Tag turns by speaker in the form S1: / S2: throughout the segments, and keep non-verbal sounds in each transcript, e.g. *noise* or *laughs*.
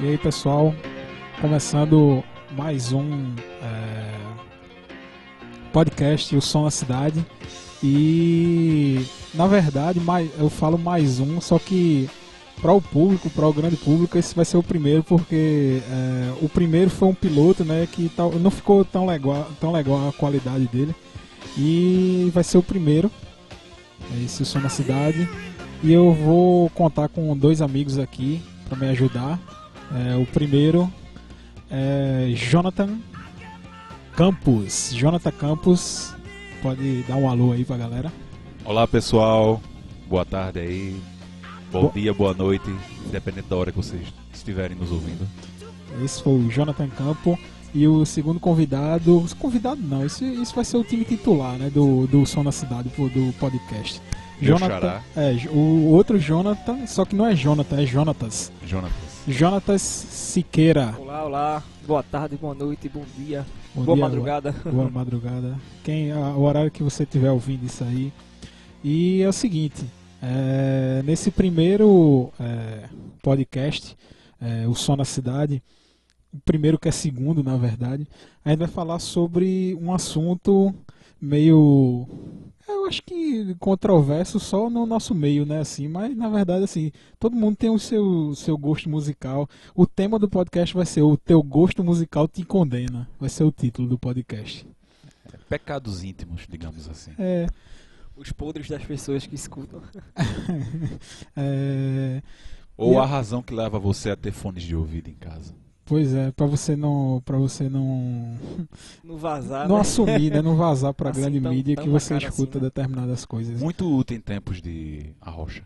S1: E aí pessoal, começando mais um é, podcast, o Som na Cidade. E na verdade mais, eu falo mais um, só que para o público, para o grande público, esse vai ser o primeiro, porque é, o primeiro foi um piloto, né, que tal, não ficou tão legal, tão legal a qualidade dele. E vai ser o primeiro. Esse é o Som na Cidade. E eu vou contar com dois amigos aqui para me ajudar. É, o primeiro é Jonathan Campos. Jonathan Campos, pode dar um alô aí pra galera.
S2: Olá pessoal, boa tarde aí, bom Bo... dia, boa noite, independente da hora que vocês estiverem nos ouvindo.
S1: Esse foi o Jonathan Campo e o segundo convidado, convidado não, isso, isso vai ser o time titular né, do, do Som na Cidade, do podcast.
S2: Meu
S1: Jonathan,
S2: xará.
S1: é, o outro Jonathan, só que não é Jonathan, é Jonatas.
S2: Jonatas.
S1: Jonatas Siqueira.
S3: Olá, olá. Boa tarde, boa noite, bom dia,
S1: Bom
S3: boa
S1: dia,
S3: madrugada.
S1: *laughs* Boa madrugada. Quem, a- o horário que você estiver ouvindo isso aí. E é o seguinte, é, nesse primeiro é, podcast, é, o Som na Cidade, o primeiro que é segundo, na verdade, a gente vai falar sobre um assunto meio. Eu acho que controverso só no nosso meio, né? Assim, mas na verdade, assim, todo mundo tem o seu, seu gosto musical. O tema do podcast vai ser O Teu Gosto Musical Te Condena. Vai ser o título do podcast.
S2: Pecados íntimos, digamos assim.
S1: É, *laughs*
S3: Os podres das pessoas que escutam.
S1: é,
S2: Ou a razão que leva você a ter fones de ouvido em casa.
S1: pois é, pra você não, para você não,
S3: Não vazar.
S1: não
S3: né?
S1: assumir, né, não vazar pra
S3: *laughs* Assim,
S1: grande
S3: tão-
S1: mídia
S3: tão
S1: que
S3: na
S1: você
S3: cara assim,
S1: escuta
S3: né?
S1: determinadas coisas.
S2: Muito útil em tempos de Arrocha.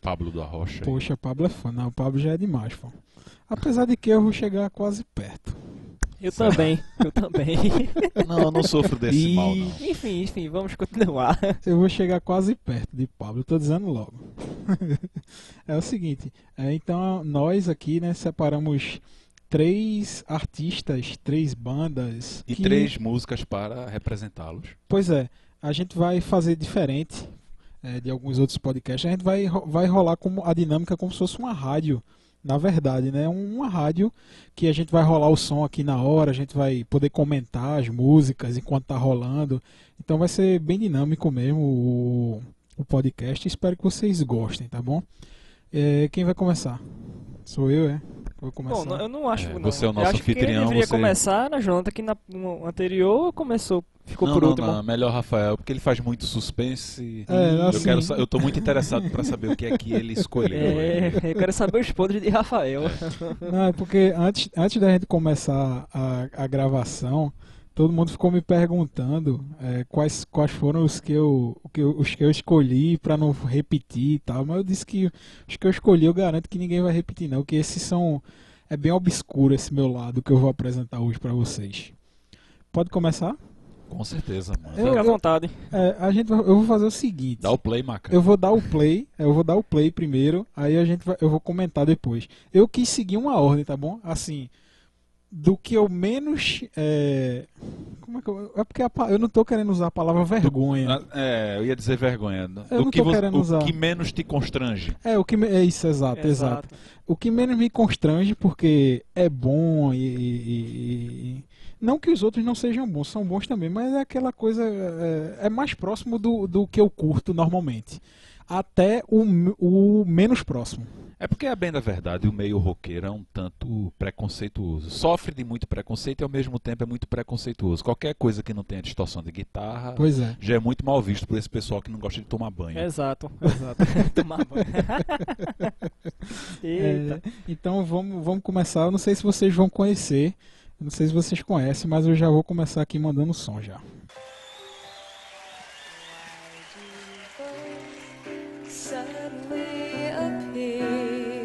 S2: Pablo do Arrocha.
S1: Poxa, Pablo é fã. Não, Pablo já é demais, pô. Apesar de que eu vou chegar quase perto.
S3: Eu
S2: Será?
S3: também, eu também.
S2: Não, eu não sofro desse
S1: Ih.
S2: mal, não.
S3: *laughs* enfim, enfim, vamos continuar.
S1: *laughs* Eu vou chegar quase perto de Pablo, eu tô dizendo logo. *laughs* é o seguinte, é, então nós aqui, né, separamos três artistas, três bandas.
S2: E
S1: que-
S2: três músicas para representá-los.
S1: Pois é, a gente vai fazer diferente é, de alguns outros podcasts. A gente vai, ro- vai rolar como a dinâmica como se fosse uma rádio, na verdade, né? Um- Uma rádio que a gente vai rolar o som aqui na hora, a gente vai poder comentar as músicas enquanto tá rolando. Então vai ser bem dinâmico mesmo o, o podcast. Espero que vocês gostem, tá bom? É, quem vai começar? Sou eu, é? Vou começar.
S3: Bom, não- eu não acho
S2: É,
S3: não.
S2: você é o
S3: Eu
S2: nosso
S3: acho que quem
S2: anfitrião,
S3: deveria
S2: você-
S3: começar na Jonathan, que na, no anterior começou, ficou
S2: não,
S3: por
S2: não,
S3: último.
S2: não, melhor Rafael, porque ele faz muito suspense.
S1: É,
S2: eu,
S1: assim-
S2: quero, sa- eu tô muito interessado para saber o que é que ele escolheu.
S3: *laughs* *laughs* É, eu quero saber os podres de Rafael.
S1: Não, é porque antes, antes da gente começar a, a gravação, todo mundo ficou me perguntando é, quais, quais foram os que eu, o que eu- os que eu escolhi pra não repetir e tal. Mas eu disse que os que eu escolhi eu garanto que ninguém vai repetir, não. Que esses são. É bem obscuro esse meu lado que eu vou apresentar hoje pra vocês. Pode começar?
S2: Com certeza, mano.
S1: Eu-
S3: Fica à vontade.
S1: É, a gente, vai- eu vou fazer o seguinte.
S2: Dá o play, Maca.
S1: Eu vou dar o play, eu vou dar o play primeiro, aí a gente vai, eu vou comentar depois. Eu quis seguir uma ordem, tá bom? Assim, do que eu menos é, como é que eu, é porque a pa- eu não tô querendo usar a palavra vergonha.
S2: Ah, É, eu ia dizer vergonha. Do
S1: não
S2: que
S1: tô
S2: vo-
S1: querendo
S2: o
S1: usar.
S2: que menos te constrange.
S1: É o que me- é isso, exato, exato, O que menos me constrange porque é bom e, e- e- não que os outros não sejam bons, são bons também, mas é aquela coisa é, é mais próximo do, do que eu curto normalmente. Até o, m- o menos próximo.
S2: É porque, é bem da verdade, o meio roqueiro é um tanto preconceituoso. Sofre de muito preconceito e, ao mesmo tempo, é muito preconceituoso. Qualquer coisa que não tenha distorção de guitarra
S1: Pois é.
S2: já é muito mal visto por esse pessoal que não gosta de tomar banho.
S3: *laughs* Exato, exato. Tomar *laughs* banho. Eita.
S1: É, então vamos, vamos começar. Eu não sei se vocês vão conhecer. Eu não sei se vocês conhecem, mas eu já vou começar aqui mandando som já.
S4: suddenly appear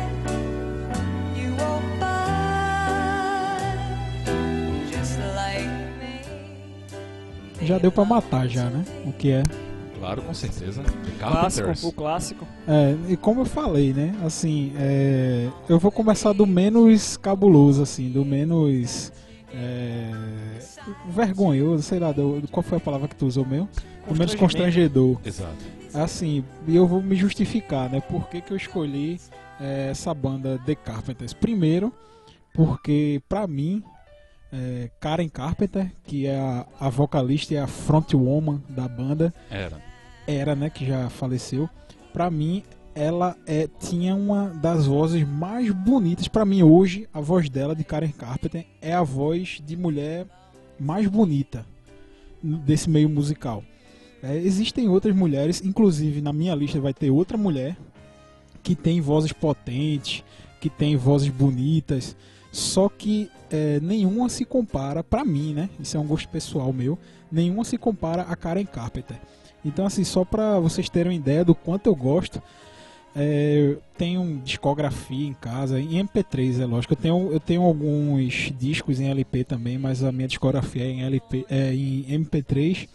S4: you walk by
S1: Já deu pra matar já, né? O que é?
S2: Claro, com certeza.
S3: É.
S2: Carpenters.
S1: um
S3: Clássico, o clássico.
S1: É, e como eu falei, né? Assim, é, eu vou começar do menos cabuloso, assim, do menos é, vergonhoso, sei lá, do- qual foi a palavra que tu usou mesmo? Do menos constrangedor.
S2: Exato.
S1: Assim, e eu vou me justificar, né? Por que, que eu escolhi eh, essa banda The Carpenters? Primeiro, porque pra mim, eh, Karen Carpenter, que é a, a vocalista e a frontwoman da banda,
S2: Era.
S1: era, né, que já faleceu, pra mim ela é, tinha uma das vozes mais bonitas. Pra mim hoje, a voz dela de Karen Carpenter é a voz de mulher mais bonita desse meio musical. É, existem outras mulheres, inclusive na minha lista vai ter outra mulher que tem vozes potentes, que tem vozes bonitas, só que é, nenhuma se compara, pra mim, né? Isso é um gosto pessoal meu. Nenhuma se compara a Karen Carpenter. Então, assim, só pra vocês terem uma ideia do quanto eu gosto, é, eu tenho discografia em casa, em MP3, é lógico. Eu tenho, eu tenho alguns discos em LP também, mas a minha discografia é em, LP, é em MP3.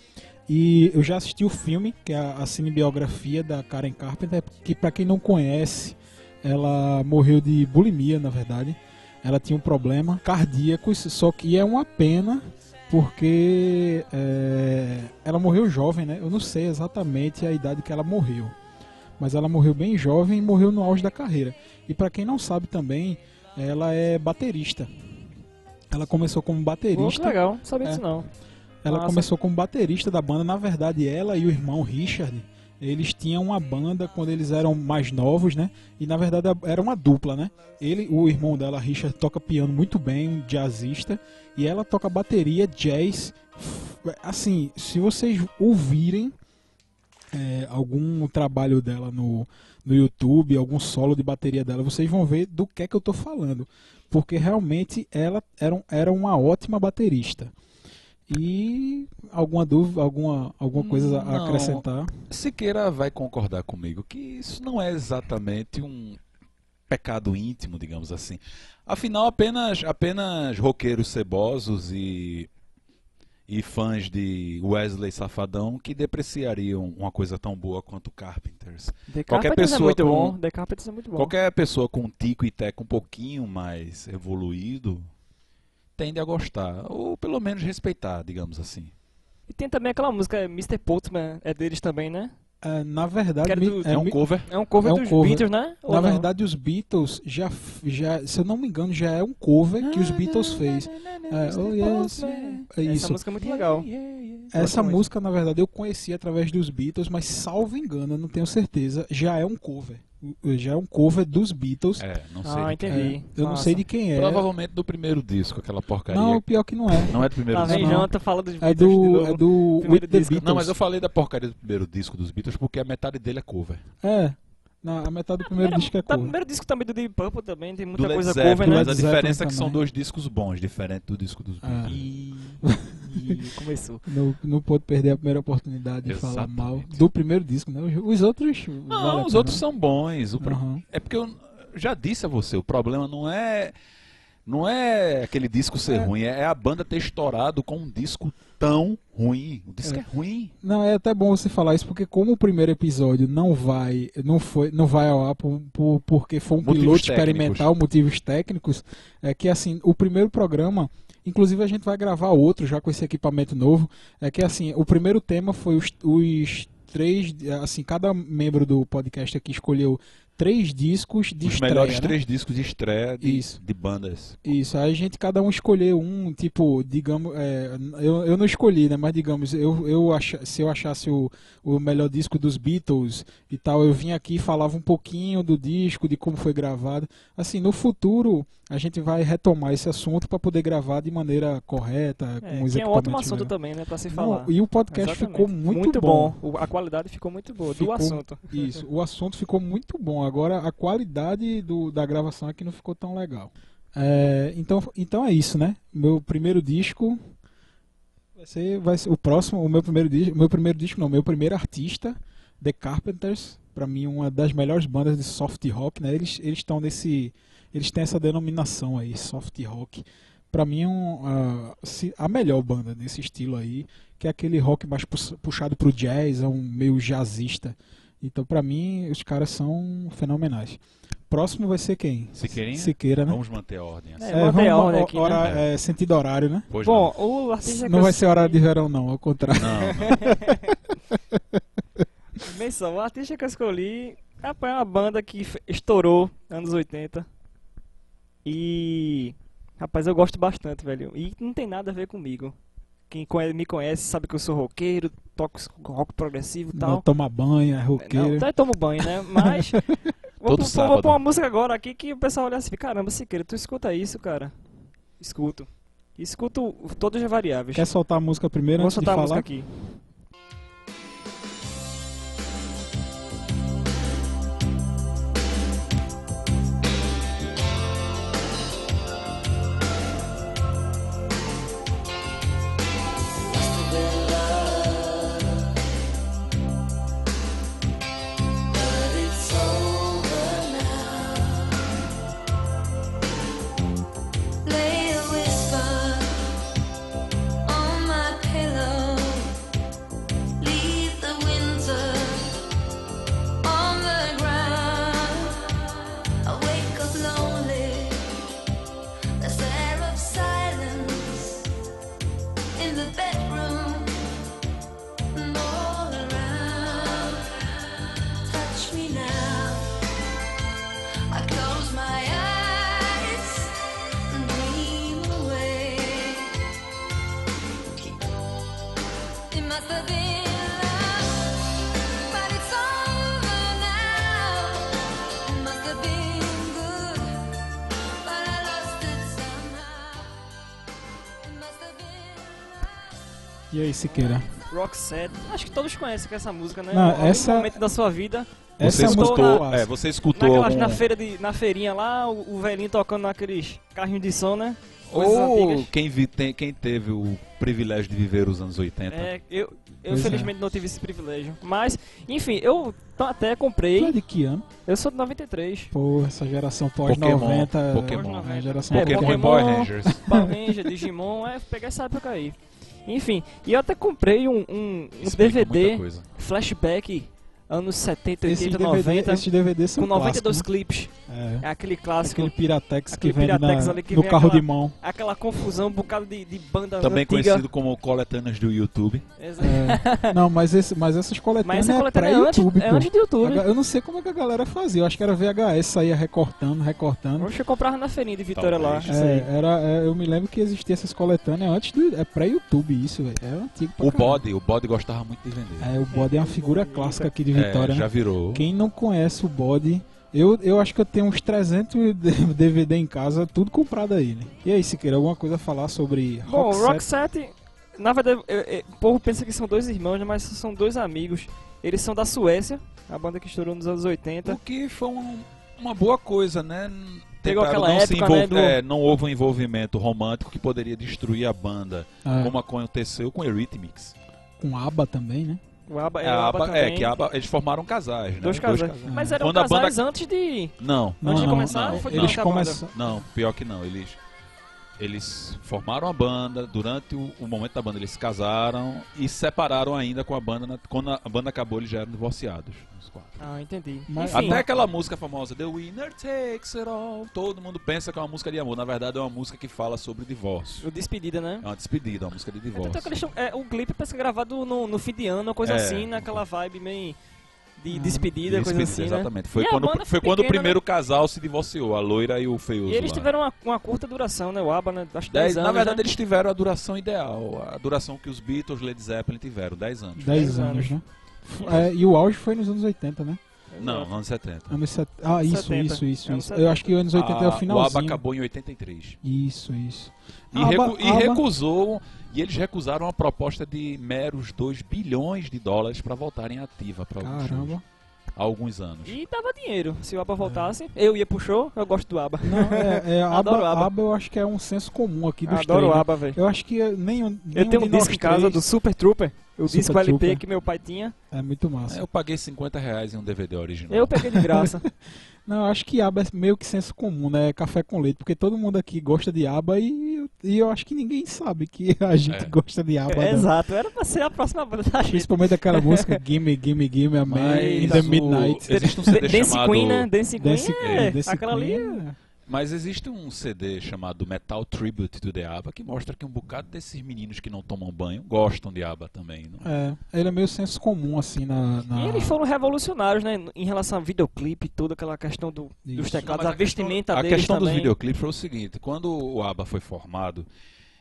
S1: E eu já assisti o filme, que é a, a cinebiografia da Karen Carpenter, que pra quem não conhece, ela morreu de bulimia, na verdade. Ela tinha um problema cardíaco, só que é uma pena porque é, ela morreu jovem, né? Eu não sei exatamente a idade que ela morreu, mas ela morreu bem jovem e morreu no auge da carreira. E pra quem não sabe também, ela é baterista. Ela começou como
S3: Pô, que
S1: baterista.
S3: legal, não sabia
S1: É.
S3: disso não.
S1: Ela
S3: Massa.
S1: começou como baterista da banda. Na verdade, ela e o irmão Richard, eles tinham uma banda quando eles eram mais novos, né? E na verdade era uma dupla, né? Ele, o irmão dela, Richard, toca piano muito bem, um jazzista, e ela toca bateria, jazz. F- Assim, se vocês ouvirem é, algum trabalho dela no, no YouTube, algum solo de bateria dela, vocês vão ver do que é que eu tô falando. Porque realmente ela era, um- era uma ótima baterista. E alguma dúvida, alguma, alguma coisa a
S2: Não.
S1: acrescentar?
S2: Siqueira vai concordar comigo que isso não é exatamente um pecado íntimo, digamos assim. Afinal, apenas, apenas roqueiros cebosos e, e fãs de Wesley Safadão que depreciariam uma coisa tão boa quanto Carpenters.
S3: The
S2: Qualquer
S3: Carpenters é
S2: pessoa
S3: muito
S2: com-
S3: bom. The Carpenters é muito bom.
S2: Qualquer pessoa com tico e teco um pouquinho mais evoluído tende a gostar, ou pelo menos respeitar, digamos assim.
S3: E tem também aquela música Mr. Portman, é deles também, né?
S1: É, na verdade,
S3: Quero
S1: mi-
S3: do-
S1: é,
S2: É um
S1: mi-
S2: cover?
S3: É um cover
S1: É um
S3: dos
S1: cover.
S3: Beatles, né? Ou
S1: na
S3: não?
S1: verdade os Beatles já, f- já, se eu não me engano, já é um cover que os Beatles fez. É, oh, yes, é
S3: Essa
S1: isso.
S3: música é muito legal.
S1: Essa
S3: Exatamente.
S1: música, na verdade, eu conheci através dos Beatles, mas salvo engano, eu não tenho certeza, já é um cover. Já é um cover dos Beatles.
S2: É, não sei.
S3: Ah,
S2: de quem.
S1: É,
S3: entendi.
S1: eu não
S3: Massa.
S1: sei de quem é.
S2: Provavelmente do primeiro disco, aquela porcaria.
S1: Não,
S2: Não,
S1: pior que não é. Não,
S2: é do primeiro
S3: Tá
S2: disco.
S3: vendo, então
S1: não.
S3: Janta fala dos
S1: É
S3: Beatles de
S1: do,
S3: novo.
S1: é do
S3: Primeiro
S1: With the
S3: disco.
S1: Beatles.
S2: Não, mas eu falei da porcaria do primeiro disco dos Beatles porque a metade dele é cover.
S1: É, na, a metade do primeiro
S3: Primeira-
S1: disco é
S3: tá,
S1: cover.
S3: primeiro disco também do Deep Purple também, tem muita
S2: do Led
S3: coisa
S2: Zeppelin,
S3: cover, né?
S2: mas
S1: Do
S2: a
S1: Led Zeppelin
S2: diferença é que são
S1: também.
S2: dois discos bons, diferente do disco dos
S1: Ah.
S2: Beatles.
S3: Ih, *laughs* começou.
S1: Não, não pôde perder a primeira oportunidade de falar
S2: Exatamente.
S1: mal do primeiro disco, né? Os- Os outros.
S2: Não,
S1: vale a
S2: os
S1: pena.
S2: outros são bons. O pro-
S1: Aham.
S2: É porque eu já disse a você, o problema não é não é aquele disco ser
S1: É.
S2: ruim, é a banda ter estourado com um disco tão ruim. O disco é, ruim.
S1: Não, é até bom você falar isso, porque como o primeiro episódio não vai, não foi, não vai ao ar por, por- porque foi um
S2: Motivos
S1: piloto
S2: técnicos.
S1: experimental, motivos técnicos, é que assim, o primeiro programa, inclusive a gente vai gravar outro já com esse equipamento novo, é que assim, o primeiro tema foi os, os três, assim, cada membro do podcast aqui escolheu três discos de
S2: Os
S1: estreia,
S2: melhores
S1: né?
S2: três discos de estreia de,
S1: Isso.
S2: de bandas.
S1: Isso, aí a gente cada um escolheu um, tipo, digamos, é, eu, eu não escolhi, né? Mas digamos, eu, eu acha, se eu achasse o, o melhor disco dos Beatles e tal, eu vinha aqui e falava um pouquinho do disco, de como foi gravado. Assim, no futuro a gente vai retomar esse assunto para poder gravar de maneira correta,
S3: É,
S1: com os
S3: que é um ótimo
S1: equipamentos
S3: assunto
S1: legais.
S3: também, né? Pra se
S1: Não,
S3: falar.
S1: e o podcast
S3: Exatamente.
S1: ficou muito,
S3: bom. O- A qualidade ficou muito boa
S1: Ficou-
S3: do assunto.
S1: Isso, o assunto ficou muito bom. Agora a qualidade do- da gravação aqui não ficou tão legal. É, então, então é isso, né? Meu primeiro disco vai ser, vai ser o próximo, o meu primeiro disco, meu primeiro disco não, meu primeiro artista, The Carpenters, pra mim uma das melhores bandas de soft rock, né? Eles eles estão nesse eles têm essa denominação aí, soft rock. Pra Pra mim é um, ah, se- a melhor banda nesse estilo aí, que é aquele rock mais pus- puxado pro jazz, é um meio jazzista. Então pra mim os caras são fenomenais. Próximo vai ser quem?
S2: Siqueirinha?
S1: Siqueira, né?
S2: Vamos manter a ordem assim.
S3: É, manter a ordem
S1: o-
S3: aqui, né?
S1: hora- é, sentido horário, né?
S2: Pois
S3: Bom, o artista que
S1: Não
S3: eu
S1: vai ser horário de verão não, ao contrário.
S2: não. Não, não.
S3: Benção, o artista que eu escolhi rapaz, é uma banda que fe- estourou anos 80. E. Rapaz, eu gosto bastante, velho. E não tem nada a ver comigo. Quem conhe- me conhece sabe que eu sou roqueiro, toco s- rock progressivo e
S1: Não
S3: tal.
S1: toma banho, é
S3: tá Não,
S1: roqueiro.
S3: até tomo banho, né?
S1: *laughs*
S3: Mas. vou,
S2: Todo
S3: pôr-
S2: sábado.
S3: vou pôr uma música agora aqui que o pessoal olha assim: caramba, Siqueira, tu escuta isso, cara? Escuto. Escuto todas as variáveis.
S1: Quer soltar a música primeiro
S3: Vou
S1: antes de
S3: soltar a música
S1: falar?
S3: aqui.
S4: Lay a whisper on my pillow. Leave the winter on the ground. I wake up lonely. The flare of silence in the bedroom and all around. Touch me now. I close my eyes and dream away. It must have been love, but it's over now. It must have been good, but I lost it somehow. It must have been love.
S1: E aí, Siqueira?
S3: Roxette. Acho que todos conhecem essa música, né?
S1: Não,
S3: Em algum
S1: essa-
S3: momento da sua vida.
S1: *laughs*
S2: Você
S1: Essa música eu
S2: escutou,
S1: faço.
S2: é, você escutou
S3: Naquela,
S2: algum-
S3: na, feira de, na feirinha lá, o, o velhinho tocando naqueles carrinhos de som, né? Coisas
S2: Ou
S3: antigas.
S2: quem, vi- tem- quem teve o privilégio de viver os anos 80.
S3: É, eu, eu
S1: Pois é.
S3: felizmente não tive esse privilégio. Mas, enfim, eu t- até comprei.
S1: Tu é de que ano?
S3: Eu sou de 93.
S1: Pô, essa geração
S2: Pokémon,
S1: pós-90.
S2: Pokémon.
S1: A geração
S3: É,
S2: Pokémon, e
S3: Pokémon-
S2: Power Rangers.
S1: *laughs*
S3: Power Ranger, Digimon, é, pegar essa época aí. Enfim, e eu até comprei um, um, um
S2: Explica muita
S3: DVD,
S2: coisa.
S3: flashback, anos 70, 80,
S1: Esses DVD,
S3: 90,
S1: esses DVD são
S3: com 92
S1: clássicos,
S3: clipes.
S1: é um né?
S3: É aquele
S1: É,
S3: clássico.
S1: aquele Piratex que
S3: aquele
S1: vende na-
S3: Piratex ali que
S1: no
S3: vem
S1: carro
S3: aquela-
S1: de
S3: *laughs*
S1: mão.
S3: Aquela confusão, um bocado de, de banda
S2: Também
S3: antiga.
S2: conhecido como Coletanas do YouTube.
S3: Exato.
S1: É. Não, mas, esse, mas essas
S3: Mas
S1: coletâneas
S3: essa
S1: é pra
S3: coletânea é antes,
S1: YouTube,
S3: é
S1: pô.
S3: antes do YouTube.
S1: Aga- Eu não sei como é que a galera fazia. Eu acho que era VHS, saía recortando, recortando.
S3: Oxe, eu comprava na feirinha de Vitória
S2: Talvez.
S3: lá. isso aí.
S1: É, era, é, eu me lembro que existia essas coletâneas antes do. É pré-YouTube isso, velho. É antigo pra
S2: O
S1: caralho.
S2: Bode, o Bode gostava muito de vender.
S1: É, o Bode é uma figura clássica aqui de Vitória.
S2: É,
S1: né?
S2: já virou.
S1: Quem não conhece o Bode, eu, eu acho que eu tenho uns *laughs* 300 de- DVD em casa, tudo comprado aí, né? E aí, Siqueira, alguma coisa a falar sobre
S3: Bom,
S1: Rock
S3: o Rockset, na verdade, eu- eu- o povo pensa que são dois irmãos, né, mas são dois amigos. Eles são da Suécia, a banda que estourou nos anos 80.
S2: O que foi um- uma boa coisa, né?
S3: Pegou
S2: Tentaram
S3: aquela
S2: não se
S3: época,
S2: envol-
S3: né, do-
S2: é, não houve um envolvimento romântico que poderia destruir a banda,
S3: É.
S1: Ah,
S2: como aconteceu com Eurythmics.
S1: com ABBA também, né?
S3: O ABBA,
S2: É,
S3: era o
S2: a
S3: ABBA
S2: Abba- é,
S3: também.
S2: que a Abba- eles formaram casais, né?
S3: Dois casais.
S1: Uhum.
S3: Mas eram
S2: Quando a banda-
S3: casais antes de...
S2: Não,
S1: Não,
S3: Antes de
S1: não,
S3: começar,
S1: não.
S3: foi
S1: eles
S3: durante a banda.
S1: começam.
S2: não, pior que não. Eles, eles formaram a banda, durante o, o momento da banda eles se casaram e separaram ainda com a banda. na- quando a banda acabou, eles já eram divorciados. os quatro.
S3: Ah, entendi.
S1: Mas-
S3: Enfim,
S2: Até aquela música famosa, The Winner Takes It All. Todo mundo pensa que é uma música de amor. Na verdade, é uma música que fala sobre divórcio.
S3: o Despedida, né?
S2: É uma despedida, uma música de divórcio.
S3: Tanto é que eles tão- é, o clipe parece que é gravado no, no fim de ano, uma coisa
S2: É.
S3: assim, naquela vibe meio de
S1: Ah.
S3: despedida, coisa
S2: Despedida,
S3: assim, né?
S2: exatamente. Foi
S3: E a
S2: quando,
S3: banda
S2: foi
S3: foi
S2: quando o
S3: pequena, né?
S2: primeiro casal se divorciou, a loira e o feioso.
S3: E eles
S2: lá.
S3: tiveram uma, uma curta duração, né? O ABBA, né? Acho que 10
S2: Dez-
S3: anos,
S2: na verdade,
S3: né?
S2: eles tiveram a duração ideal, a duração que os Beatles, Led Zeppelin tiveram, 10 anos.
S1: 10
S3: Dez
S1: anos,
S3: anos.
S1: né? É, e o auge foi nos anos 80, né?
S2: Não, anos 70.
S1: Anos set... Ah, isso,
S3: 70.
S1: isso, isso,
S3: Anos
S1: isso. Eu acho que anos 80 é o
S2: A- Ah, o ABBA
S1: finalzinho.
S2: acabou em 83.
S1: Isso, isso.
S2: E,
S1: ABBA-
S2: recu- e
S1: ABBA-
S2: recusou, e eles recusaram a proposta de meros 2 bilhões de dólares para voltarem ativa para alguns, shows,
S1: Caramba.
S2: há alguns anos.
S3: E dava dinheiro. Se o
S2: É.
S3: ABBA voltasse, eu ia pro show, eu gosto
S1: *laughs*
S3: do ABBA.
S1: Não, é, é
S3: *laughs* Adoro
S1: ABBA,
S3: ABBA.
S1: ABBA eu acho que é um senso comum aqui dos
S3: Adoro o
S1: três, né?
S3: ABBA, velho.
S1: Eu acho que nenhum, nenhum
S3: Eu tenho um
S1: de nós
S3: disco em casa
S1: três-
S3: do Super Trooper. O
S1: Super
S3: disco LP
S1: Trooper.
S3: que meu pai tinha,
S1: É muito massa.
S2: Eu paguei 50 reais em um DVD original.
S3: eu peguei de
S1: *laughs*
S3: graça.
S1: Não, eu acho que aba é meio que senso comum, né? Café com leite, porque todo mundo aqui gosta de aba e, eu- e eu acho que ninguém sabe que *laughs* a gente
S2: É.
S1: gosta de aba.
S3: É,
S1: não.
S3: Exato, era pra ser a próxima banda da gente.
S1: Principalmente aquela música Gimme, Gimme, Gimme, a Man in the
S2: o-
S1: Midnight.
S2: Existe um CD
S3: Dance
S2: chamado.
S3: Queen, né? Dance Queen,
S1: Dance
S3: é,
S1: Queen, Dance
S3: aquela ali...
S1: Queen, é.
S2: Mas existe um CD chamado Metal Tribute to the ABBA que mostra que um bocado desses meninos que não tomam banho gostam de ABBA também. Não?
S1: É, ele é meio senso comum, assim, na. na-
S3: E eles foram revolucionários, né? Em relação ao videoclipe, toda aquela questão do, dos
S1: Isso.
S2: Não,
S3: teclados,
S2: mas
S3: a,
S2: a
S3: vestimenta
S2: A
S3: deles
S2: questão
S3: também.
S2: dos videoclipes foi o seguinte: quando o ABBA foi formado,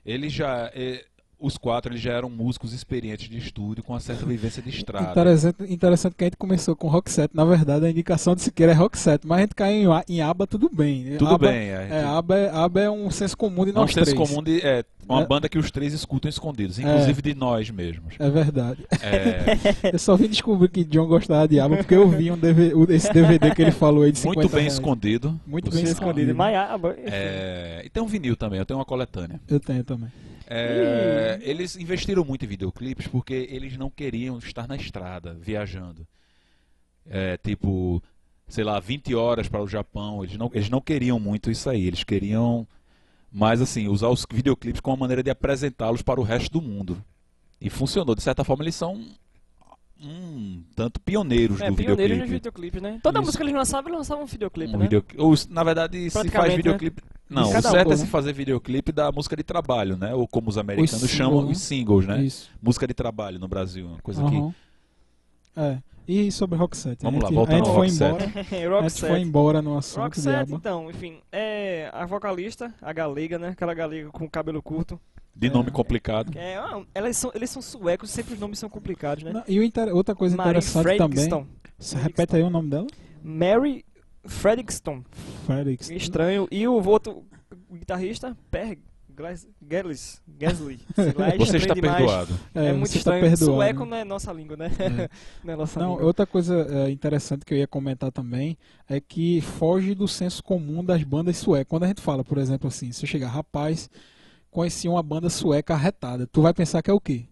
S2: ele já. eh, os quatro eles já eram músicos experientes de estúdio com uma certa vivência de estrada.
S1: Interessante, interessante que a gente começou com Rock Set. Na verdade, a indicação de Siqueira é Rock Set, mas a gente caiu em, a- em aba, tudo bem.
S2: Tudo
S1: Aba-
S2: bem, é.
S1: É, aba, é- aba é um senso comum de
S2: É um
S1: nós três.
S2: senso comum de. É, uma
S1: É.
S2: banda que os três escutam escondidos, inclusive de nós mesmos.
S1: É verdade. *laughs*
S2: É,
S1: Eu só vim descobrir que John gostava de aba porque eu vi um DV o- esse DVD que ele falou aí de 50
S2: muito bem
S1: reais.
S2: escondido.
S1: Muito
S2: por
S1: bem
S2: sinal.
S1: escondido.
S3: Escondido ah, em Maiaba.
S2: né? É, e tem um vinil também, eu tenho uma coletânea.
S1: Eu tenho também.
S2: É, eles investiram muito em videoclipes porque eles não queriam estar na estrada, viajando. É, tipo, sei lá, 20 horas para o Japão. Eles não, eles não queriam muito isso aí. Eles queriam mais assim, usar os videoclipes como uma maneira de apresentá-los para o resto do mundo. E funcionou. De certa forma, eles são um tanto pioneiros
S3: É,
S2: do
S3: pioneiros nos
S2: videoclipe.
S3: videoclipes, né? Toda
S2: Isso.
S3: música que eles lançavam, eles lançavam um videoclipe,
S2: Um
S3: né?
S2: videoclipe. Ou, se- na verdade, se faz
S3: Praticamente, né?
S2: videoclipe. Não, o
S3: Cada
S2: certo
S3: um,
S2: é
S1: né?
S2: se fazer videoclipe da música de trabalho, né? Ou como os americanos
S1: singles,
S2: chamam,
S1: né?
S2: os singles, né?
S1: Isso.
S2: Música de trabalho no Brasil, uma coisa que.
S1: Aham. É. E sobre Rock Set?
S2: Vamos
S1: a
S2: lá,
S1: gente,
S2: voltando
S1: a gente
S2: ao
S1: foi né,
S2: Rock Set.
S3: *laughs*
S1: embora. A gente foi
S3: Rockset.
S1: embora no assunto de
S3: Rockset,
S1: aba.
S3: então, enfim. É a vocalista, a galega, né? Aquela galega com o cabelo curto.
S2: De nome
S1: É.
S2: complicado.
S3: que É, ah, elas são, eles são suecos, sempre os nomes são complicados, né?
S1: Não, e o inter- outra coisa
S3: Mary
S1: interessante também.
S3: Fredriksson.
S1: Você repete aí o nome dela?
S3: Mary Fredriksson.
S1: Félix.
S3: Estranho. E o outro guitarrista, Per Gles- Geslis.
S1: *laughs*
S3: Gesli. Sei lá, é
S2: Você
S3: estranho
S2: está
S3: demais.
S2: perdoado.
S3: É, muito
S1: você
S3: estranho.
S1: Tá perdoado,
S3: Sueco
S1: né?
S3: não é nossa língua, né?
S1: É.
S3: *laughs* Não é nossa
S1: Não,
S3: língua.
S1: outra coisa é, interessante que eu ia comentar também é que foge do senso comum das bandas suecas. Quando a gente fala, por exemplo, assim, se eu chegar, rapaz, conheci uma banda sueca arretada, tu vai pensar que é o quê?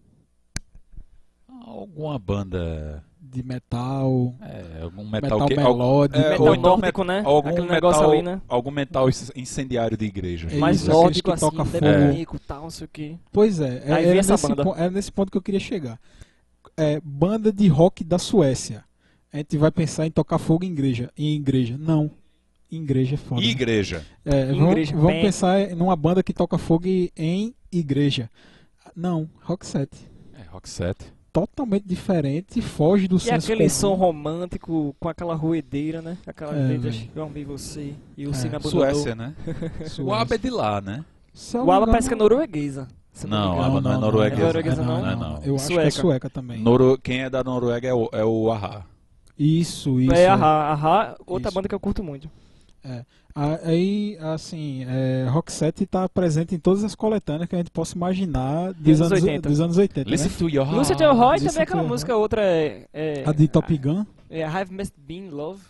S2: Alguma banda.
S1: De metal,
S2: É, algum
S1: metal,
S2: metal, que. algum-
S1: melódico.
S2: é,
S3: Metal
S2: ou então
S3: nórdico, né?
S2: Algum
S3: Aquele
S2: metal,
S3: negócio ali, né?
S2: algum metal incendiário de igreja.
S1: É
S3: Mais
S1: isso, aqueles
S3: nórdico,
S1: que
S3: assim,
S1: toca fogo.
S3: demoníaco, tal, não sei o quê.
S1: Pois é, é-
S3: Aí vem
S1: era,
S3: essa
S1: nesse,
S3: banda.
S1: po- era nesse ponto que eu queria chegar. É, banda de rock da Suécia. A gente vai pensar em tocar fogo em igreja. Em igreja, não. Em igreja é foda. né?
S2: Igreja.
S1: É,
S3: Em
S1: vamos,
S3: igreja,
S1: vamos
S3: bem.
S1: pensar numa banda que toca fogo e- em igreja. Não, rock set.
S2: É, rock set.
S1: Totalmente diferente, foge do
S3: E
S1: senso comum.
S3: aquele som romântico com aquela ruedeira, né? Aquelas
S1: É,
S3: letras,
S1: velho.
S3: eu amei você e
S1: É,
S3: o Cine abandonou.
S2: Suécia, né?
S1: Suécia.
S2: O ABBA é de lá, né?
S1: Se eu
S3: O
S1: não
S3: Aba
S1: me
S3: parece que é
S1: engano-
S3: norueguesa. se eu
S2: Não,
S3: me
S2: o
S3: engano.
S2: ABBA não é norueguesa.
S3: É norueguesa,
S1: não,
S2: não?
S1: não,
S2: É, não.
S1: Eu acho que é
S3: Sueca.
S1: sueca também.
S2: Noro... Quem é da Noruega é o, é o
S1: Né?
S2: Ahá.
S1: Isso, isso.
S3: É, Ahá, Ahá, outra
S1: Isso.
S3: banda que eu curto muito.
S1: A- Aí, assim, é, Rock Set tá presente em todas as coletâneas que a gente possa imaginar dos,
S3: Dos
S1: anos
S3: 80.
S1: dos anos 80.
S2: Listen
S1: né?
S2: to your heart.
S3: Lucy Del Roy
S1: Listen
S3: também aquela
S1: to-
S3: música outra é... é
S1: A de Top Gun.
S3: É I've Must Be In Love.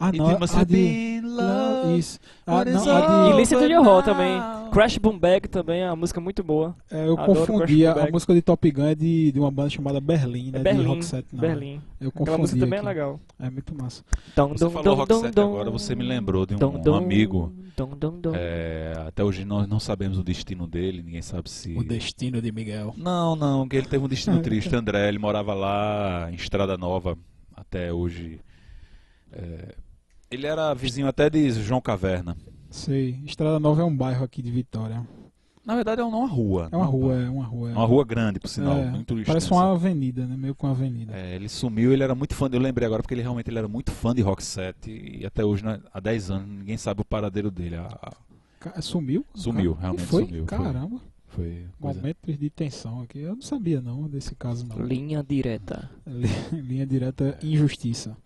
S1: Ah,
S2: It
S1: não,
S2: must
S1: a
S2: have
S1: de...
S2: been
S1: Não,
S2: love.
S1: Isso. Ah,
S2: What is
S1: não, a
S3: E
S1: de...
S2: love?
S3: Listen to Your Heart
S2: now.
S3: também.
S1: Ah.
S3: Crash Boom Bag também é uma música muito boa.
S1: É, eu
S3: Adoro
S1: confundi.
S3: Crash
S1: A,
S3: Back.
S1: música de Top Gun é de, de uma banda chamada Berlim, né?
S3: É
S1: de
S3: Berlim,
S1: Rock Set, não.
S3: Berlim.
S1: Eu confundi.
S3: Aquela música também é
S1: aqui.
S3: legal.
S1: É muito massa.
S3: Dom,
S2: Você
S3: dom,
S2: falou
S3: dom,
S2: rock
S3: dom,
S2: set
S3: dom.
S2: agora, você me lembrou de um,
S3: Dom,
S2: um
S3: dom,
S2: amigo.
S3: Dom, dom, dom.
S2: É, até hoje nós não sabemos o destino dele, ninguém sabe se.
S1: O Destino de Miguel.
S2: Não, não, que ele teve um destino triste. André, ele morava lá em Estrada Nova, até hoje. É, ele era vizinho até de João Caverna.
S1: Sei. Estrada Nova é um bairro aqui de Vitória.
S2: Na verdade, é uma rua.
S1: É uma rua, é uma rua.
S2: É uma rua grande, por sinal.
S1: É,
S2: muito
S1: Parece
S2: extensa.
S1: uma avenida, né? Meio com uma avenida.
S2: É, ele sumiu, ele era muito fã. Eu lembrei agora porque ele realmente ele era muito fã de Rock Set. E até hoje, né, há 10 anos, ninguém sabe o paradeiro dele. Ah, A- a-
S1: Ca- Sumiu?
S2: Sumiu,
S1: Ca-
S2: realmente
S1: foi?
S2: sumiu, foi. é.
S1: Caramba.
S2: foi coisa-
S1: Momentos de tensão aqui. Eu não sabia não desse caso não.
S3: Linha direta.
S1: Li- *laughs* Linha direta injustiça.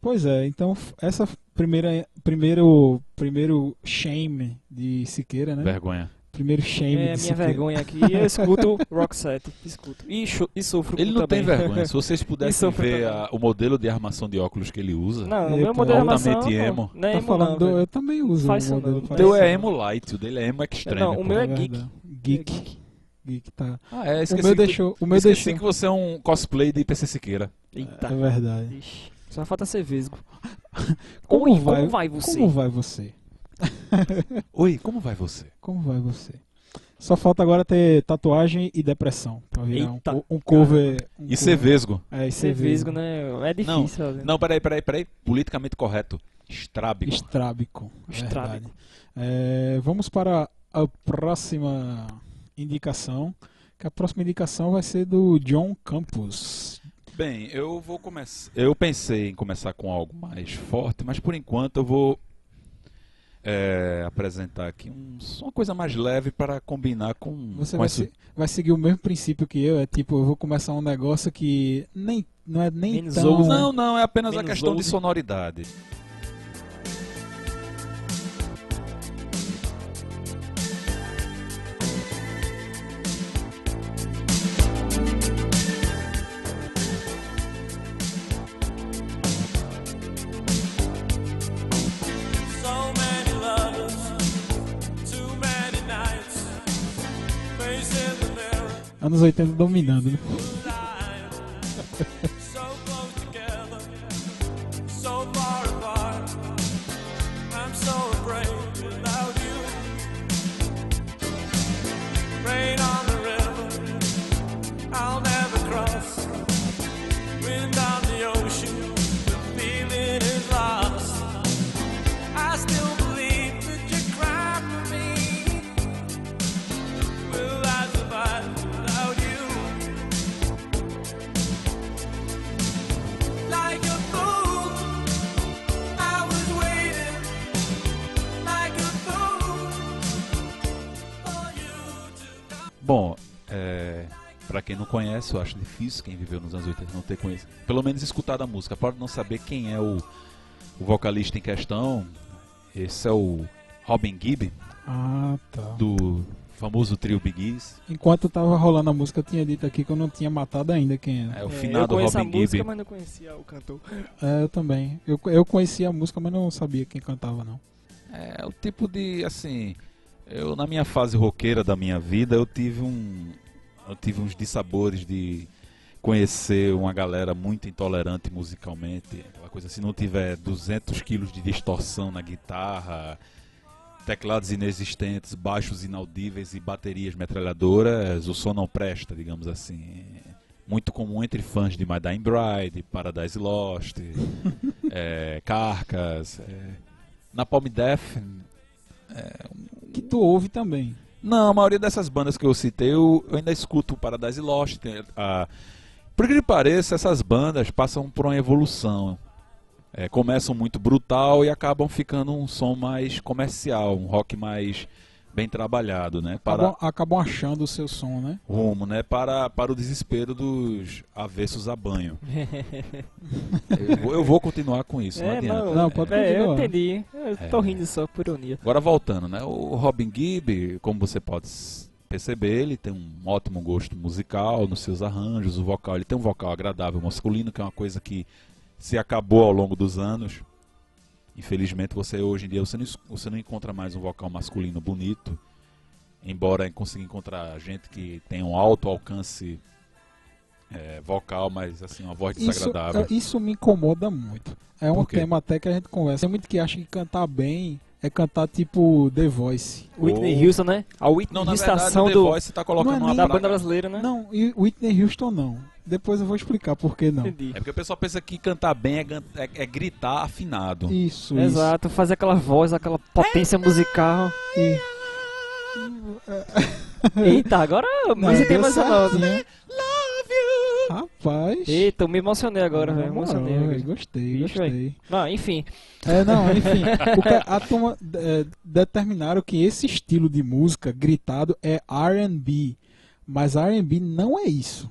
S1: Pois é, então f- essa f- primeira primeiro primeiro shame de Siqueira, né?
S2: Vergonha.
S1: Primeiro shame
S3: É a
S1: de
S3: minha
S1: Siqueira.
S3: vergonha aqui.
S1: *laughs*
S3: Eu escuto rock set. Escuto. E, cho- e sofro
S2: Ele
S3: com
S2: não tem
S3: também.
S2: vergonha.
S3: *laughs*
S2: Se vocês pudessem
S3: sofre
S2: ver
S3: também.
S2: a- o modelo de armação de óculos que ele usa.
S3: Não, no
S1: Eita,
S3: meu é modelo de armação,
S2: altamente emo.
S3: Não, não é
S1: Tá
S3: emo
S1: falando,
S3: não,
S1: do-
S3: velho.
S1: eu também uso
S3: Faz
S1: um
S3: isso
S1: modelo
S3: não,
S2: O
S1: parecido.
S2: teu
S3: Parece
S2: é
S3: não.
S2: emo light, o dele é emo extreme.
S3: Não, o
S2: pô.
S3: meu é
S1: verdade.
S3: geek.
S1: Geek.
S3: geek.
S1: geek tá.
S2: Ah, é,
S1: O
S2: esqueci,
S1: meu
S2: que,
S1: deixou, o meu
S2: esqueci
S1: deixou.
S2: que você é um cosplay de PC Siqueira.
S1: É
S3: Eita.
S1: verdade.
S3: Ixi, só falta ser vesgo.
S1: *laughs* Como
S3: Oi,
S1: vai-
S3: como vai você?
S1: Como vai você?
S2: Oi, como vai você?
S1: Como vai você? Só falta agora ter tatuagem e depressão. Pra virar um,
S3: Eita,
S1: co- um cover. Um
S2: E ser vesgo.
S1: É, e ser
S3: Ser
S1: vesgo,
S3: vesgo,
S1: né?
S3: né? É difícil. fazer.
S2: Não, peraí, peraí, peraí. Politicamente correto. Estrábico.
S1: Estrábico.
S3: Estrábico.
S1: verdade. É, vamos para a próxima indicação. Que a próxima indicação vai ser do John Campos.
S2: Bem, eu vou começar. Eu pensei em começar com algo mais forte, mas por enquanto eu vou é, apresentar aqui um- uma coisa mais leve para combinar com,
S1: Você
S2: com
S1: vai,
S2: esse-
S1: se- vai seguir o mesmo princípio que eu. É tipo, eu vou começar um negócio que nem, não é nem
S3: Menos
S1: tão.
S3: ouse.
S2: Não, não, é apenas a
S3: Menos
S2: questão de
S3: loading.
S2: sonoridade.
S5: So many lovers, too many nights, facing the mirror,
S1: Anos 80 dominando, né?
S5: blind. So close together, so far apart. I'm so afraid without you. Rain on the river, I'll never cross. Wind on the ocean, the feeling is lost. I still believe that you cry for me. Will I survive without you? Like a fool, I was waiting. Like a fool for you to come.
S2: Bom, é, para quem não conhece, eu acho difícil quem viveu nos anos 80 não ter conhecido, pelo menos escutado a música. Pode não saber quem é o, o vocalista em questão. Esse é o Robin Gibb,
S1: Ah, tá.
S2: do famoso trio Biggies.
S1: Enquanto tava rolando a música, eu tinha dito aqui que eu não tinha matado ainda quem era.
S2: É o
S3: É, eu
S2: finado
S3: conheço
S2: Robin
S3: a música,
S2: Gibb.
S3: mas não conhecia o cantor.
S1: É, eu também. Eu, eu conhecia a música, mas não sabia quem cantava, não.
S2: É o tipo de, assim, eu na minha fase roqueira da minha vida, eu tive um eu tive uns dissabores de conhecer uma galera muito intolerante musicalmente, aquela coisa se não tiver 200 quilos de distorção na guitarra, teclados inexistentes, baixos inaudíveis e baterias metralhadoras, o som não presta, digamos assim. Muito comum entre fãs de My Dying Bride, Paradise Lost, *laughs* é, Carcas, é, Napalm Death.
S1: Que tu ouve também.
S2: Não, a maioria dessas bandas que eu citei, eu, eu ainda escuto o Paradise Lost. tem a- Por que que pareça, essas bandas passam por uma evolução. É, começam muito brutal e acabam ficando um som mais comercial, um rock mais bem trabalhado, né? Para
S1: Acabam, acabam achando o seu som, né?
S2: rumo, né? Para, para o desespero dos avessos a banho. eu, vou- eu vou continuar com isso, não
S3: é,
S2: adianta.
S3: não,
S1: Não, pode
S3: é, eu
S1: continuar.
S3: entendi. Eu tô
S2: É.
S3: rindo só por ironia.
S2: Agora voltando, né? O Robin Gibb, como você pode s- perceber, ele tem um ótimo gosto musical nos seus arranjos, o vocal, ele tem um vocal agradável masculino, que é uma coisa que se acabou ao longo dos anos. Infelizmente, você hoje em dia você não, es- você não encontra mais um vocal masculino bonito, embora consiga encontrar gente que tem um alto alcance eh, vocal, mas assim, uma voz
S1: Isso,
S2: desagradável.
S1: é, isso me incomoda muito. É um
S2: Por quê?
S1: tema até que a gente conversa. Tem muito que acha que cantar bem é cantar tipo The Voice.
S3: Whitney
S2: Ou-
S3: Houston, né? A Whitney
S2: Oh. Não, na
S3: Houston
S2: verdade, o The
S3: do,
S2: Voice tá colocando
S1: Não é
S2: uma
S1: nem-
S3: da
S2: praga.
S3: banda brasileira, né?
S1: Não, e Whitney Houston não. Depois eu vou explicar por que não.
S3: Entendi.
S2: É porque o pessoal pensa que cantar bem é, gan- é- é gritar afinado.
S1: Isso,
S3: Exato, fazer aquela voz, aquela potência musical.
S1: isso. E-
S3: Eita, agora
S1: Não,
S3: você tem
S1: deu
S3: é
S1: né?
S3: mais
S1: certinho.
S3: nota.
S1: Rapaz.
S3: Eita, eu me emocionei agora,
S1: Na
S3: velho.
S1: moral,
S3: Emocionei.
S1: velho,
S3: agora.
S1: Gostei,
S3: Bicho,
S1: gostei.
S3: Não, enfim.
S1: É, não, enfim. o ca- a turma é, determinaram que esse estilo de música gritado é RB. Mas RB não é isso.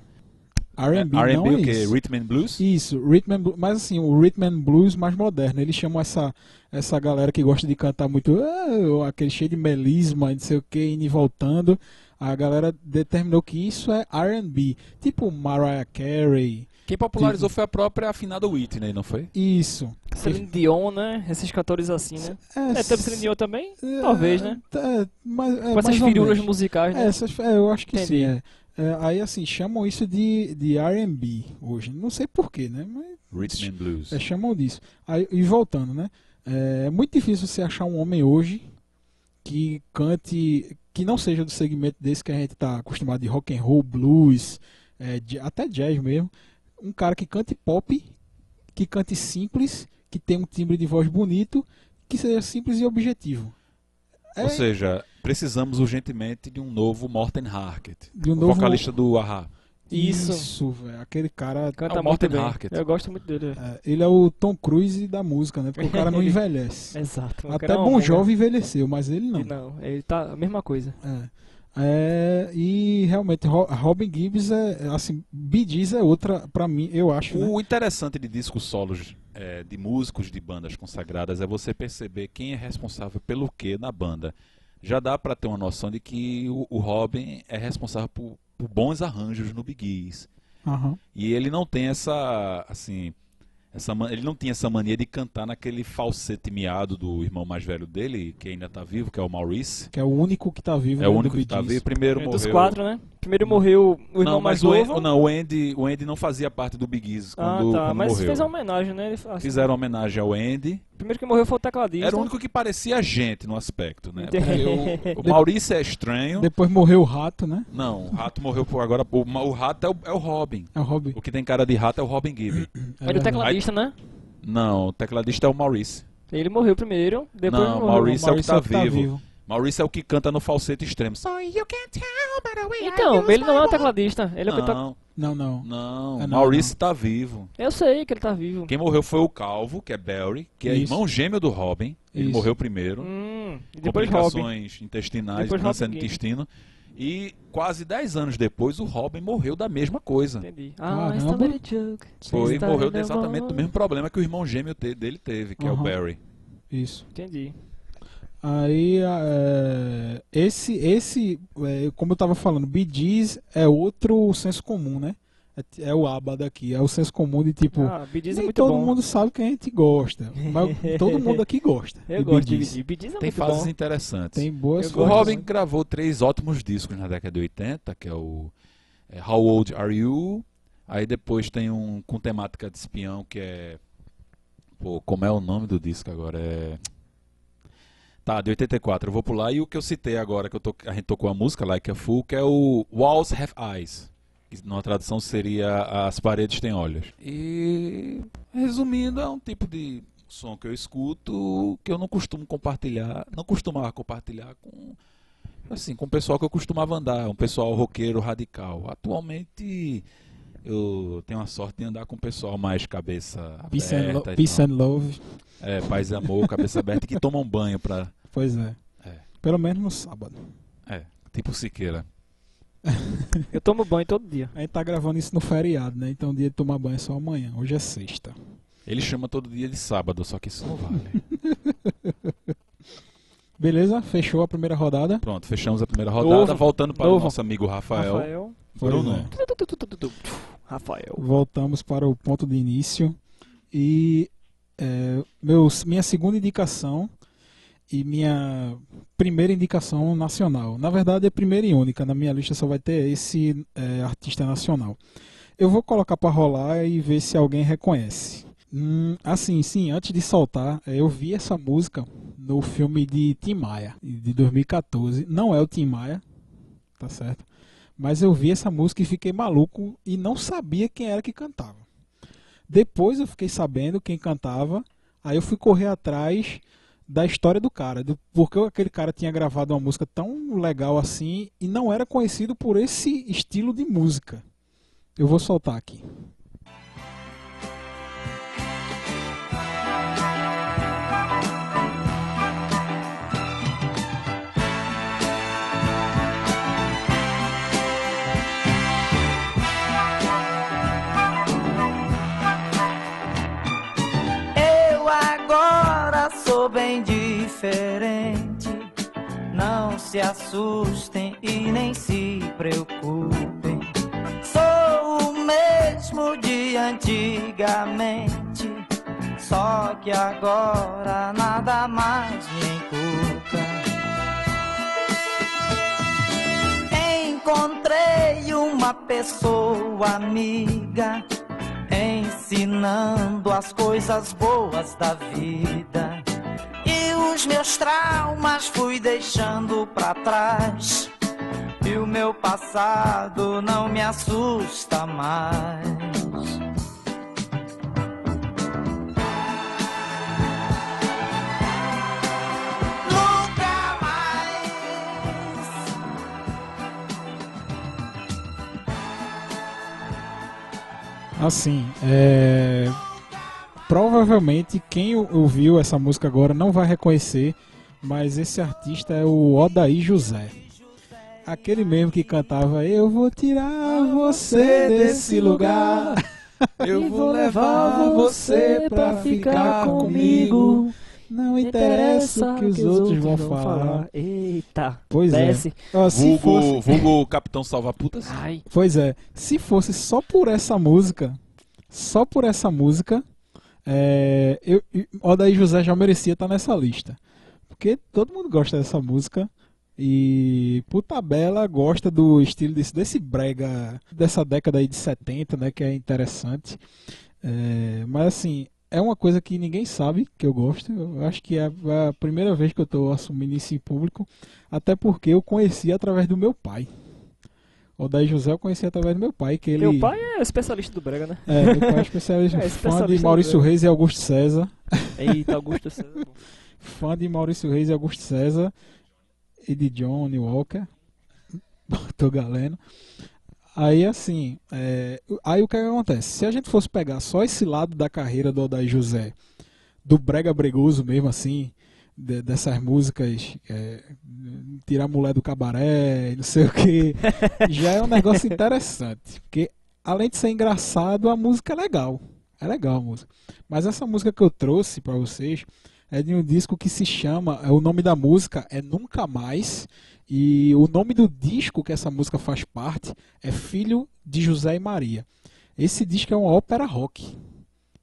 S1: R&B
S2: R&B
S1: não é
S2: o quê?
S1: isso.
S2: Rhythm and Blues?
S1: Isso, rhythm and blues, mas assim, o rhythm and blues mais moderno. Ele chamou essa, essa galera que gosta de cantar muito, "Ah", aquele cheio de melisma, não sei o que, indo e voltando. A galera determinou que isso é R&B, tipo Mariah Carey.
S2: Quem popularizou foi a própria afinada Whitney, não foi?
S1: Isso.
S3: Celine Dion, né? Esses cantores assim, né? É, teve Celine Dion também?
S1: é,
S3: Talvez, né?
S1: É, mas, é,
S3: Com essas
S1: mais ou
S3: firulas
S1: menos.
S3: musicais,
S1: É,
S3: né?
S1: essas- é, eu acho que
S3: Entendi.
S1: sim. é. É, aí assim, chamam isso de, de R&B hoje. Não sei porquê, né? Mas
S2: Rhythm and Blues.
S1: É, chamam disso. Aí, e voltando, né? É muito difícil você achar um homem hoje que cante, que não seja do segmento desse que a gente tá acostumado de rock and roll, blues, é, de- até jazz mesmo. Um cara que cante pop, que cante simples, que tenha um timbre de voz bonito, que seja simples e objetivo. É,
S2: Ou seja, precisamos urgentemente de um novo Morten Harkett.
S1: De um
S2: o
S1: novo-
S2: vocalista do Ahá.
S3: Isso.
S1: velho. Aquele cara.
S2: é
S3: Canta
S2: o
S3: muito
S2: Morten
S3: bem.
S2: Harkett.
S3: Eu gosto muito dele. velho.
S1: é, ele é o Tom Cruise da música, né? Porque o
S3: *laughs*
S1: cara não
S3: Ele-
S1: envelhece.
S3: Exato. o cara
S1: Até
S3: é uma
S1: Bom
S3: bomba.
S1: Jovem envelheceu, mas ele não.
S3: Ele Não, ele tá a mesma coisa.
S1: É. É, e realmente Ro- Robin Gibbs é assim, Bee Gees é outra pra mim, eu acho, né?
S2: O interessante de discos solos é, de músicos de bandas consagradas é você perceber quem é responsável pelo que na banda. Já dá pra ter uma noção de que o, o Robin é responsável por, por bons arranjos no Biggies.
S1: Aham.
S2: E ele não tem essa, assim, essa ma- ele não tinha essa mania de cantar naquele falsete miado do irmão mais velho dele, que ainda tá vivo, que é o Maurice.
S1: Que é o único que tá vivo,
S2: É o
S1: né,
S2: único
S1: do
S2: que
S1: Bee
S2: tá
S1: Gees.
S2: vivo. Primeiro
S3: É,
S2: morreu.
S3: Dos quatro, né? Primeiro morreu o irmão
S2: Não,
S3: mais
S2: mas o,
S3: novo.
S2: An- não, o Andy, o Andy não fazia parte do Big Easy quando,
S3: ah, tá.
S2: quando
S3: Mas
S2: morreu.
S3: fez uma homenagem, né? Ele, assim,
S2: Fizeram homenagem ao Andy.
S3: Primeiro que morreu foi o tecladista.
S2: Era o único que parecia a gente no aspecto, né?
S3: é um Entendi.
S2: Porque
S3: *laughs*
S2: o, o Maurício é estranho.
S1: Depois morreu o rato, né?
S2: Não, o rato morreu por agora. O, ma- o rato é o, é o Robin.
S1: É o Robin.
S2: O que tem cara de rato é o Robin
S3: *laughs*
S2: Gibb.
S1: É
S3: Era o
S1: verdade.
S3: tecladista, né?
S2: Não, o tecladista é o Maurice.
S3: Ele morreu primeiro, depois
S2: Não,
S3: morreu.
S2: Maurício- Esse é o que tá vivo.
S1: vivo.
S2: Maurice é o que canta no falsete extremo. Só
S3: Então, ele não é o tecladista. Ele é o que tá...
S2: Não,
S1: Não, não.
S2: não.
S1: É, não,
S2: Maurice
S1: não.
S2: tá vivo.
S3: Eu sei que ele tá vivo.
S2: Quem morreu foi o Calvo, que é Barry, que é
S1: Isso.
S2: irmão gêmeo do Robin. Ele
S1: Isso.
S2: morreu primeiro.
S3: Hum, e depois Robin.
S2: complicações intestinais,
S3: Depois
S2: câncer
S3: Robin
S2: no
S3: Gibb.
S2: intestino. E quase 10 anos depois, o Robin morreu da mesma coisa.
S3: Entendi.
S1: Caramba.
S3: Ah, está very joke. tá
S2: Foi,
S3: Está
S2: morreu
S3: very
S2: exatamente do
S3: joke.
S2: mesmo problema que o irmão gêmeo te- dele teve, que é
S1: Aham.
S2: o Barry.
S1: Isso.
S3: Entendi.
S1: Aí é, esse esse é, como eu tava falando, Bee Gees é outro senso comum, né? É, ti- é o aba daqui, é o senso comum de tipo
S3: Ah, Bee Gees é
S1: nem
S3: muito
S1: todo
S3: bom.
S1: mundo sabe que a gente gosta,
S3: *laughs*
S1: mas todo mundo aqui gosta.
S3: Eu
S1: de
S3: gosto
S1: Bee
S3: de
S1: Gees.
S3: Bee Gees. Bee Gees é
S2: Tem
S3: muito
S2: fases
S3: bom.
S2: interessantes.
S1: Tem boas
S3: Eu
S2: O
S1: coisas.
S3: gosto.
S2: Robin gravou três ótimos discos na década de 80, que é o é, How Old Are You? Aí depois tem um com temática de espião que é. Pô, como é o nome do disco agora? É. Tá, de 84, eu vou pular. E o que eu citei agora, que eu to- a gente tocou a música, Like a Fool, que é o Walls Have Eyes. Que numa tradução seria As Paredes Têm Olhos. E, resumindo, é um tipo de som que eu escuto que eu não costumo compartilhar, não costumava compartilhar com, assim, com o pessoal que eu costumava andar, um pessoal roqueiro radical. Atualmente eu tenho a sorte de andar com o pessoal mais cabeça
S1: Peace, and,
S2: aberta.
S1: lo-
S2: e
S1: peace
S2: tal.
S1: and love.
S2: É, paz e amor, cabeça aberta, e que tomam banho pra.
S1: Pois é.
S2: É.
S1: Pelo menos no sábado.
S2: É, tipo Siqueira.
S3: Eu tomo banho todo dia.
S1: A gente tá gravando isso no feriado, né? Então o dia de tomar banho é só amanhã. Hoje é sexta.
S2: Ele chama todo dia de sábado, só que isso não vale.
S1: Beleza? Fechou a primeira rodada?
S2: Pronto, fechamos a primeira rodada.
S3: Novo.
S2: Voltando para o
S3: Novo.
S2: nosso amigo Rafael.
S3: Rafael.
S2: Bruno.
S1: Pois é.
S3: Tu, tu, tu, tu, tu, tu. Rafael.
S1: Voltamos para o ponto de início. E é, meus, minha segunda indicação e minha primeira indicação nacional. Na verdade, é a primeira e única. Na minha lista só vai ter esse é, artista nacional. Eu vou colocar para rolar e ver se alguém reconhece. Hum, assim, sim, antes de soltar, é, eu vi essa música no filme de Tim Maia, de 2014. Não é o Tim Maia, tá certo? Mas eu vi essa música e fiquei maluco e não sabia quem era que cantava. Depois eu fiquei sabendo quem cantava, aí eu fui correr atrás da história do cara, do porque aquele cara tinha gravado uma música tão legal assim e não era conhecido por esse estilo de música. Eu vou soltar aqui.
S4: Thank
S6: sou bem diferente. Não se assustem e nem se preocupem. Sou o mesmo de antigamente. Só que agora nada mais me encuca. Encontrei uma pessoa amiga ensinando as coisas boas da vida. E os meus traumas fui deixando pra trás. E o meu passado não me assusta mais. Nunca mais
S1: Assim, é... provavelmente quem ou- ouviu essa música agora não vai reconhecer, mas esse artista é o Odaí José. Aquele mesmo que cantava Eu vou tirar você desse lugar,
S2: Eu vou levar você pra ficar comigo.
S1: não interessa o que os outros vão falar.
S3: Eita,
S1: Pois é.
S3: desce.
S1: Ó, se
S2: Vulgo,
S1: fosse,
S2: vulgo Capitão Salva Putas.
S3: Ai,
S1: pois é, se fosse só por essa música, só por essa música, é, eu, eu- Odaí José já merecia estar nessa lista. Porque todo mundo gosta dessa música. E Puta Bela gosta do estilo desse, desse brega dessa década aí de 70, né? Que é interessante. É, mas assim, é uma coisa que ninguém sabe que eu gosto. Eu acho que é a primeira vez que eu tô assumindo isso em público. Até porque eu conheci através do meu pai. O Daí José eu conheci através do meu pai, que ele.
S3: meu pai é especialista do Brega, né?
S1: É, meu pai é especialista,
S3: É,
S1: fã de
S3: especialista
S1: Maurício
S3: do-
S1: Reis e Augusto César.
S3: Eita, Augusto César.
S1: é Fã de Maurício Reis e Augusto César. E de Johnny Walker. *laughs* Tô galeno. Aí assim, é, aí o que acontece? Se a gente fosse pegar só esse lado da carreira do Odair José, do brega bregoso mesmo assim, de- dessas músicas, é, tirar a mulher do cabaré, e não sei o que, já é um negócio interessante, porque além de ser engraçado, a música é legal, é legal a música. Mas essa música que eu trouxe pra vocês é de um disco que se chama, é, o nome da música é Nunca Mais e o nome do disco que essa música faz parte é Filho de José e Maria. Esse disco é uma ópera rock.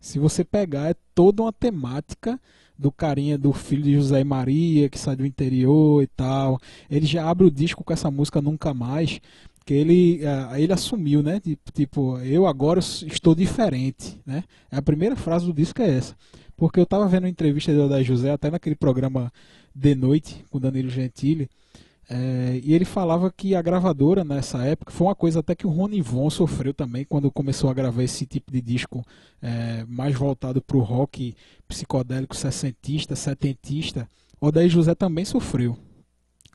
S1: Se você pegar, é toda uma temática do carinha do filho de José e Maria, que sai do interior e tal. Ele já abre o disco com essa música Nunca Mais, que ele, ah, ele assumiu, né? Tipo, tipo, eu agora estou diferente, né? A primeira frase do disco é essa. Porque eu tava vendo uma entrevista do Adai José, até naquele programa De Noite, com Danilo Gentili, é, e ele falava que a gravadora nessa época foi uma coisa até que o Rony Von sofreu também quando começou a gravar esse tipo de disco é, mais voltado para o rock psicodélico sessentista, setentista. O Odair José também sofreu.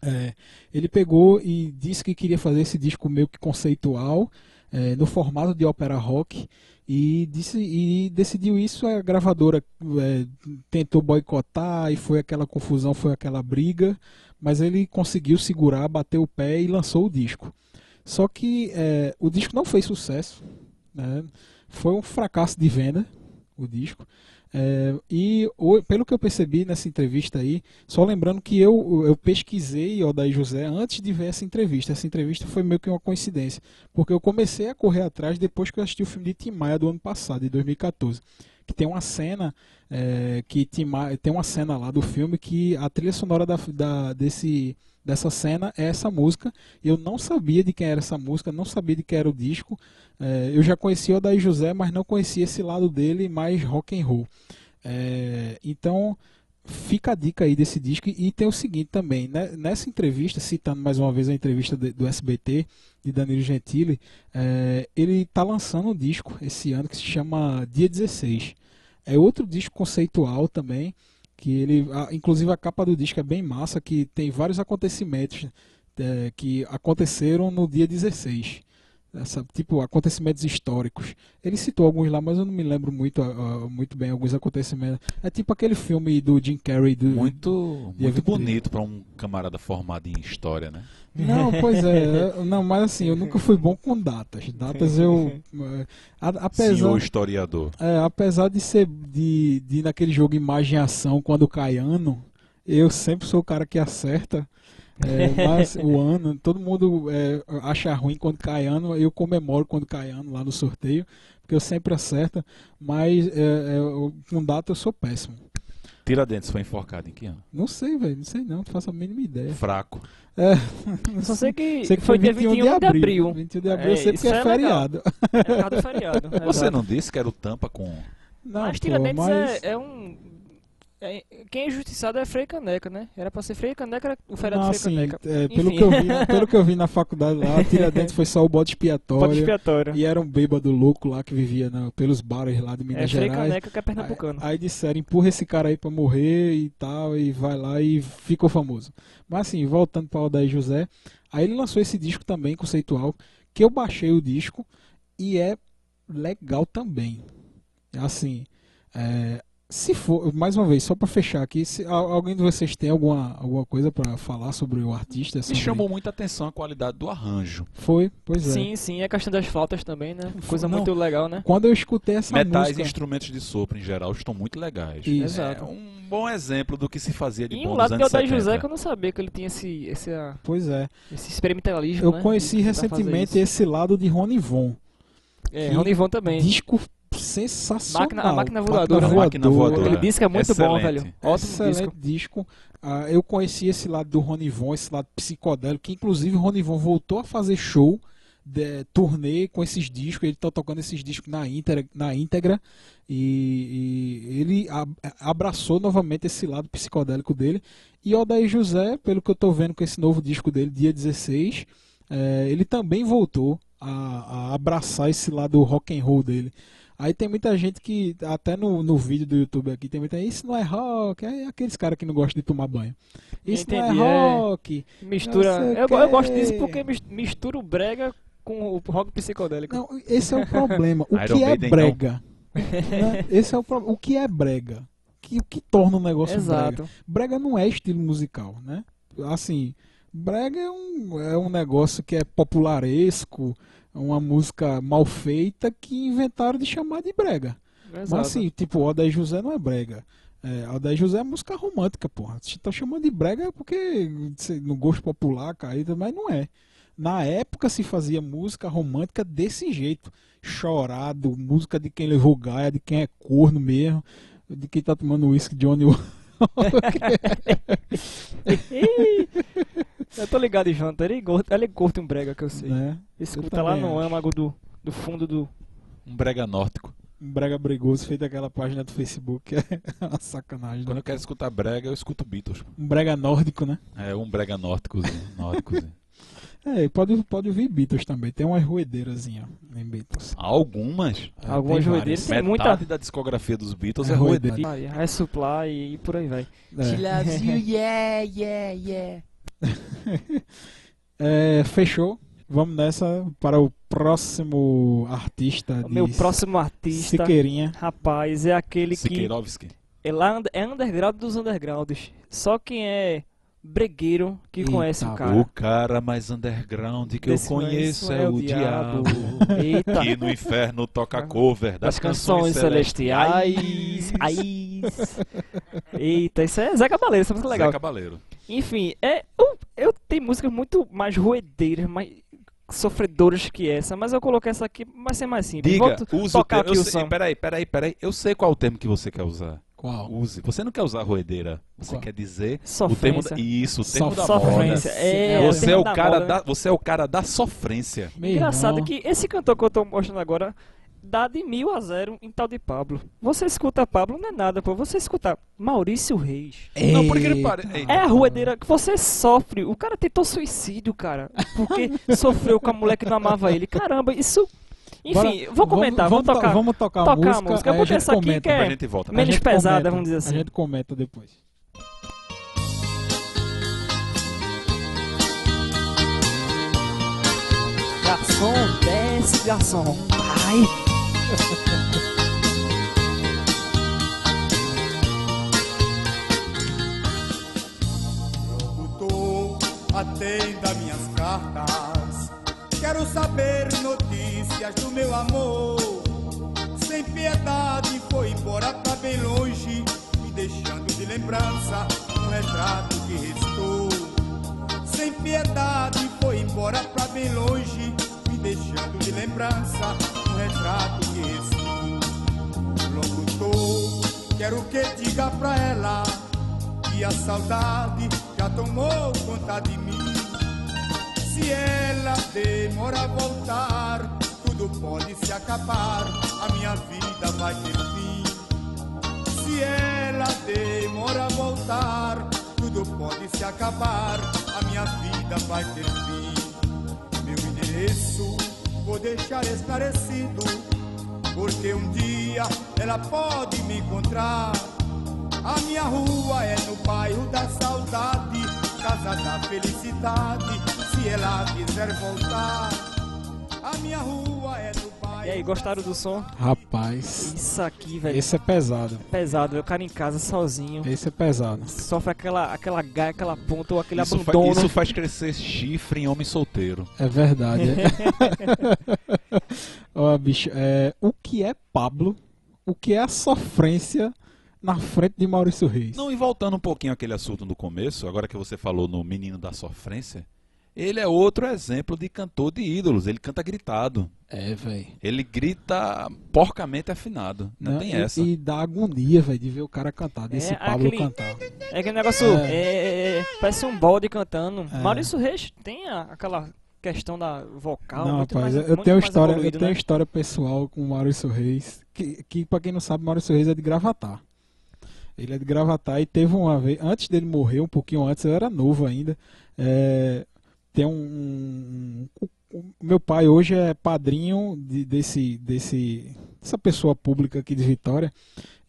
S1: É, ele pegou e disse que queria fazer esse disco meio que conceitual, é, no formato de ópera rock, e, disse, e decidiu isso. A gravadora é, tentou boicotar e foi aquela confusão, foi aquela briga mas ele conseguiu segurar, bateu o pé e lançou o disco. Só que eh, o disco não fez sucesso, né? foi um fracasso de venda o disco. Eh, e o- pelo que eu percebi nessa entrevista aí, só lembrando que eu, eu pesquisei Odair José antes de ver essa entrevista. Essa entrevista foi meio que uma coincidência, porque eu comecei a correr atrás depois que eu assisti o filme de Tim Maia do ano passado, de 2014, que tem uma cena é, que Tim Ma- tem uma cena lá do filme que a trilha sonora da, da- desse, dessa cena é essa música. Eu não sabia de quem era essa música, não sabia de quem era o disco. É, eu já conhecia o Daí José, mas não conhecia esse lado dele mais rock and roll. É, então fica a dica aí desse disco e tem o seguinte também, né? nessa entrevista, citando mais uma vez a entrevista de- do SBT de Danilo Gentili, é, ele está lançando um disco esse ano que se chama Dia 16 é outro disco conceitual também que ele a- inclusive a capa do disco é bem massa é, que tem vários acontecimentos eh, que aconteceram no dia 16 essa- tipo acontecimentos históricos. Ele citou alguns lá, mas eu não me lembro muito, ah, muito bem alguns acontecimentos. É tipo aquele filme do Jim Carrey do
S2: Muito,
S1: E
S2: muito
S1: evitei.
S2: bonito pra um camarada formado em história, né?
S1: Não, pois é, eu- não, mas assim, eu nunca fui bom com datas. Datas eu eh, a- apesar
S2: Senhor historiador.
S1: É, apesar de ser de, de ir naquele jogo Imagem e Ação, quando cai ano, eu sempre sou o cara que acerta. É, mas o ano, todo mundo é, acha ruim quando cai ano, eu comemoro quando cai ano lá no sorteio, porque eu sempre acerto, mas é, é, eu- com data eu sou péssimo.
S2: Tiradentes foi enforcado em que ano?
S1: Não sei, velho, não sei não, não faço a mínima ideia.
S2: Fraco.
S1: É,
S3: Eu Só sei que,
S1: sei que
S3: foi dia 21 de abril.
S1: 21 de um abril
S3: É,
S1: eu sei
S3: isso
S1: porque é,
S3: é legal.
S1: feriado.
S3: É por causa do feriado. é
S2: Você
S3: exato.
S2: não disse que era o tampa com.
S1: *laughs* Não,
S3: mas
S1: pô,
S3: Tiradentes
S1: mas-
S3: é, é um. é- quem é injustiçado é Frei Caneca, né? Era pra ser Frei Caneca, era o feriado
S1: Não,
S3: Frei
S1: assim,
S3: Caneca.
S1: é, pelo,
S3: Enfim.
S1: que eu *laughs* vi,
S3: *laughs*
S1: pelo que eu vi na faculdade lá, Tiradentes foi só o bode expiatório.
S3: Pode expiatório.
S1: E era um bêbado louco lá que vivia na- pelos bares lá de Minas
S3: É Frei
S1: Gerais. ah,
S3: Caneca que é pernambucano.
S1: Aí, aí disseram, empurra esse cara aí pra morrer e tal, e vai lá e ficou famoso. Mas assim, voltando pra Aldair José, aí ele lançou esse disco também, conceitual, que eu baixei o disco e é legal também. Assim, é, se for, mais uma vez, só pra fechar aqui, se al- alguém de vocês tem alguma, alguma coisa pra falar sobre o artista?
S2: Me
S1: sobre-
S2: chamou muita atenção a qualidade do arranjo.
S1: Foi, pois é.
S3: Sim, sim, é a questão das flautas também, né? Coisa
S2: Não.
S3: muito legal, né?
S1: Quando eu escutei essa
S2: Metais
S1: música...
S2: e instrumentos de sopro em geral estão muito legais.
S1: Isso.
S2: É
S3: Exato.
S2: um bom exemplo do que se fazia de
S3: E
S2: bom
S3: um
S2: nos
S3: lado que é o
S2: anos
S3: da
S2: 70.
S3: José que eu não sabia que ele tinha esse, esse, ah,
S1: Pois é.
S3: esse experimentalismo.
S1: Eu
S3: né?
S1: conheci
S3: De tentar fazer
S1: recentemente esse lado de Rony Von.
S3: isso. É,
S1: que-
S3: Rony Von também.
S1: Disco sensacional.
S3: Máquina- a máquina voadora.
S2: A máquina voadora.
S3: Aquele disco é muito bom,
S2: Excelente.
S3: velho. Ótimo
S1: Excelente
S3: disco.
S1: disco. Ah, eu conheci esse lado do Rony Von, esse lado psicodélico, que inclusive o Rony Von voltou a fazer show, de, turnê com esses discos. Ele tá tocando esses discos na íntegra. Na íntegra e, e ele a- abraçou novamente esse lado psicodélico dele. E Odair José, pelo que eu tô vendo com esse novo disco dele, dia 16, eh, ele também voltou a, a abraçar esse lado rock and roll dele. Aí tem muita gente que, até no, no vídeo do YouTube aqui, tem muita gente, isso não é rock, é aqueles caras que não gostam de tomar banho. Isso
S3: Entendi,
S1: não é
S3: é.
S1: rock.
S3: Mistura.
S1: Não sei o
S3: Eu, eu
S1: quê.
S3: gosto disso porque mis- mistura o brega com o rock psicodélico.
S1: Não, esse é o problema.
S2: *laughs*
S1: O
S2: Iron
S1: que é
S2: Maiden,
S1: brega? Né? Esse é o problema. O que é brega? Que, o que torna o negócio brega?
S3: Exato.
S1: Brega não é estilo musical, né? Assim, brega é um, é um negócio que é popularesco, é uma música mal feita que inventaram de chamar de brega.
S3: Exato.
S1: Mas assim, tipo, o Adair José não é brega. É, o Adair José é música romântica, porra. Se tá chamando de brega é porque sei, no gosto popular, caída, mas não é. Na época se fazia música romântica desse jeito. Chorado, música de quem levou gaia, de quem é corno mesmo, de quem tá tomando uísque Johnny
S3: Ih, eu tô ligado, Jonathan. Ele, go- ele curte um brega que eu sei.
S1: né?
S3: Escuta
S1: eu
S3: lá
S1: também
S3: no
S1: acho.
S3: âmago do, do fundo do.
S2: Um brega nórdico.
S1: Um brega bregoso feito aquela página do Facebook. É *laughs* uma sacanagem.
S2: Quando
S1: Né?
S2: eu quero escutar brega, eu escuto Beatles. pô.
S1: Um brega nórdico, né?
S2: É um brega nórdicozinho. nórdicozinho.
S1: É, e pode, pode ouvir Beatles também. Tem umas roedeirazinha em Beatles.
S2: Algumas.
S1: É,
S3: Algumas
S1: tem várias.
S3: roedeiras. Tem
S2: metade
S3: muita-
S2: da discografia dos Beatles é,
S1: É
S2: roedor.
S1: roedor.
S3: Maria, é supply e, e por aí vai.
S1: É.
S6: loves you, yeah, yeah, yeah.
S1: *laughs* É, fechou. Vamos nessa para o próximo artista.
S3: *laughs* O meu
S1: de
S3: próximo artista,
S1: Siqueirinha.
S3: rapaz, é aquele que.
S2: Siqueirovski.
S3: É lá und- é underground dos undergrounds. Só quem é bregueiro que
S1: Eita,
S3: conhece
S2: O
S3: o cara.
S2: cara mais underground que
S3: Desse
S2: eu conheço
S3: conheço
S2: é o diabo.
S3: Eita.
S2: Que *laughs* no inferno toca cover das,
S3: Das canções celestiais. Ais. Eita, isso é Zé Cabaleiro, essa música é legal.
S2: Zé Cabaleiro.
S3: Enfim, é, eu, eu tenho músicas muito mais roedeiras, mais sofredoras que essa, mas eu coloquei essa aqui, mas ser mais simples.
S2: Diga,
S3: Vou t-
S2: use o
S3: tocar
S2: termo.
S3: aqui o
S2: Eu sei,
S3: som.
S2: peraí, peraí, peraí. Eu sei qual o termo que você quer usar.
S1: Qual?
S2: Use. Você não quer usar roedeira. Você
S1: Qual?
S2: quer dizer o termo
S3: Sofrência.
S2: da... Isso, o termo da
S3: Sofrência.
S2: moda.
S3: É,
S1: o
S2: Você é
S3: termo
S2: o
S3: da
S2: cara
S3: moda,
S2: da, você é o cara da sofrência.
S1: Meu
S3: Engraçado
S1: irmão.
S3: que esse cantor que eu tô mostrando agora dá de mil a zero em tal de Pablo. Você escuta Pablo, não é nada, pô. Você escuta Maurício Reis.
S2: Não, porque ele pare...
S1: Eita.
S2: Ei,
S3: É a ruedeira que você sofre. O cara tentou suicídio, cara.
S1: *laughs*
S3: Porque sofreu com a mulher que não amava ele. Caramba, isso.
S1: Bora-
S3: Enfim, vou comentar,
S1: vamos,
S3: vou tocar.
S1: Vamos tocar,
S3: tocar a
S1: a música.
S3: música. Eu
S1: aí
S3: vou
S1: gente
S3: pensar aqui que
S1: comenta.
S3: é-
S2: Depois a gente volta.
S1: A
S3: menos
S1: gente
S3: pesada,
S1: comenta.
S3: vamos dizer assim.
S1: A gente comenta depois.
S4: Thank
S3: Garçom, desce, garçom. Ai.
S7: Locutor, atenda minhas cartas. Quero saber notícias do meu amor. Sem piedade foi embora pra bem longe, me deixando de lembrança um retrato que restou. Sem piedade foi embora pra bem longe, me deixando de lembrança um retrato que restou. Locutor, quero que diga pra ela que a saudade já tomou conta de mim. Se ela demora a voltar, tudo pode se acabar, a minha vida vai ter fim. Se ela demora a voltar, tudo pode se acabar, a minha vida vai ter fim. Meu endereço vou deixar esclarecido, porque um dia ela pode me encontrar. A minha rua é no bairro da saudade, casa da felicidade, se ela quiser voltar. A minha rua é no bairro.
S3: E aí, gostaram do som?
S1: Rapaz,
S3: Isso aqui, velho,
S1: esse é pesado.
S3: é pesado. velho. O cara em casa sozinho.
S1: Esse é pesado.
S3: Sofre aquela, aquela gaia, aquela ponta ou aquele
S2: Isso, fa-
S3: abandono.
S2: isso faz crescer chifre em homem solteiro.
S1: É verdade. *laughs* é. Ó, bicho, é, o que é Pablo? O que é a sofrência na frente de Maurício Reis?
S2: Não, e voltando um pouquinho àquele assunto do começo, agora que você falou no Menino da Sofrência, ele é outro exemplo de cantor de ídolos. Ele canta gritado.
S1: É, velho.
S2: Ele grita porcamente afinado. Não, tem
S1: e,
S2: essa.
S1: e dá agonia, velho, de ver o cara cantar, desse
S3: É,
S1: Pablo
S3: aquele-
S1: cantar.
S3: É aquele negócio.
S1: É.
S3: é, é, é, parece um bode cantando.
S1: É.
S3: Maurício Reis tem a- aquela questão da vocal.
S1: Não,
S3: muito
S1: rapaz,
S3: mais,
S1: eu
S3: muito
S1: tenho,
S3: mais
S1: história,
S3: evoluído,
S1: eu tenho
S3: né?
S1: história pessoal com o Maurício Reis, que, que pra quem não sabe, Maurício Reis é de Gravatar. Ele é de Gravatar e teve uma vez, antes dele morrer, um pouquinho antes, eu era novo ainda, é, tem um... um- um- o meu pai hoje é padrinho de- desse, desse, dessa pessoa pública aqui de Vitória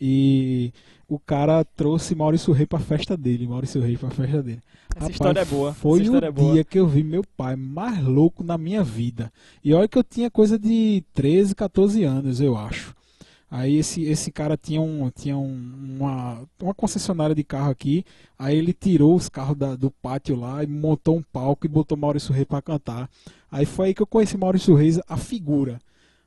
S1: e o cara trouxe Maurício Reis pra festa dele, Maurício Reis pra festa dele.
S3: Essa história é boa.
S1: Foi
S3: Essa
S1: o
S3: história é boa.
S1: dia que eu vi meu pai mais louco na minha vida. E olha que eu tinha coisa de 13, 14 anos, eu acho. Aí esse, esse cara tinha, um, tinha um- uma, uma concessionária de carro aqui. Aí ele tirou os carros da- do pátio lá e montou um palco e botou Maurício Reis pra cantar. Aí foi aí que eu conheci Maurício Reis, a figura.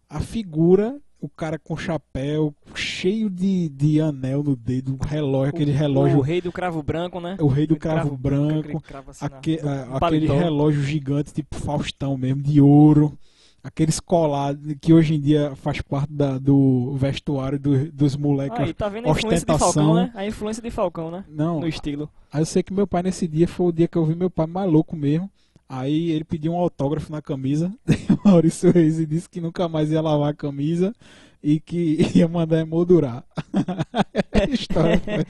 S1: A figura, o cara com chapéu, cheio de, de anel no dedo, um relógio, aquele relógio
S3: O, rei do cravo branco, né?
S1: o rei do cravo branco,
S3: aquele cravo assim na-
S1: aque- a-
S3: no
S1: aquele
S3: paletó.
S1: relógio gigante tipo Faustão mesmo, de ouro, aqueles colados que hoje em dia faz parte da- do vestuário do- dos moleques.
S3: Aí, tá vendo a influência de
S1: né, ostentação.
S3: Falcão, né? A influência de Falcão, né?
S1: Não,
S3: No estilo.
S1: aí eu sei que meu pai nesse dia foi o dia que eu vi meu pai maluco mesmo. Aí ele pediu um autógrafo na camisa *laughs* de Maurício Reis e disse que nunca mais ia lavar a camisa e que *laughs* ia mandar emoldurar. *laughs* é história. né?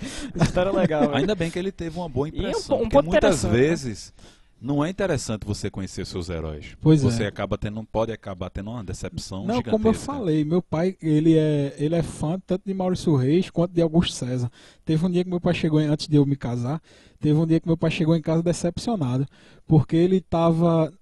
S3: História
S1: *laughs*
S3: é legal, velho.
S2: Ainda bem que ele teve uma boa
S3: E é um
S2: impressão.
S3: po- um
S2: porque
S3: ponto
S2: muitas
S3: interessante, né?
S2: vezes não é interessante você conhecer seus heróis.
S1: Pois é.
S2: você acaba tendo, pode acabar tendo uma
S3: um
S2: decepção
S1: Não,
S2: gigantesca.
S1: como eu
S3: né?
S1: falei, meu pai, ele é, ele é fã tanto de Maurício Reis quanto de Augusto César. Teve um dia que meu pai chegou, em- antes de eu me casar, teve um dia que meu pai chegou em casa decepcionado, porque ele estava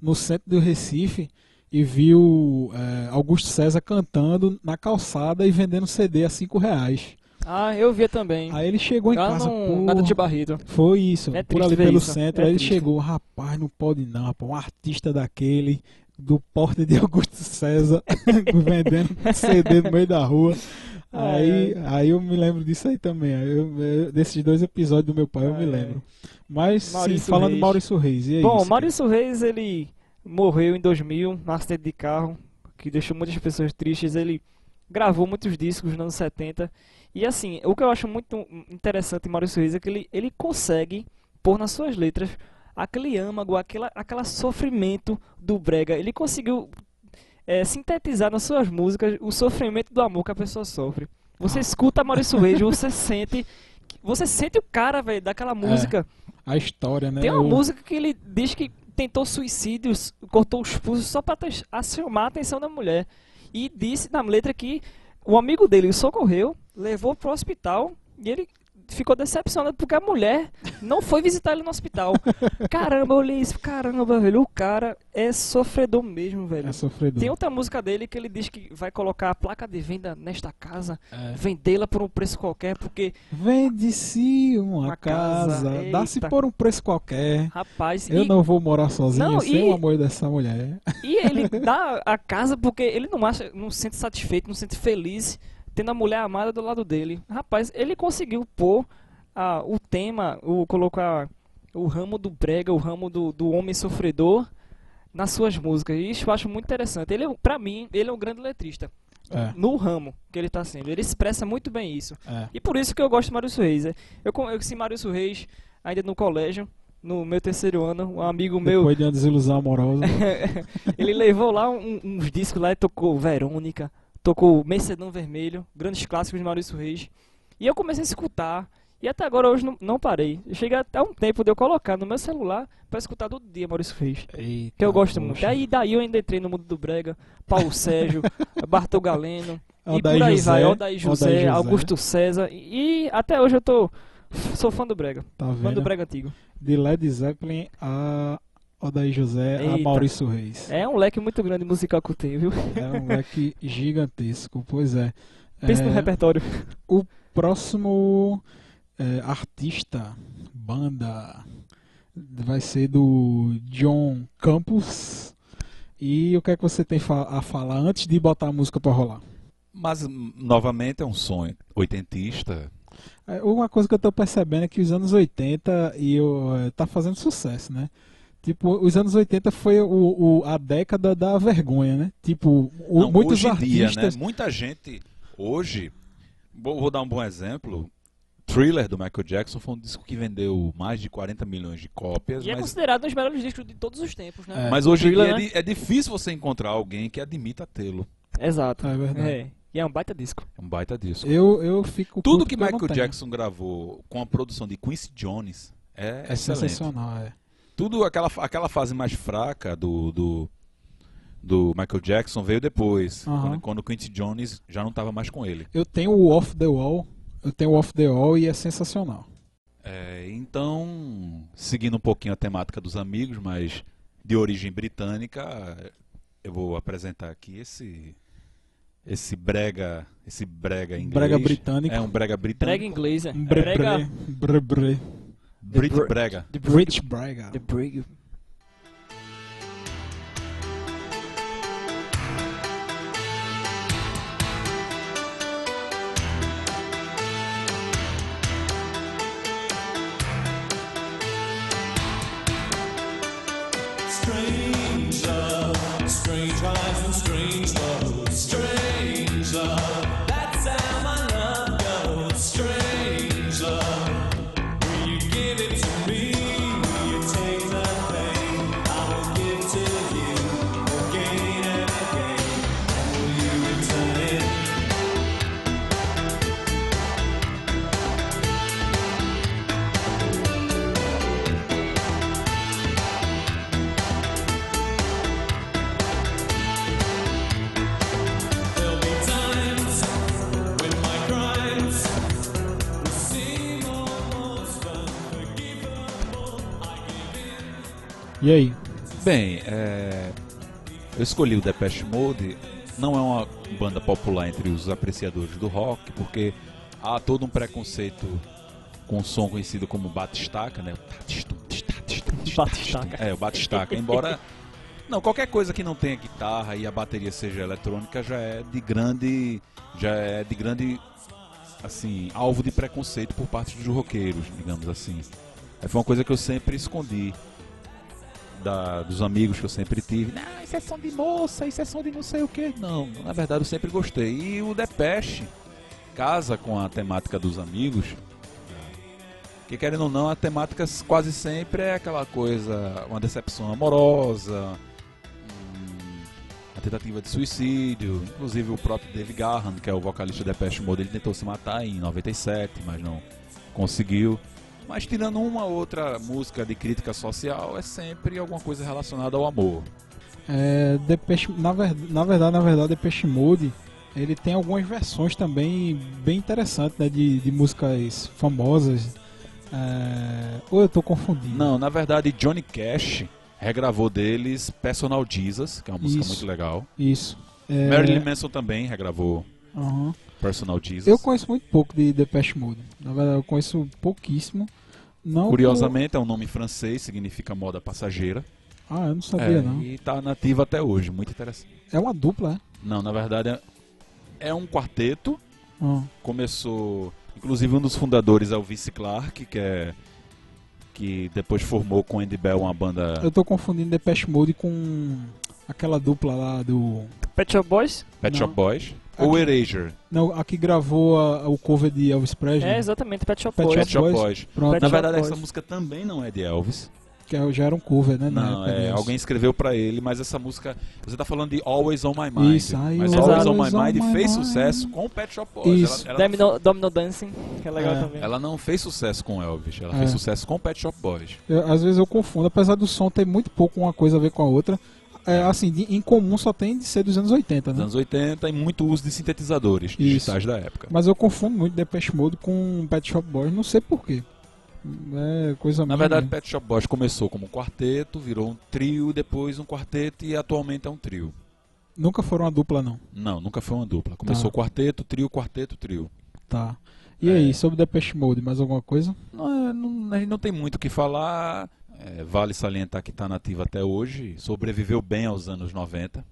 S1: no centro do Recife e viu é, Augusto César cantando na calçada e vendendo CD a 5 reais.
S3: Ah, eu via também.
S1: Aí ele chegou em
S3: Lá
S1: casa,
S3: Tá no
S1: pô,
S3: Nada de Barreto.
S1: foi isso,
S3: É
S1: por
S3: triste
S1: ali
S3: ver
S1: pelo
S3: isso,
S1: centro.
S3: é
S1: aí ele
S3: triste.
S1: chegou, rapaz, não pode não, rapaz, um artista daquele, do porte de *laughs* Augusto César, *laughs* vendendo CD no meio da rua. Aí, aí eu me lembro disso aí também. aí eu- eu- desses dois episódios do meu pai, eu me
S3: Ai,
S1: lembro. Mas, sim,
S3: Maurício
S1: falando de
S3: Reis.
S1: Maurício Reis, e é aí?
S3: Bom,
S1: você-
S3: Maurício Reis, ele morreu em 2000, num acidente de carro, que deixou muitas pessoas tristes. Ele gravou muitos discos nos anos 70. E assim, o que eu acho muito interessante em Maurício Reis é que ele, ele consegue pôr nas suas letras aquele âmago, aquela, aquela sofrimento do brega. Ele conseguiu eh, sintetizar nas suas músicas o sofrimento do amor que a pessoa sofre. Você escuta Maurício Reis, você *laughs* sente... Você sente o cara, velho, daquela música.
S1: A história, né?
S3: Tem uma
S1: Eu-
S3: música que ele diz que tentou suicídios, cortou os pulsos só pra tes- a- chamar a atenção da mulher. E disse na letra que o amigo dele o socorreu, levou pro hospital e ele ficou decepcionado porque a mulher Não foi visitar ele
S1: *laughs*
S3: no hospital. Caramba, eu olhei isso. Caramba, velho. O cara é sofredor mesmo, velho.
S1: É sofredor.
S3: Tem um- outra música dele que ele diz que vai colocar a placa de venda nesta casa,
S1: É.
S3: vendê-la por um preço qualquer, porque,
S1: Vende-se uma,
S3: Uma casa,
S1: casa, dá-se
S3: eita.
S1: por um preço qualquer.
S3: rapaz,
S1: Eu
S3: e,
S1: não vou morar sozinho
S3: Não,
S1: sem
S3: e-
S1: o amor dessa mulher. *laughs*
S3: e ele dá a casa porque ele não acha, não se sente satisfeito, não se sente feliz tendo a mulher amada do lado dele. Rapaz, ele conseguiu pôr a- o tema, o colocar o ramo do brega, o ramo do, do homem sofredor nas suas músicas. E isso eu acho muito interessante. Ele, é um- pra mim, ele é um grande letrista.
S1: É,
S3: no ramo que ele tá sendo. Ele expressa muito bem isso.
S1: é.
S3: E por isso que eu gosto de Maurício Reis. é. Eu, con- eu conheci Maurício Reis ainda no colégio, no meu terceiro ano. Um amigo meu,
S1: Depois de uma desilusão
S3: *laughs*
S1: amorosa.
S3: ele levou lá um- uns discos lá e tocou Verônica, tocou Mercedão Vermelho, grandes clássicos de Maurício Reis. E eu comecei a escutar. E até agora hoje não, não parei. Chega até um tempo de eu colocar no meu celular pra escutar todo dia Maurício Reis. Que
S1: Ah,
S3: eu gosto muito. Aí daí eu ainda entrei no mundo do Brega,
S1: *laughs*
S3: Paulo Sérgio, Bartol Galeno, e
S1: Aldair
S3: por aí
S1: José,
S3: vai, Aldair José,
S1: Aldair José.
S3: Augusto César, e, e até hoje eu tô. Sou fã do Brega,
S1: Tá
S3: fã do
S1: vendo?
S3: Brega antigo.
S1: De Led Zeppelin a Odaí José a
S3: Eita.
S1: Maurício Reis.
S3: É um leque muito grande musical que eu tenho, viu?
S1: É um
S3: *laughs*
S1: leque gigantesco, pois é.
S3: Pensa no
S1: É,
S3: repertório.
S1: próximo é, artista, banda, vai ser do John Campos. E o que é que você tem fa- a falar antes de botar a música pra rolar?
S2: Mas, hum, novamente, é um sonho oitentista.
S1: É, Uma coisa que eu tô percebendo é que os anos 80 e eu, é, tá fazendo sucesso, né? Tipo, os anos 80 foi o, o- a década da vergonha, né? Tipo, o-
S2: Não,
S1: muitos
S2: hoje em
S1: artistas.
S2: dia, né? Muita gente, hoje, vou, vou dar um bom exemplo. Thriller do Michael Jackson foi um disco que vendeu mais de 40 milhões de cópias,
S3: E é
S2: mas,
S3: considerado um dos melhores discos de todos os tempos, né?
S2: mas hoje em dia
S3: Thriller,
S2: é, di- é difícil você encontrar alguém que admita tê-lo.
S3: Exato.
S1: É verdade.
S3: É. E é um baita disco.
S2: É um baita disco.
S1: Eu, eu fico.
S2: Tudo
S1: puto
S2: que
S1: eu não
S2: Michael
S1: tenho.
S2: Jackson gravou com a produção de Quincy Jones é,
S1: É
S2: excelente.
S1: sensacional, é.
S2: Tudo aquela, aquela fase mais fraca do, do, do Michael Jackson veio depois,
S1: Aham.
S2: quando, quando o Quincy Jones já não estava mais com ele.
S1: Eu tenho o Off the Wall. Eu tenho o Off the Wall e é sensacional.
S2: É, então, seguindo um pouquinho a temática dos amigos, mas de origem britânica, eu vou apresentar aqui esse esse brega, esse brega inglês.
S1: Brega britânico.
S2: É um brega
S3: Brega
S2: britânico.
S3: inglês, é.
S1: Um bre
S3: Brega.
S1: bre, bre, bre.
S2: Brit brega.
S3: The Brega.
S1: Rich Brega.
S3: The Brega.
S5: Strange love, strange eyes and strange love, strange love. That's how my love goes. Strange love, will you give it to me? Will you take the pain? I will give to you again and again. And will you return it? There'll be times when my crimes will seem almost unforgivable. I give in.
S1: E aí?
S2: Bem, é, eu escolhi o Depeche Mode. Não é uma banda popular entre os apreciadores do rock, porque há todo um preconceito com o som conhecido como batistaca, né?
S3: Batistaca.
S2: É, o batistaca. Embora não qualquer coisa que não tenha guitarra e a bateria seja eletrônica já é de grande, já é de grande, assim, alvo de preconceito por parte dos roqueiros, digamos assim. É, Foi uma coisa que eu sempre escondi da- dos amigos que eu sempre tive. Não, isso é som de moça, isso é som de não sei o que. Não, na verdade eu sempre gostei. E o Depeche casa com a temática dos amigos. Que querendo ou não, a temática s- quase sempre é aquela coisa, uma decepção amorosa, hum, a tentativa de suicídio. Inclusive o próprio Dave Garran, que é o vocalista do Depeche Mode, ele tentou se matar em 97, mas não conseguiu. Mas tirando uma outra música de crítica social, é sempre alguma coisa relacionada ao amor.
S1: É, Depeche, na, ver- na verdade, na verdade, Depeche Mode ele tem algumas versões também bem interessantes, né, de, de músicas famosas. É, Ou eu tô confundindo?
S2: Não, na verdade, Johnny Cash regravou deles Personal Jesus, que é uma música
S1: Isso.
S2: muito legal.
S1: Isso. É,
S2: Marilyn Manson também regravou
S1: aham.
S2: Personal Jesus.
S1: Eu conheço muito pouco de Depeche Mode. Na verdade, eu conheço pouquíssimo. Não
S2: Curiosamente, é um nome francês, significa moda passageira.
S1: por- Ah, eu não sabia,
S2: É,
S1: não.
S2: E tá nativa até hoje, muito interessante.
S1: É uma dupla, é?
S2: Não, na verdade, é- é um quarteto
S1: Ah,
S2: começou, inclusive um dos fundadores é o Vince Clark, que é que depois formou com Andy Bell uma banda
S1: Eu tô confundindo Depeche Mode com aquela dupla lá do...
S3: Pet Shop Boys?
S2: Pet
S1: não.
S2: Shop Boys, ou
S1: Aqui.
S2: Erasure,
S1: Não, a que gravou a- o cover de Elvis Presley.
S3: É, exatamente, Pet Shop
S1: Pet
S3: Boys.
S2: Pet Shop
S1: Boys.
S2: Boys.
S1: Pronto,
S3: Pet
S2: Na
S3: Shop
S2: verdade, essa
S3: Boys.
S2: música também não é de Elvis.
S1: que já era um cover, né? na
S2: Não,
S1: época
S2: é,
S1: deles.
S2: alguém escreveu pra ele, mas essa música, você tá falando de Always on My Mind.
S1: Isso, aí,
S2: mas
S3: o
S2: Always
S3: Exato.
S2: on My
S1: Always on
S2: Mind
S1: My
S2: fez
S1: Mind.
S2: sucesso com o Pet Shop Boys.
S1: Isso.
S2: Ela, ela,
S3: Domino, Domino Dancing, que é legal
S1: É.
S3: também.
S2: ela não fez sucesso com Elvis, ela
S1: É.
S2: fez sucesso com Pet Shop Boys.
S1: Eu- às vezes eu confundo, apesar do som ter muito pouco uma coisa a ver com a outra. É, assim, de- em comum só tem de ser dos anos 80,
S2: Nos
S1: né?
S2: anos 80 e muito uso de sintetizadores digitais da época.
S1: Mas eu confundo muito Depeche Mode com Pet Shop Boys, não sei porquê. É coisa
S2: Na
S1: minha
S2: verdade,
S1: mesmo.
S2: Pet Shop Boys começou como um quarteto, virou um trio, depois um quarteto e atualmente é um trio.
S1: nunca foram uma dupla, não.
S2: Não, nunca foi uma dupla. Começou
S1: Tá.
S2: quarteto, trio, quarteto, trio.
S1: Tá. E
S2: É.
S1: aí, sobre Depeche Mode, mais alguma coisa?
S2: Não, é, não- a gente não tem muito o que falar. É, vale salientar que está nativa até hoje. Sobreviveu bem aos anos 90.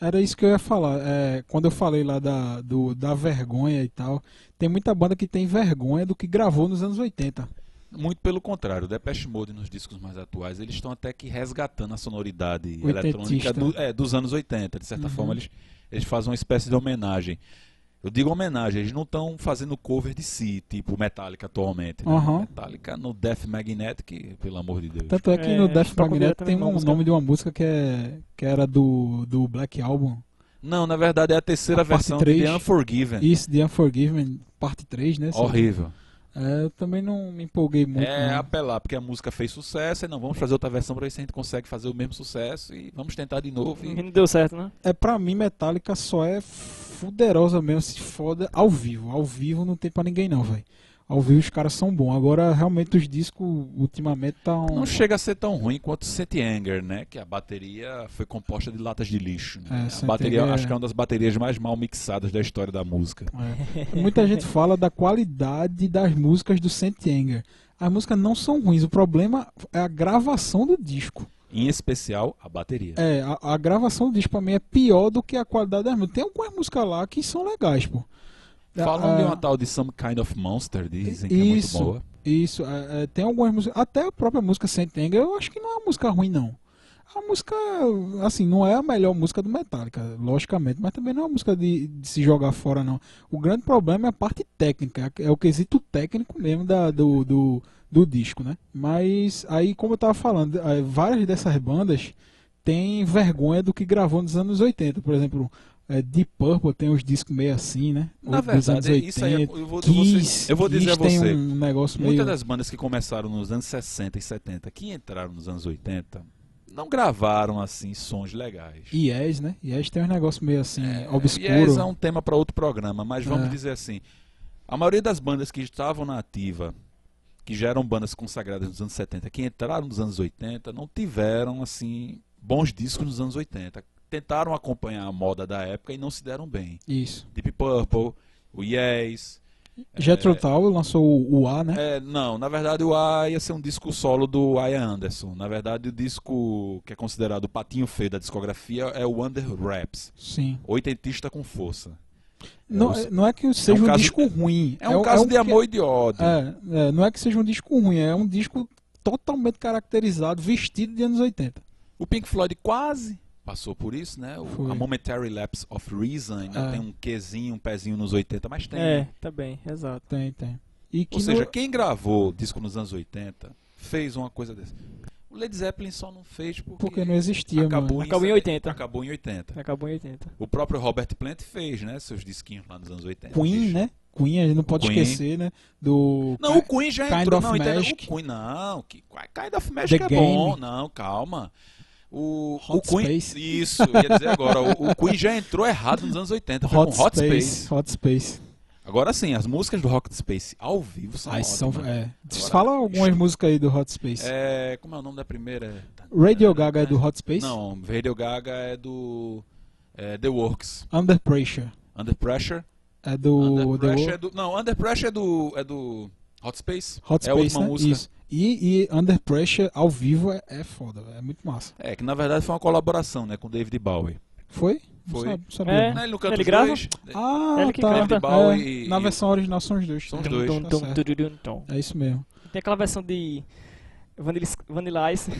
S1: Era isso que eu ia falar. É, quando eu falei lá da, do, da vergonha e tal, tem muita banda que tem vergonha do que gravou nos anos 80.
S2: Muito pelo contrário, o Depeche Mode nos discos mais atuais, eles estão até que resgatando a sonoridade
S1: Oitentista.
S2: eletrônica do- é, dos anos 80. De certa
S1: Uhum.
S2: forma, eles, eles fazem uma espécie de homenagem. Eu digo homenagem, eles não estão fazendo cover de si, tipo Metallica atualmente. né?
S1: Aham.
S2: Metallica no Death Magnetic, pelo amor de Deus.
S1: Tanto é que
S3: É,
S1: no
S3: acho
S1: Death
S3: que procurei
S1: Magnetic
S3: também
S1: tem
S3: uma
S1: um
S3: música.
S1: nome de uma música que, é, que era do, do Black Album.
S2: Não, na verdade é a terceira
S1: A parte
S2: versão de
S1: três.
S2: The Unforgiven.
S1: Isso, The Unforgiven, parte 3, né?
S2: É. Horrível.
S1: É, eu também não me empolguei muito.
S2: É
S1: não.
S2: apelar, porque a música fez sucesso, e não, vamos fazer outra versão para ver se a gente consegue fazer o mesmo sucesso e vamos tentar de novo.
S3: E
S2: E...
S3: não deu certo, né?
S1: É pra mim, Metallica só é fuderosa mesmo, se foda ao vivo. Ao vivo não tem pra ninguém não, velho. Ao vivo os caras são bons. Agora, realmente, os discos ultimamente tá um estão...
S2: Não chega a ser tão ruim quanto City Anger, né? Que a bateria foi composta de latas de lixo. né?
S1: É,
S2: a
S1: Saint
S2: bateria,
S1: Anger é-
S2: acho que é uma das baterias mais mal mixadas da história da música.
S1: É. Muita
S2: *laughs*
S1: gente fala da qualidade das músicas do Saint Anger. As músicas não são ruins, o problema é a gravação do disco.
S2: Em especial, a bateria.
S1: É, a, a gravação do disco pra mim é pior do que a qualidade das músicas. Tem algumas músicas lá que são legais, pô.
S2: Falam
S1: Ah,
S2: de uma tal de Some Kind of Monster, dizem que
S1: Isso.
S2: é muito boa.
S1: Isso, é, é, tem algumas músicas. Até a própria música Saint Anger, eu acho que não é uma música ruim, não. A música, assim, não é a melhor música do Metallica, logicamente, mas também não é uma música de, de se jogar fora, não. O grande problema é a parte técnica, é o quesito técnico mesmo da, do, do, do disco, né? Mas aí, como eu tava falando, eh, várias dessas bandas têm vergonha do que gravou nos anos 80. Por exemplo, eh, Deep Purple tem uns discos meio assim, né?
S2: Na
S1: Ou dos anos
S2: verdade, isso aí é-
S1: 80.
S2: eu vou- eu vou ser-
S1: Kiss,
S2: eu vou dizer a
S1: Kiss tem
S2: você,
S1: um negócio meio...
S2: Muitas das bandas que começaram nos anos 60 e 70, que entraram nos anos 80, não gravaram assim sons legais.
S1: Yes, né? Yes tem um negócio meio assim, obscuro.
S2: Yes é um tema para outro programa, mas vamos
S1: É.
S2: dizer assim: a maioria das bandas que estavam na ativa, que já eram bandas consagradas nos anos 70, que entraram nos anos 80, não tiveram assim bons discos nos anos 80. Tentaram acompanhar a moda da época e não se deram bem.
S1: Isso.
S2: Deep Purple, o Yes.
S1: Jethro Tull lançou o, o A, né?
S2: É, não, na verdade o A ia ser um disco solo do Aya Anderson. Na verdade, o disco que é considerado o patinho feio da discografia é o Under Wraps.
S1: Sim.
S2: Oitentista com força.
S1: Não,
S2: o-
S1: é- não é que seja um,
S2: caso-
S1: disco ruim.
S2: É um caso de
S1: que-
S2: amor e de ódio.
S1: É, é, não é que seja um disco ruim, é um disco totalmente caracterizado, vestido de anos 80.
S2: O Pink Floyd quase passou por isso, né? O-
S1: Foi.
S2: a Momentary Lapse of Reason ainda
S1: É.
S2: tem um quezinho, um pezinho nos 80, mas tem. né?
S3: É, tá bem, exato.
S1: Tem, tem. E que é
S2: Ou seja,
S1: no-
S2: quem gravou disco nos anos 80 fez uma coisa dessa. O Led Zeppelin só não fez porque,
S1: porque não existia,
S2: acabou,
S1: mano.
S3: Acabou em 80.
S2: Acabou em 80.
S3: Acabou em 80.
S2: O próprio Robert Plant fez, né? Seus disquinhos lá nos anos 80.
S1: Queen,
S2: Fez.
S1: né? Queen, a gente não pode
S2: Queen.
S1: esquecer, né? Do
S2: Não, o Queen já
S1: Kind
S2: entrou.
S1: of
S2: não, entendeu?
S1: Magic.
S2: O Queen, não. Que, kind of Magic
S1: The
S2: é bom.
S1: Game.
S2: Não, calma. O,
S1: Hot
S2: o Queen.
S1: Space.
S2: Isso, eu ia dizer agora. O, o Queen já entrou errado nos anos 80. Foi
S1: Hot,
S2: com é um Hot
S1: Space,
S2: Space.
S1: Hot Space.
S2: Agora sim, as músicas do Rocket Space ao vivo são
S1: Aí são,
S2: ótimas.
S1: é. Fala algumas músicas aí do Hot Space.
S2: É, como é o nome da primeira?
S1: Radio Gaga é do Hot Space?
S2: Não, Radio Gaga é do é, The Works.
S1: Under Pressure
S2: Under Pressure.
S1: é do
S2: Under
S1: The
S2: Pressure
S1: Wall-
S2: é do, não, Under Pressure é do é do Hot Space.
S1: Hot Space,
S2: é a última
S1: né?
S2: música.
S1: Isso. E, e Under Pressure ao vivo é, é foda, é muito massa.
S2: É, que na verdade foi uma colaboração, né, com o David Bowie.
S1: Foi? Não
S2: Foi.
S1: sabe- sabia,
S3: É.
S1: não.
S2: Né, ele não canta
S3: Ele
S2: os
S3: grava?
S2: dois?
S1: Ah,
S3: Ele que
S1: tá.
S3: canta.
S1: É,
S2: Bowie e-
S1: na versão original são os dois.
S2: São os
S1: Tá
S2: dois.
S1: certo.
S3: Tum, tum, tururum, tum.
S1: É isso mesmo.
S3: Tem aquela versão de Vanilla, Vanilla Ice.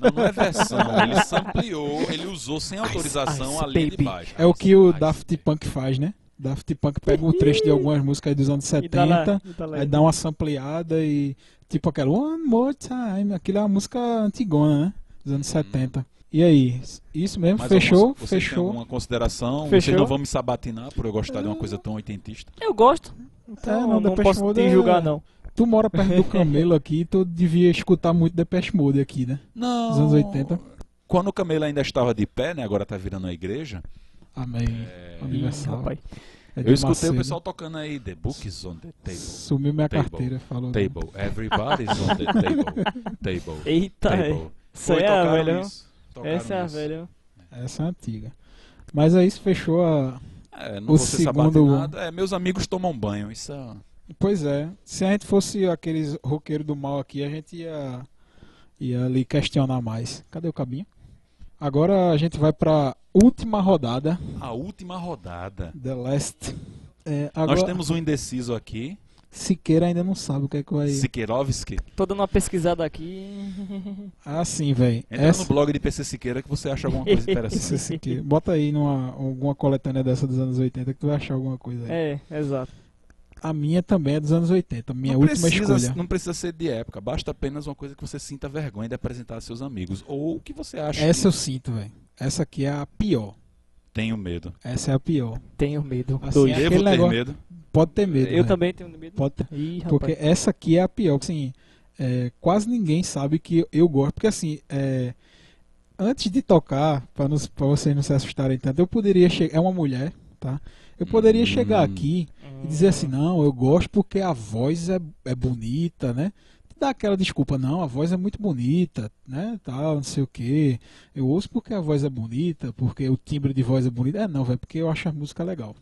S2: Não, não
S1: *laughs*
S2: é versão, ele sampleou, ele usou sem autorização
S3: Ice
S2: a linha de
S3: Baby.
S2: baixo.
S1: É o que o
S2: Ice
S1: Daft Punk faz, né? Daft Punk pega um trecho de algumas músicas aí dos anos
S3: E tá lá,
S1: 70,
S3: e tá lá.
S1: aí dá uma sampleada e tipo aquela One More Time, aquilo é uma música antigona, né? Dos
S2: Uhum.
S1: anos 70. E aí, isso mesmo,
S2: Mais
S1: fechou,
S2: alguma- vocês têm
S1: fechou.
S2: alguma consideração? Vocês
S3: Fechou?
S2: não vão me sabatinar por eu gostar de uma coisa tão oitentista?
S3: Eu gosto.
S1: É,
S3: Então
S1: não,
S3: não,
S1: Depeche
S3: posso
S1: Mode
S3: te
S1: é-
S3: julgar, não.
S1: Tu mora perto do Camelo aqui, tu devia escutar muito Depeche Mode aqui, né?
S2: Não.
S1: Dos anos 80.
S2: Quando o Camelo ainda estava de pé, né? Agora tá virando a igreja.
S1: Amém.
S3: Ih,
S1: Universal. É
S3: rapaz.
S2: É, Eu escutei o pessoal tocando aí The Books on the Table.
S1: Sumiu minha
S2: Table.
S1: carteira, falou. né?
S2: Table. Everybody's
S3: *laughs*
S2: on the table. Table.
S3: Eita,
S2: Table.
S3: Isso aí é a
S2: tocaram
S3: velha.
S2: isso, tocaram
S3: Essa é a
S2: isso.
S3: velha.
S1: Essa é antiga. Mas aí isso fechou a.
S2: É, não
S1: O
S2: vou ser
S1: segundo-
S2: sabatinado. É, meus amigos tomam banho. Isso é...
S1: Pois é. Se a gente fosse aqueles roqueiros do mal aqui, a gente ia. ia ali questionar mais. Cadê o cabinho? Agora a gente vai pra última rodada.
S2: A última rodada.
S1: The Last. É, agora,
S2: Nós temos um indeciso aqui.
S1: Siqueira ainda não sabe o que é que vai.
S2: Siqueirovski.
S3: Tô dando uma pesquisada aqui.
S1: Ah, sim, velho.
S2: Entra
S1: *laughs*
S2: no blog de PC Siqueira que você acha alguma coisa
S1: Esse
S2: interessante.
S1: Siqueira. Bota aí numa, alguma coletânea dessa dos anos 80 que tu vai achar alguma coisa aí.
S3: É, exato.
S1: A minha também é dos anos 80, *laughs* minha
S2: não
S1: última
S2: precisa,
S1: escolha.
S2: Não precisa ser de época, basta apenas uma coisa que você sinta vergonha de apresentar a seus amigos. Ou o que você acha
S1: Essa
S2: que
S1: eu sinto, velho. Essa aqui é a pior.
S2: tenho medo.
S1: Essa é a pior.
S3: Tenho medo.
S1: Assim,
S3: Dois.
S1: é
S2: Devo
S1: aquele
S2: ter
S1: negócio-
S2: medo.
S1: Pode ter medo.
S3: Eu
S1: véi.
S3: também tenho medo.
S1: Pode ter.
S3: Ih, rapaz.
S1: Porque essa aqui é a pior. Assim, é, quase ninguém sabe que eu gosto. Porque assim, é, antes de tocar, pra, não- pra vocês não se assustarem tanto, eu poderia chegar. É uma mulher, tá? Eu poderia
S2: Hum.
S1: chegar aqui e dizer assim, não, eu gosto porque a voz é, é bonita, né? Dá aquela desculpa, não, a voz é muito bonita, né? Tal, não sei o quê. Eu ouço porque a voz é bonita, porque o timbre de voz é bonito. É não, velho, porque eu acho a música legal.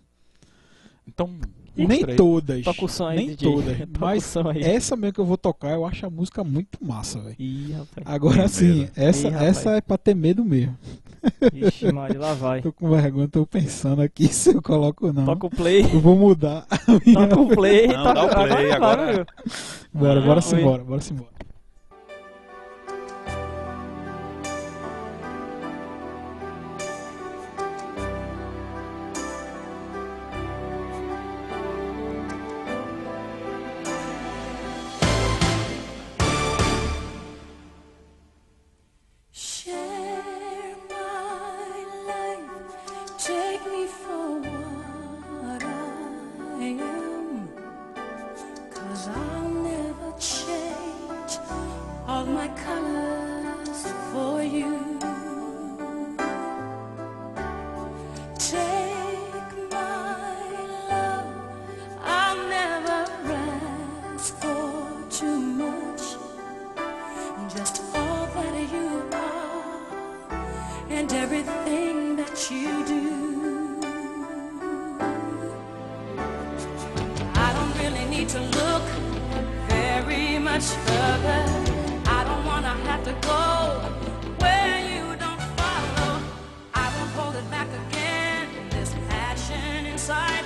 S2: Então,
S1: Nem
S2: mostrei.
S1: todas.
S3: Toca o som aí,
S1: nem
S3: DJ.
S1: todas.
S3: *laughs* Toca o
S1: mas é
S3: som aí.
S1: *laughs* essa mesmo que eu vou tocar, eu acho a música muito massa, velho.
S3: Ih, rapaz.
S1: Agora
S2: Tem
S1: sim,
S2: medo.
S1: essa,
S3: Ih, rapaz.
S1: essa é pra ter medo mesmo.
S3: Ixi, Mari, lá vai.
S1: Tô com vergonha, tô pensando aqui *laughs* se eu coloco ou não.
S3: Toca o play.
S1: Eu vou mudar. a *laughs* minha-
S3: Toca o play.
S2: Não,
S3: toca...
S2: dá o play
S3: claro,
S2: agora.
S3: meu.
S1: Bora,
S3: Ah,
S1: bora se
S3: oi.
S1: embora, bora se embora.
S4: Share my life, take me for what I am. Cause I'll never change all my colors for you. Take my love, I'll never ask for too much just all that you are and everything that you do. I don't really need to look very much further. I don't want to have to go where you don't follow. I won't hold it back again. This passion inside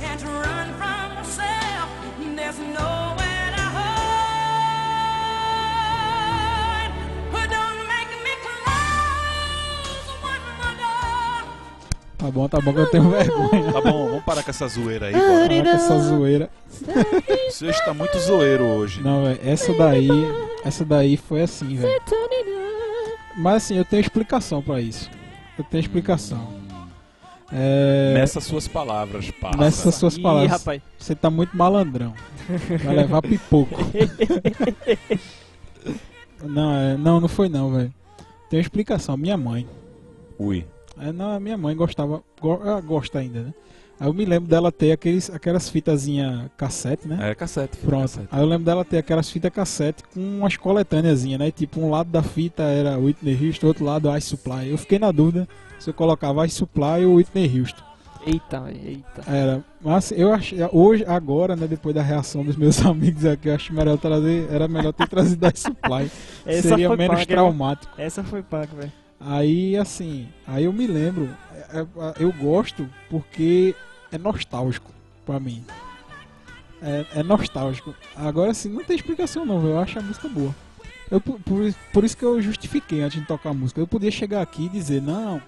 S4: can't run from myself. There's nowhere to hide. But don't make me close one more door.
S1: Tá bom, tá bom que eu tenho *laughs* vergonha.
S2: Tá bom, vamos parar com essa zoeira aí.
S1: Ah,
S2: Bora.
S1: Caraca, essa zoeira.
S2: Você está muito zoeiro hoje.
S1: Não, velho, essa daí. Essa daí foi assim, velho. Mas assim, eu tenho explicação pra isso. Eu tenho explicação. É.
S2: Nessas suas palavras, passa.
S1: Nessas suas
S3: Ih,
S1: palavras.
S3: rapaz.
S1: Você tá muito malandrão. Vai levar pipoco. não, é- não, não foi não, velho. Tem uma explicação. Minha mãe.
S2: Ui.
S1: É, não, a minha mãe gostava. go- ela gosta ainda, né? Aí eu me lembro dela ter aqueles, aquelas fitazinha cassete, né?
S2: É cassete. filho,
S1: Pronto.
S2: cassete.
S1: Aí eu lembro dela ter aquelas fitas cassete com umas coletâneazinhas, né? Tipo, um lado da fita era Whitney Houston, outro lado Ice Supply. Eu fiquei na dúvida se eu colocava Ice Supply ou Whitney Houston.
S3: Eita, eita.
S1: Era. Mas eu achei, hoje, agora, né, depois da reação dos meus *laughs* amigos aqui, eu acho melhor trazer, era melhor ter trazido Ice Supply.
S3: *laughs* Essa
S1: Seria
S3: foi
S1: menos
S3: punk, né?
S1: traumático.
S3: Essa foi punk, velho.
S1: Aí, assim, aí eu me lembro, é- é- eu gosto porque é nostálgico pra mim. É, é nostálgico. Agora, assim, não tem explicação não, eu acho a música boa. Eu, por, por- por isso que eu justifiquei antes de tocar a música. Eu podia chegar aqui e dizer, não,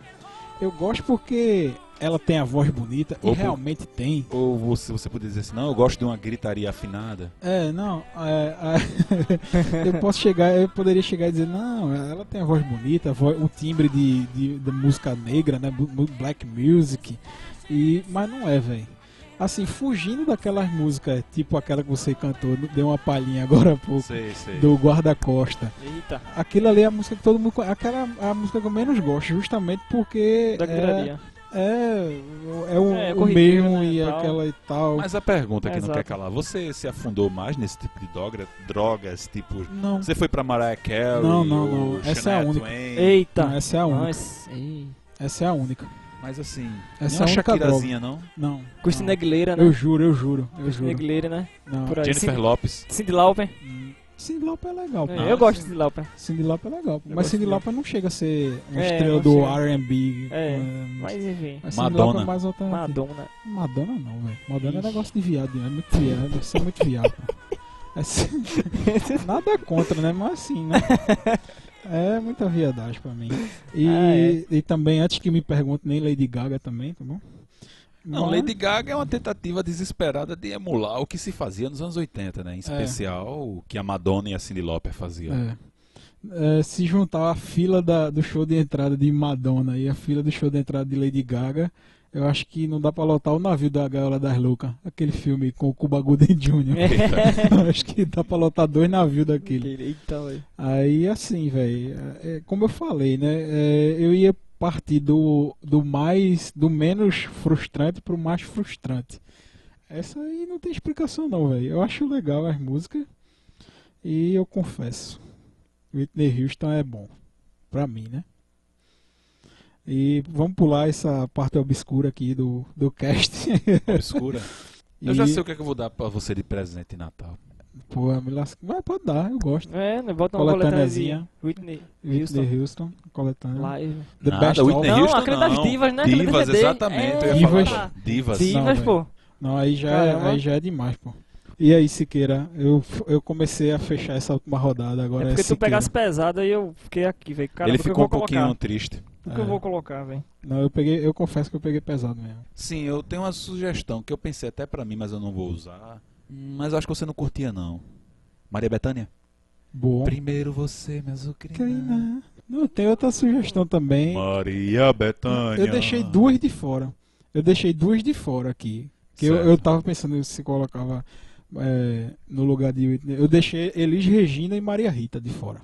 S1: eu gosto porque ela tem a voz bonita,
S2: Ou
S1: e
S2: por-
S1: realmente tem.
S2: Ou você, você poderia dizer assim, não, eu gosto de uma gritaria afinada.
S1: É, não, é, é, *laughs* eu posso chegar, eu poderia chegar e dizer, não, ela tem a voz bonita, a voz- o timbre de, de, de música negra, né, bu- bu- black music, e, mas não é, velho. Assim, fugindo daquelas músicas, tipo aquela que você cantou, deu uma palhinha agora há pouco,
S2: Sei, sei.
S1: do guarda-costa.
S3: Eita,
S1: Aquilo ali é a música que todo mundo conhece, aquela é a música que eu menos gosto, justamente porque
S3: da
S1: é,
S3: gritaria.
S1: é, é o,
S3: É,
S1: o
S3: corriqueira,
S1: mesmo
S3: né,
S1: e
S3: tal.
S1: aquela e tal.
S2: Mas a pergunta que não
S3: Exato.
S2: quer calar, você se afundou mais nesse tipo de dogra, drogas, tipo...
S1: não,
S2: Você foi pra Mariah Carey
S1: Não, não,
S2: ou
S1: não, essa é a
S2: Shania
S1: única.
S2: Twain?
S3: Eita.
S1: não, essa é a única.
S3: tá. Mas, ei.
S1: Essa é a única.
S2: Mas assim,
S1: Essa
S2: nem uma
S1: é a única
S3: assim.
S2: Shakirazinha, não?
S1: Não.
S3: Cristina
S1: não.
S3: Aguilera, né?
S1: Eu juro, eu juro, eu
S3: Cristina
S1: juro.
S3: Aguilera, né?
S1: Não.
S3: Por aí.
S2: Jennifer
S3: Cindy,
S2: Lopes.
S3: Cindy Lauper.
S1: Hum, Cindy Lauper é legal. pô.
S3: É,
S2: Não,
S3: eu gosto de
S2: assim-
S3: Cindy Lauper.
S1: Cindy Lauper é legal. pô.
S3: Eu
S1: Mas
S3: gosto
S1: Cindy
S3: dela.
S1: Lauper não chega a ser uma
S3: É,
S1: estrela
S3: não
S1: do
S3: chega.
S1: R&B.
S3: É,
S1: mas-
S3: Mas enfim.
S1: mas Cyndi
S2: Madonna.
S1: Lauper é mais alternativa.
S3: Madonna.
S1: Madonna não, velho. Madonna é
S3: Ixi.
S1: negócio de viado, né? é muito viado, deve ser muito
S3: *laughs*
S1: viado. pô. É assim, nada contra, né? Mas assim,
S3: *laughs*
S1: né? É muita viadagem pra mim. E,
S3: Ah,
S1: e também, antes que me perguntem, nem Lady Gaga também, tá bom?
S2: Não,
S1: Mas-
S2: Lady Gaga é uma tentativa desesperada de emular o que se fazia nos anos 80, né? Em especial o que a Madonna e a Cyndi Lauper faziam.
S1: É. É, se juntar a fila da- do show de entrada de Madonna e a fila do show de entrada de Lady Gaga, eu acho que não dá pra lotar o navio da Gaiola das Loucas, aquele filme com o Cuba Gooding Jr. Eu acho que dá pra lotar dois navios daquele.
S3: Eita, velho.
S1: Aí assim, velho, é, como eu falei, né? é, eu ia partir do, do mais do menos frustrante pro mais frustrante. Essa aí não tem explicação não, velho. Eu acho legal as músicas e eu confesso, Whitney Houston é bom pra mim, né? E vamos pular essa parte obscura aqui do, do cast.
S2: Obscura. *laughs* Eu já
S1: E-
S2: sei o que, é que eu vou dar pra você de presente de Natal.
S1: Pô, me lasca. Mas pode dar, eu gosto.
S3: É, né? bota uma coletânea de
S1: Coletâneazinha,
S3: Whitney Houston.
S1: Whitney Houston,
S2: Hum.
S1: coletânea.
S3: Live.
S1: The
S2: Nada,
S1: Best
S2: Whitney
S1: Of.
S3: Não,
S2: Houston
S3: aquela das
S2: não.
S3: divas, né? Aquela
S2: Divas,
S3: DVD.
S2: exatamente.
S3: É.
S2: Eu ia falar.
S1: Divas.
S2: Divas.
S1: Sim.
S3: Divas,
S1: Não,
S3: pô. é
S1: Não, aí já,
S3: Caramba.
S1: é, aí já é demais, pô. E aí, Siqueira, eu, eu comecei a fechar essa última rodada
S3: É
S1: agora.
S3: porque tu
S1: Siqueira.
S3: pegasse pesado aí eu fiquei aqui, velho. Cara,
S2: Ele
S3: o que eu
S2: ficou
S3: vou
S2: um pouquinho
S3: colocar?
S2: triste.
S3: O que eu
S1: É.
S3: vou colocar, velho?
S1: Não, eu peguei, eu confesso que eu peguei pesado mesmo.
S2: Sim, eu tenho uma sugestão que eu pensei até pra mim, mas eu não vou usar. Mas eu acho que você não curtia, não. Maria Bethânia?
S1: Bom.
S2: Primeiro você, meu azucrina.
S1: Não, Não, tem outra sugestão também.
S2: Maria Bethânia.
S1: Eu deixei duas de fora. Eu deixei duas de fora aqui. Que eu,
S2: Certo.
S1: eu tava pensando se colocava é, no lugar de Whitney. Eu deixei Elis Regina e Maria Rita de fora.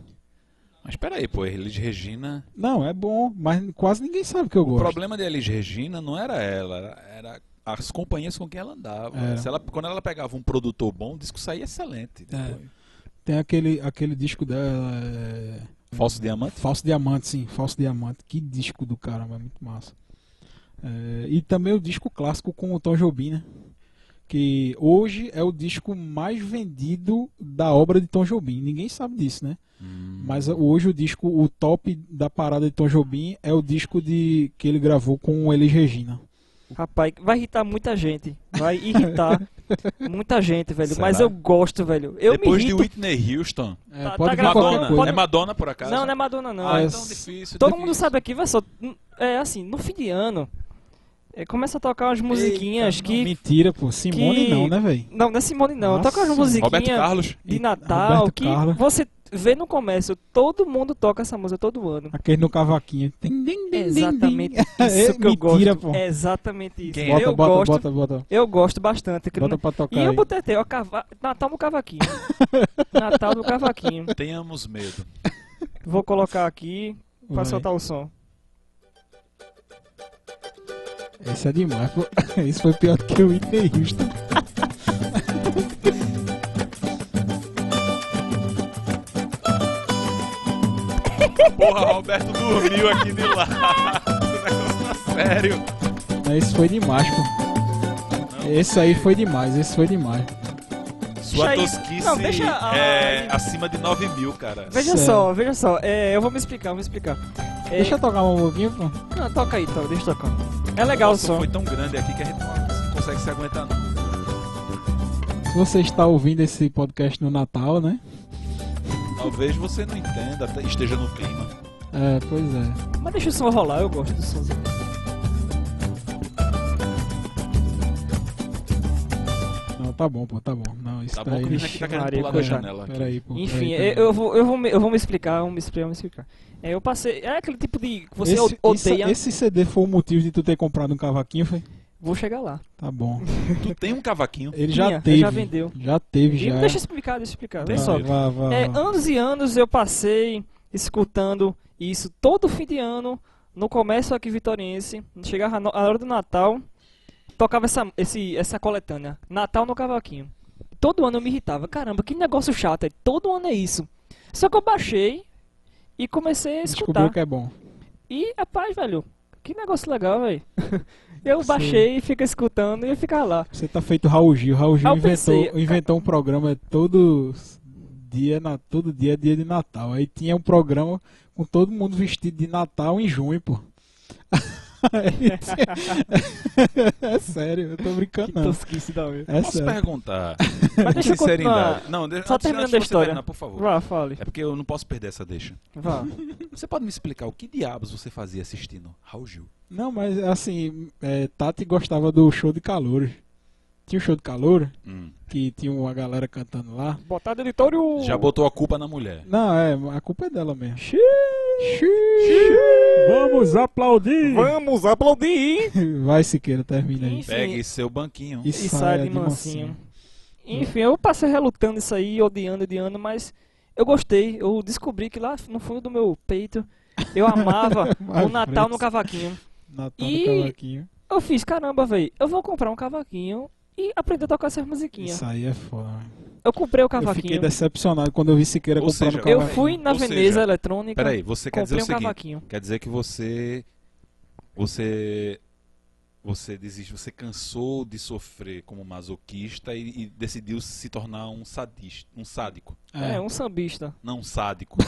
S2: Mas peraí, pô, Elis Regina.
S1: Não, é bom, mas quase ninguém sabe que eu
S2: O
S1: gosto.
S2: problema de Elis Regina não era ela, era- era as companhias com quem ela andava.
S1: É.
S2: Se ela- quando ela pegava um produtor bom, o disco saía excelente.
S1: É. Tem aquele, aquele disco dela. é,
S2: Falso Diamante?
S1: Falso Diamante, sim, Falso Diamante. Que disco do caramba, é muito massa. É, e também o disco clássico com o Tom Jobim, né? Que hoje é o disco mais vendido da obra de Tom Jobim. Ninguém sabe disso, né? Mas hoje o disco, o top da parada de Tom Jobim é o disco de que ele gravou com o Elis Regina.
S3: Rapaz, vai irritar muita gente. Vai
S2: *laughs*
S3: irritar muita gente, velho. Mas
S2: Será?
S3: eu gosto, velho. Eu
S2: Depois
S3: me
S2: de
S3: irrito.
S2: Whitney Houston.
S1: É,
S3: Tá-
S1: pode vir
S3: tá gravado,
S1: qualquer
S2: Madonna.
S1: coisa.
S2: É Madonna, por acaso?
S3: Não, não é Madonna, não.
S2: Ah,
S3: É-
S2: então difícil.
S3: Todo
S2: difícil.
S3: mundo sabe aqui, vai só. É assim, no fim de ano, é, começa a tocar umas musiquinhas
S1: Eita, não,
S3: que.
S1: Mentira, pô. Simone
S3: que-
S1: não, né, velho?
S3: Não, não é Simone, não.
S1: Nossa,
S3: toca umas
S2: Roberto
S3: musiquinhas
S2: Carlos.
S3: de
S1: E-
S3: Natal
S1: Roberto
S3: que
S1: Carlos.
S3: você vê no comércio. Todo mundo toca essa música todo ano.
S1: Aquele no cavaquinho. Din, din, din, din, din. *laughs*
S3: Exatamente
S1: É,
S3: isso que eu
S1: mentira,
S3: gosto.
S1: pô.
S3: É exatamente isso.
S2: Quem
S1: Bota,
S3: eu
S1: bota,
S3: gosto,
S1: bota, bota.
S3: eu gosto bastante. que
S1: Bota
S3: não- é.
S1: pra tocar
S3: E eu
S1: aí.
S3: botei até, ó, cava... Natal no cavaquinho.
S1: *laughs*
S3: Natal no cavaquinho.
S2: Tenhamos medo.
S3: Vou colocar aqui pra
S1: Vai.
S3: soltar o som.
S1: Esse é demais. pô. *laughs* Isso foi pior do que o Whitney Houston.
S2: Porra, Roberto dormiu aqui de lado. *laughs* Esse negócio tá sério.
S1: Esse foi demais, pô. Esse aí foi demais, esse foi demais.
S2: Sua
S3: Deixa aí-
S2: tosquice
S3: não, deixa a-
S2: é acima de 9 mil, cara.
S3: Veja
S1: Sério.
S3: só, veja só. É, eu vou me explicar, vou me explicar. É,
S1: Deixa eu tocar um pouquinho, pô.
S3: não, toca aí, toca, deixa eu tocar. É legal o
S2: Nossa,
S3: som.
S2: Foi tão grande aqui que a gente não consegue se aguentar, não.
S1: Se você está ouvindo esse podcast no Natal, né?
S2: Talvez você não entenda, até esteja no clima.
S1: É, pois é.
S3: Mas deixa o som rolar, eu gosto do som.
S1: tá Não, tá bom, pô, tá bom. Não, isso
S2: Tá bom
S1: daí.
S2: que o menino aqui tá querendo
S3: Maria,
S2: pular da
S1: Pera-
S3: coitado.
S2: janela. aqui.
S1: Peraí, pô.
S3: Enfim,
S1: peraí,
S3: eu,
S1: peraí.
S3: eu vou, eu, vou me, eu vou me explicar, eu vou me explicar, eu vou me explicar. É, eu passei. É aquele tipo de. que Você
S1: esse,
S3: odeia.
S1: Esse, esse CD foi o motivo de tu ter comprado um cavaquinho, foi?
S3: Vou chegar lá.
S1: Tá bom.
S2: Tu tem um cavaquinho.
S1: Ele
S3: Tinha,
S1: já
S3: já
S1: teve.
S3: vendeu.
S1: Já teve,
S3: E
S1: já.
S3: deixa eu explicar, deixa eu explicar. Olha
S2: Tá.
S3: só.
S1: Vá, vá, vá,
S3: É,
S1: vá.
S3: anos e anos eu passei escutando isso todo fim de ano no comércio aqui vitoriense. Chegava no- a hora do Natal, tocava essa, esse, essa coletânea. Natal no cavaquinho. Todo ano eu me irritava. Caramba, que negócio chato. é, Todo ano é isso. Só que eu baixei e comecei a escutar.
S1: Descobriu que é bom.
S3: E, rapaz, velho, que negócio
S1: *laughs*
S3: legal, velho. eu baixei e fica escutando e eu ficava lá.
S1: Você tá feito Raul Gil. Raul Gil
S3: Aí eu
S1: inventou,
S3: pensei,
S1: inventou um programa todo dia, na, todo dia é dia de Natal. Aí tinha um programa com todo mundo vestido de Natal em junho, pô. *laughs* Aí tinha- é sério, eu tô brincando
S3: Que
S1: Ah, não.
S3: tosquice da vida.
S1: É
S2: Posso
S1: sério.
S2: perguntar?
S3: Mas deixa eu
S2: Sinceridade.
S3: continuar.
S2: Não, de...
S3: Só
S2: antes-
S3: terminando
S2: antes de
S3: a
S2: você
S3: história.
S2: terminar, por favor.
S3: Vá, fale.
S2: É porque eu não posso perder essa deixa.
S3: Vá.
S2: Você pode me explicar o que diabos você fazia assistindo Raul Gil?
S1: Não, mas assim, é, Tati gostava do show de calor. Tinha o show de calor, que tinha uma galera cantando lá.
S3: Botado editório.
S2: Já botou a culpa na mulher.
S1: Não, é, a culpa é dela mesmo.
S3: Xiii.
S1: Vamos aplaudir!
S3: Vamos aplaudir!
S1: *laughs* Vai, Siqueira, termina aí.
S3: Enfim,
S2: Pegue seu banquinho.
S3: E sai é de mansinho. Enfim, eu passei relutando isso aí, odiando, odiando, mas eu gostei. Eu descobri que lá no fundo do meu peito eu *laughs* amava
S1: Vai,
S3: o Natal no
S1: Fritz.
S3: cavaquinho.
S1: Natal
S3: E-
S1: do cavaquinho.
S3: Eu fiz, caramba, velho, eu vou comprar um cavaquinho e aprender a tocar essas musiquinhas.
S1: Isso aí é foda.
S3: Eu comprei o
S1: Eu fiquei
S3: cavaquinho.
S1: decepcionado quando eu vi Siqueira
S2: Ou
S1: comprando
S2: seja,
S1: cavaquinho.
S3: Eu fui na
S2: Ou seja,
S3: Veneza Eletrônica,
S2: Peraí, você quer dizer
S3: comprei
S2: o
S3: um
S2: seguinte.
S3: cavaquinho.
S2: Quer dizer que você. Você. Você desiste, você cansou de sofrer como masoquista e, e decidiu se tornar um sadista. Um sádico.
S3: É, um sambista.
S2: Não um sádico.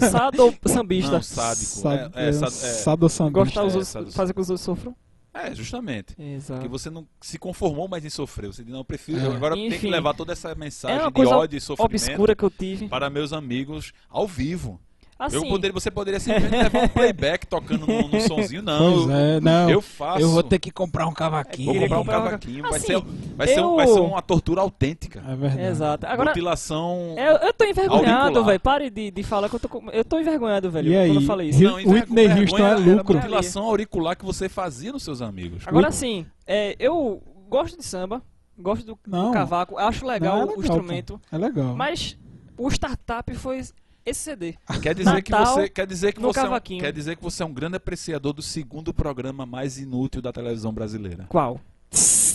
S2: *laughs*
S3: sado sambista.
S2: Não, um sádico.
S1: Sad-
S3: um
S2: É, é,
S1: é,
S2: sad- é.
S1: sadossambista.
S3: Gostar os
S2: É,
S3: outros,
S2: sado-
S3: fazer com que os outros sofram.
S2: É, justamente.
S3: Exato.
S2: Que você não se conformou mais em sofrer. Você disse, não, eu prefiro.
S1: É.
S2: eu agora tenho que
S3: Enfim.
S2: levar toda essa
S3: É
S2: mensagem
S3: uma
S2: de
S3: coisa
S2: ódio e sofrimento
S3: Obscura que eu tive.
S2: para meus amigos ao vivo.
S3: Assim,
S2: Eu poderia, você poderia simplesmente levar um playback tocando num, num sonzinho, não.
S1: Pois é, não.
S2: Eu faço.
S1: Eu vou ter que comprar um
S2: Vou
S1: cavaquinho.
S2: comprar um
S3: comprar uma-
S2: cavaquinho. Vai,
S3: Assim,
S2: ser, um, vai, ser,
S3: eu-
S2: vai ser uma tortura autêntica.
S1: É verdade.
S3: Exato. Agora,
S2: Mutilação.
S3: eu, eu tô envergonhado,
S2: Auricular.
S3: velho. Pare de, de falar que eu tô com... Eu tô envergonhado, velho,
S1: E aí?
S3: quando eu falei isso.
S1: Rio-
S2: Não, envergo-
S1: Whitney
S2: vergonha
S1: Houston é
S2: era a
S1: lucro.
S2: Mutilação auricular que você fazia nos seus amigos.
S3: Agora
S1: Whit-
S3: sim, é, eu gosto de samba, gosto do, do
S1: Não.
S3: cavaco, acho legal,
S1: Não,
S3: o instrumento,
S1: pô. É legal.
S3: mas o startup foi esse CD.
S2: Quer dizer que
S3: Natal
S2: você, quer dizer que
S3: no
S2: você, é um,
S3: cavaquinho.
S2: quer dizer que você é um grande apreciador do segundo programa mais inútil da televisão brasileira. tá?
S3: Qual?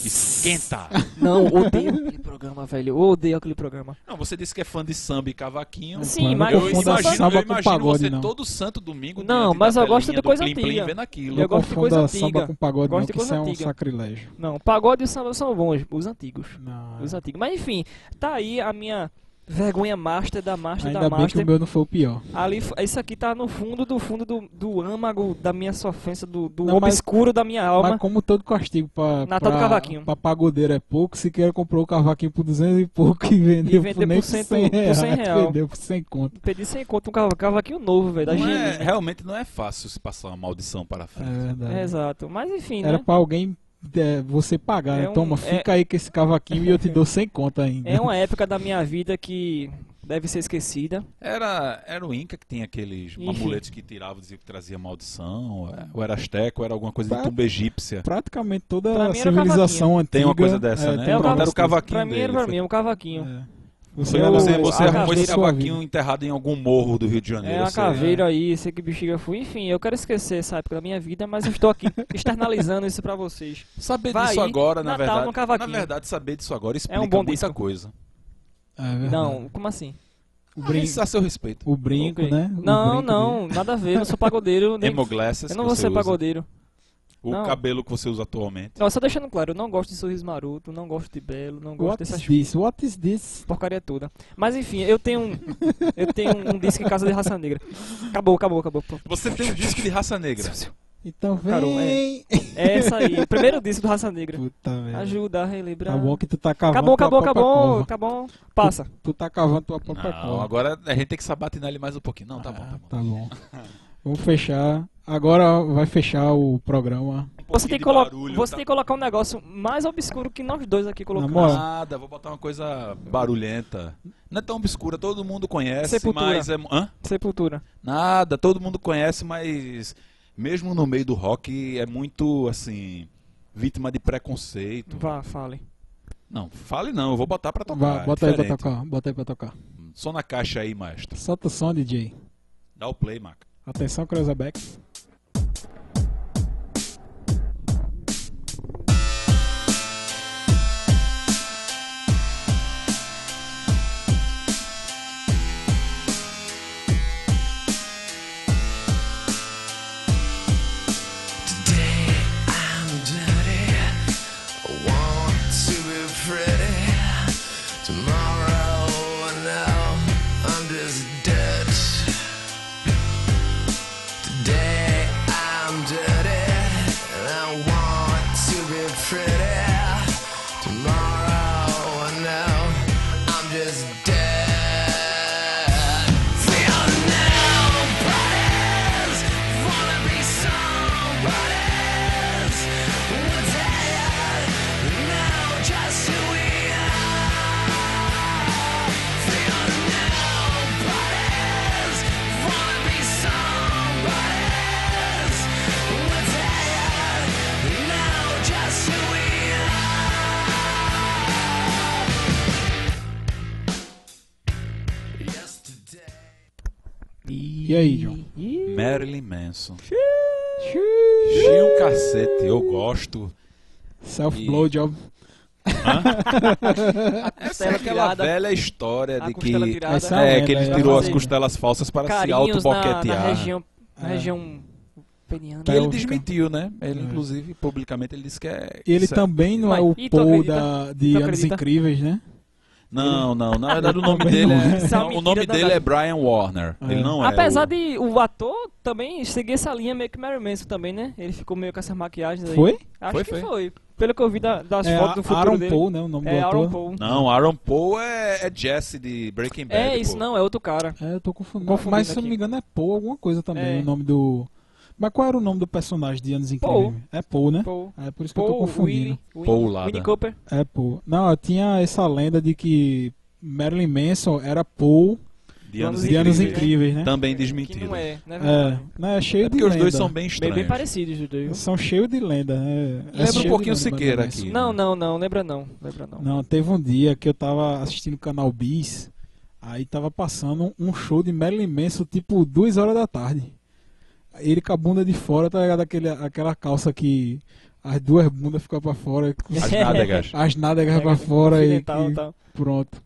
S2: Esquenta.
S3: Não, odeio aquele programa, velho. Odeio aquele programa.
S2: Não, você disse que é fã de samba e cavaquinho.
S3: Sim,
S1: Pô, não
S3: mas-
S2: Eu
S1: confunda
S3: Confunda
S2: imagino,
S1: é samba
S2: eu
S1: com
S2: imagino
S1: pagode,
S2: você
S1: não.
S2: todo santo domingo
S3: Não,
S2: diante
S3: mas
S2: da
S3: eu gosto
S2: telinha
S3: de coisa
S2: do plim, plim,
S3: antiga.
S2: vendo aquilo.
S1: Não
S3: eu gosto de
S1: confunda
S3: coisa
S1: samba
S3: antiga.
S1: com pagode,
S3: Gosto
S1: não,
S3: de
S1: que isso
S3: coisa
S1: é um
S3: antiga.
S1: sacrilégio.
S3: Não, pagode e samba são bons, os antigos.
S1: Não. é.
S3: Os antigos. Mas enfim, tá aí a minha vergonha master da master
S1: Ainda
S3: da
S1: bem que o
S3: master.
S1: meu não foi o pior.
S3: Ali, fo- isso aqui tá no fundo do fundo do, do âmago da minha sofrência, do, do
S1: Não, mas-
S3: obscuro da minha alma.
S1: Mas como todo castigo pra,
S3: Natal do
S1: pra-
S3: cavaquinho.
S1: pra pagodeiro é pouco, Siqueira comprou o cavaquinho por 200 e pouco e vendeu,
S3: vendeu
S1: por, nem
S3: por cento- por
S1: reais,
S3: 100 real.
S1: vendeu por 100 conto.
S3: Perdi sem conta um cava- cavaquinho novo, velho, da
S2: Não é-
S3: Gemini.
S2: realmente não é fácil se passar uma maldição para a
S1: É
S2: frente.
S1: verdade.
S3: Exato. Mas enfim,
S1: Era
S3: né?
S1: pra alguém é, você pagar, né?
S3: É um-
S1: Toma,
S3: é-
S1: fica aí com esse cavaquinho e eu te dou 100 conto ainda.
S3: É uma época da minha vida que deve ser esquecida.
S2: Um
S1: É.
S2: Era, era o Inca que tinha aqueles
S3: Enfim.
S2: amuletos que tiravam dizia que trazia maldição, é, ou era asteco, ou era alguma coisa de
S1: Tá.
S2: tumba egípcia.
S1: *laughs* Praticamente toda
S3: Pra
S1: a
S3: mim era o
S1: civilização antiga.
S2: Tem uma coisa dessa, né?
S1: tem
S3: É o
S1: pra
S2: Era o
S1: você.
S2: cavaquinho
S3: Pra mim
S2: dele.
S3: era pra
S2: foi-
S3: mim, um cavaquinho.
S1: É. Você,
S3: Eu-
S2: Você,
S1: vai-
S2: você
S3: a
S2: arrumou esse
S1: sua vida.
S2: cavaquinho enterrado em algum morro do Rio de Janeiro.
S3: É uma
S2: eu sei.
S3: caveira aí, sei que bexiga fui. Enfim, eu quero esquecer essa época da minha vida, mas eu
S1: *laughs*
S3: estou aqui externalizando isso pra vocês.
S2: Saber
S3: Vai
S2: disso
S3: aí,
S2: agora, na
S3: Natal no
S2: verdade. Na
S3: cavaquinho.
S2: verdade, saber disso agora explica
S3: um bom
S2: muita
S3: disco.
S2: coisa.
S1: É verdade.
S3: Não, como assim?
S1: O
S2: Ah,
S1: brinco,
S2: isso a seu respeito.
S1: o brinco
S3: Ok.
S1: né? O
S3: Não,
S1: brinco dele.
S3: não, nada a ver, eu não sou pagodeiro, nem.
S2: Hemoglasses.
S3: Eu não
S2: que
S3: vou
S2: você
S3: ser
S2: usa,
S3: pagodeiro.
S2: O
S3: não.
S2: cabelo que você usa atualmente.
S3: Não, só deixando claro, eu não gosto de sorriso maroto, não gosto de belo, não gosto
S1: What
S3: dessas
S1: is this? What is this?
S3: porcaria toda. Mas enfim, eu tenho um, eu tenho um disco em casa de raça negra. Acabou, acabou, acabou. pô.
S2: Você tem um disco de raça negra.
S1: Então vem.
S3: Carol, É essa aí, o primeiro disco do raça negra.
S1: *laughs* Puta merda.
S3: Ajuda a relembrar.
S1: Tá bom que tu tá cavando
S3: acabou,
S1: tua
S3: acabou,
S1: própria
S3: acabou,
S1: cova.
S3: acabou. Passa.
S2: Um
S1: Tu tá cavando tua própria
S2: Não,
S1: cova.
S2: Ah, agora a gente tem que sabatinar ele mais um pouquinho.
S3: Ah,
S2: Não, tá bom, tá bom.
S1: Tá bom. Vamos fechar. Agora vai fechar o programa.
S2: Um
S3: Você
S2: pouquinho
S3: tem que,
S2: de
S3: colo-
S2: barulho,
S3: você
S2: tá
S3: tem que colocar um negócio mais obscuro que nós dois aqui colocamos.
S1: moral.
S2: Nada, vou botar uma coisa barulhenta. Não é tão obscura, todo mundo conhece,
S3: Sepultura.
S2: mas é. Hã?
S3: Sepultura.
S2: Nada, todo mundo conhece, mas mesmo no meio do rock é muito assim. Vítima de preconceito.
S3: Vá, fale.
S2: Não, fale não, eu vou botar pra tocar.
S1: Vai,
S2: é
S1: bota aí pra
S2: diferente.
S1: tocar. Bota aí pra tocar.
S2: Só na caixa aí, maestro.
S1: Solta o som, DJ.
S2: Dá o play, Mac.
S1: Atenção, Cruzaback.
S8: Today I'm dirty. I want to be pretty. Tomorrow I know I'm just dead. Today I'm dirty. And I want to be pretty. Tomorrow I know I'm just dead. Feel nobody's wanna be somebody's. We'll tell you now just who we are. Feel nobody's wanna be somebody's. We'll tell you now just who we are. Yesterday.
S1: E aí, John?
S2: Marilyn Manson. Tinha um cacete, eu gosto.
S1: Self blowjob.
S2: Essa é aquela
S3: tirada.
S2: velha história
S3: A
S2: de que.
S3: costela tirada.
S1: Essa
S2: É,
S1: é,
S2: que ele
S1: né?
S2: tirou as
S3: Fazer
S2: costelas falsas para se
S3: Carinhos na,
S2: autoboquetear.
S3: na região.
S1: É.
S3: Na
S1: Tá
S3: região peniana.
S2: Que ele
S1: Pélvica.
S2: desmentiu, né? Ele,
S1: É.
S2: inclusive, publicamente, ele disse que é.
S1: E ele
S2: isso é-
S1: também não é
S3: Vai,
S1: o
S3: e tu
S1: Paul
S3: acredita?
S1: da,
S3: Tu
S1: de Anos
S3: acredita?
S1: Incríveis, né?
S2: Não, não. Na verdade, o nome dele
S3: Isso é
S2: é. não, o
S3: uma mentira
S2: nome dele
S3: danada.
S2: é Brian Warner.
S1: É.
S2: Ele não é.
S3: Apesar
S2: o-
S3: de o ator também seguir essa linha meio que Mary Manson também, né? Ele ficou meio com essas maquiagens aí.
S1: Foi?
S3: Acho
S2: Foi,
S3: que
S2: foi.
S3: foi. Pelo que eu vi da- das
S1: É
S3: fotos do
S1: a-
S3: futuro
S1: Aaron
S3: dele.
S1: Paul, né? O nome
S3: é
S1: do
S3: Aaron
S1: ator.
S3: Paul.
S2: Não, Aaron Paul é, é Jesse de Breaking Bad.
S3: é isso,
S2: pô.
S3: não, é outro cara.
S1: É, eu tô confundindo.
S3: Confundindo
S1: Mas se eu
S3: aqui.
S1: não me engano é Paul alguma coisa também,
S3: É.
S1: o nome do... Mas qual era o nome do personagem de Anos Incríveis?
S3: Paul.
S1: É Paul, né?
S3: Paul.
S1: É por isso que eu tô
S3: Paul,
S1: confundindo.
S2: Paul
S3: Willie, Winnie,
S2: Lada.
S3: Winnie Cooper.
S1: É Paul. Não, tinha essa lenda de que Marilyn Manson era Paul
S2: De anos,
S1: de Anos
S2: incríveis.
S1: Incríveis, né?
S2: Também
S3: Que
S2: desmentido.
S3: não é, né? verdade?
S1: É, né? É cheio
S2: Então,
S1: de
S2: É porque os dois
S1: lenda.
S2: são bem
S3: Bem,
S2: estranhos.
S3: bem parecidos os
S2: é
S3: dois.
S1: São cheios de lenda, né? É
S2: Lembra um
S1: cheio de
S2: pouquinho
S1: lenda,
S2: o Siqueira
S1: Marilyn
S2: aqui.
S3: Não, não, não, lembra não. Lembra não.
S1: Manson. Não, teve um dia que eu tava assistindo o canal Bis, aí tava passando um show de Marilyn Manson, tipo, duas horas da tarde. Ele com a bunda de fora, tá ligado? Aquele, aquela calça que as duas bundas ficam pra fora,
S2: As
S3: *laughs*
S2: nádegas.
S1: *laughs* as nádegas
S3: Pega
S1: pra fora e,
S3: ocidental tá
S1: e
S3: tal.
S1: Pronto.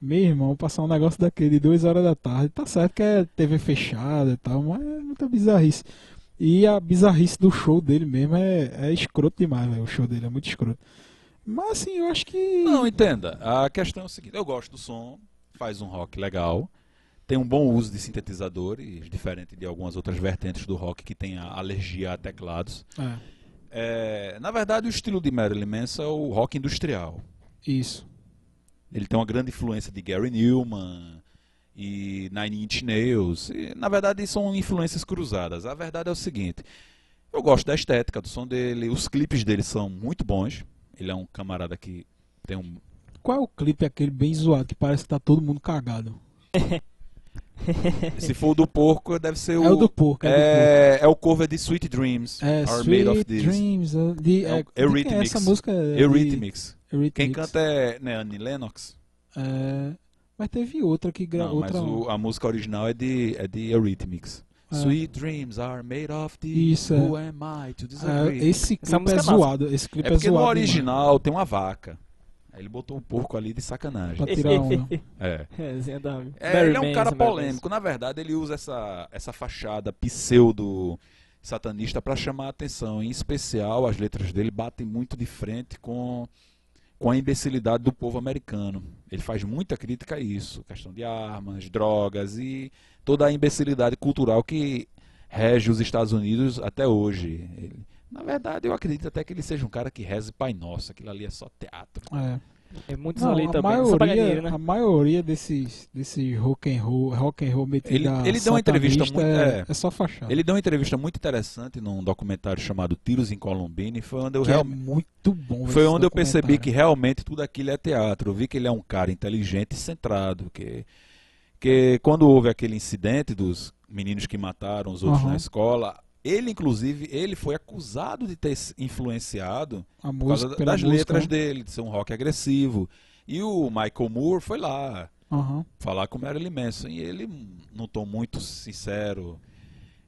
S1: Meu irmão, passar um negócio daquele de 2 horas da tarde, tá certo que é TV fechada e tal, mas é muita bizarrice. E a bizarrice do show dele mesmo é, é escroto demais, velho. O show dele é muito escroto. Mas assim, eu acho que.
S2: Não, entenda. A questão é o seguinte: eu gosto do som, faz um rock legal, tem um bom uso de sintetizadores, diferente de algumas outras vertentes do rock que tem a alergia a teclados.
S1: É,
S2: É, na verdade, o estilo de Marilyn Manson é o rock industrial.
S1: isso.
S2: Ele tem uma grande influência de Gary Newman e Nine Inch Nails. E, na verdade, são influências cruzadas. A verdade é o seguinte: eu gosto da estética do som dele, os clipes dele são muito bons. Ele é um camarada que tem um
S1: Qual é o clipe aquele bem zoado que parece que tá todo mundo cagado?
S2: Se for o do porco, deve ser o.
S1: É o do porco, é o do
S2: É, é o cover de Sweet Dreams.
S1: É,
S2: Are Made of
S1: Sweet
S2: This.
S1: Dreams. uh, De,
S2: É
S1: é,
S2: um-
S1: de quem é
S2: Eurythmics.
S1: essa música é de-
S2: Eurythmics. Quem
S1: Eurythmics.
S2: canta é né, Annie Lennox.
S1: É, Mas teve outra que
S2: Não,
S1: gravou. Outra...
S2: mas o- a música original é de, é de Eurythmics.
S1: É.
S2: Sweet dreams are made of these.
S1: Isso, é.
S2: Who am I to
S1: É,
S2: disagree?
S1: esse né? clipe
S3: Essa
S1: é,
S3: música é massa.
S1: zoado. Esse clipe
S2: É
S1: é,
S2: porque no
S1: zoado.
S2: original tem uma vaca. Aí ele botou um porco ali de sacanagem.
S1: Pra *laughs* tirar um,
S3: *laughs*
S1: onda.
S2: É.
S3: É, Zenha da-
S2: É,
S3: Barry
S2: ele é um
S3: Manson,
S2: cara
S3: Barry Manson.
S2: polêmico. Na verdade, ele usa essa, essa fachada pseudo satanista para chamar a atenção. Em especial, as letras dele batem muito de frente com, com a imbecilidade do povo americano. Ele faz muita crítica a isso, questão de armas, drogas e toda a imbecilidade cultural que rege os Estados Unidos até hoje. Ele- na verdade, eu acredito até que ele seja um cara que reze Pai Nosso, aquilo ali é só teatro.
S1: É.
S3: É muitos
S1: Não,
S3: ali
S1: a
S3: também. Só pra ganhar dinheiro,
S1: maioria, é
S3: né?
S1: a maioria desses, desses rock and roll, rock and roll metido
S2: Ele-
S1: a
S2: ele deu uma entrevista
S1: satanista
S2: muito-
S1: é,
S2: é.
S1: é só fachada.
S2: Ele deu uma entrevista muito interessante num documentário chamado Tiros em Columbine, e foi onde eu
S1: que é
S2: realmente
S1: muito bom.
S2: Foi
S1: esse
S2: onde eu percebi que
S1: documentário.
S2: realmente tudo aquilo é teatro. Eu vi que ele é um cara inteligente e centrado. Que, que quando houve aquele incidente dos meninos que mataram os outros
S1: Aham.
S2: na escola, ele, inclusive, ele foi acusado de ter se influenciado
S1: a
S2: por
S1: música,
S2: causa da-
S1: pela
S2: das
S1: música,
S2: letras
S1: né?
S2: dele, de ser um rock agressivo. E o Michael Moore foi lá
S1: Aham.
S2: falar com o Marilyn Manson. E ele, hum, num tom muito sincero,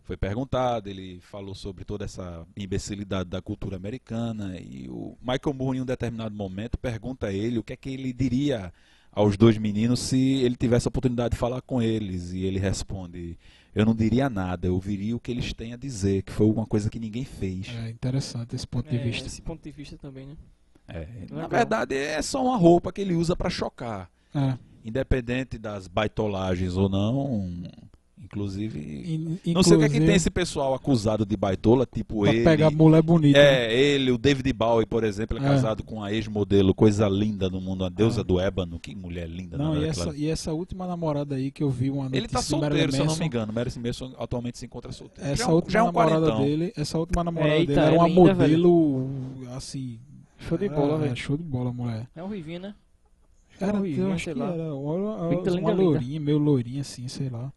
S2: foi perguntado, ele falou sobre toda essa imbecilidade da cultura americana. E o Michael Moore, em um determinado momento, pergunta a ele o que é que ele diria aos dois meninos se ele tivesse a oportunidade de falar com eles. E ele responde: Eu não diria nada, eu ouviria o que eles têm a dizer, que foi uma coisa que ninguém fez.
S1: É interessante esse ponto de
S3: É,
S1: vista.
S3: Esse ponto de vista também, né?
S2: É, na
S3: Legal.
S2: verdade, é só uma roupa que ele usa para chocar.
S1: É.
S2: Independente das baitolagens ou não, inclusive.
S1: In-
S2: não sei o que é que
S1: inclusive,
S2: tem esse pessoal acusado de baitola, tipo
S1: pra
S2: ele.
S1: pegar mulher bonita. né?
S2: É, ele, o David Bowie, por exemplo, é,
S1: É.
S2: casado com a ex-modelo, coisa linda do mundo, a deusa do ébano. Que mulher linda,
S1: Não,
S2: né,
S1: e
S2: aquela-
S1: essa, e essa última namorada aí que eu vi uma noite
S2: Ele tá
S1: em cima, era
S2: solteiro, se eu não
S1: Manson.
S2: me engano. Marilyn Manson atualmente se encontra solteiro.
S1: Essa
S2: já, é um-
S1: última
S2: já é um
S1: namorada
S2: quarentão.
S1: dele, essa última namorada
S3: Eita,
S1: dele era
S3: é
S1: uma
S3: linda,
S1: modelo assim,
S3: Show de
S1: era-
S3: bola,
S1: é,
S3: velho.
S1: Show de bola, mulher.
S3: É um ruivinho, né?
S1: Era,
S3: ruivinha,
S1: eu acho
S3: sei
S1: que
S3: lá.
S1: era uma,
S3: Linda,
S1: uma
S3: linda, linda.
S1: lourinha, meio lourinha assim, sei lá.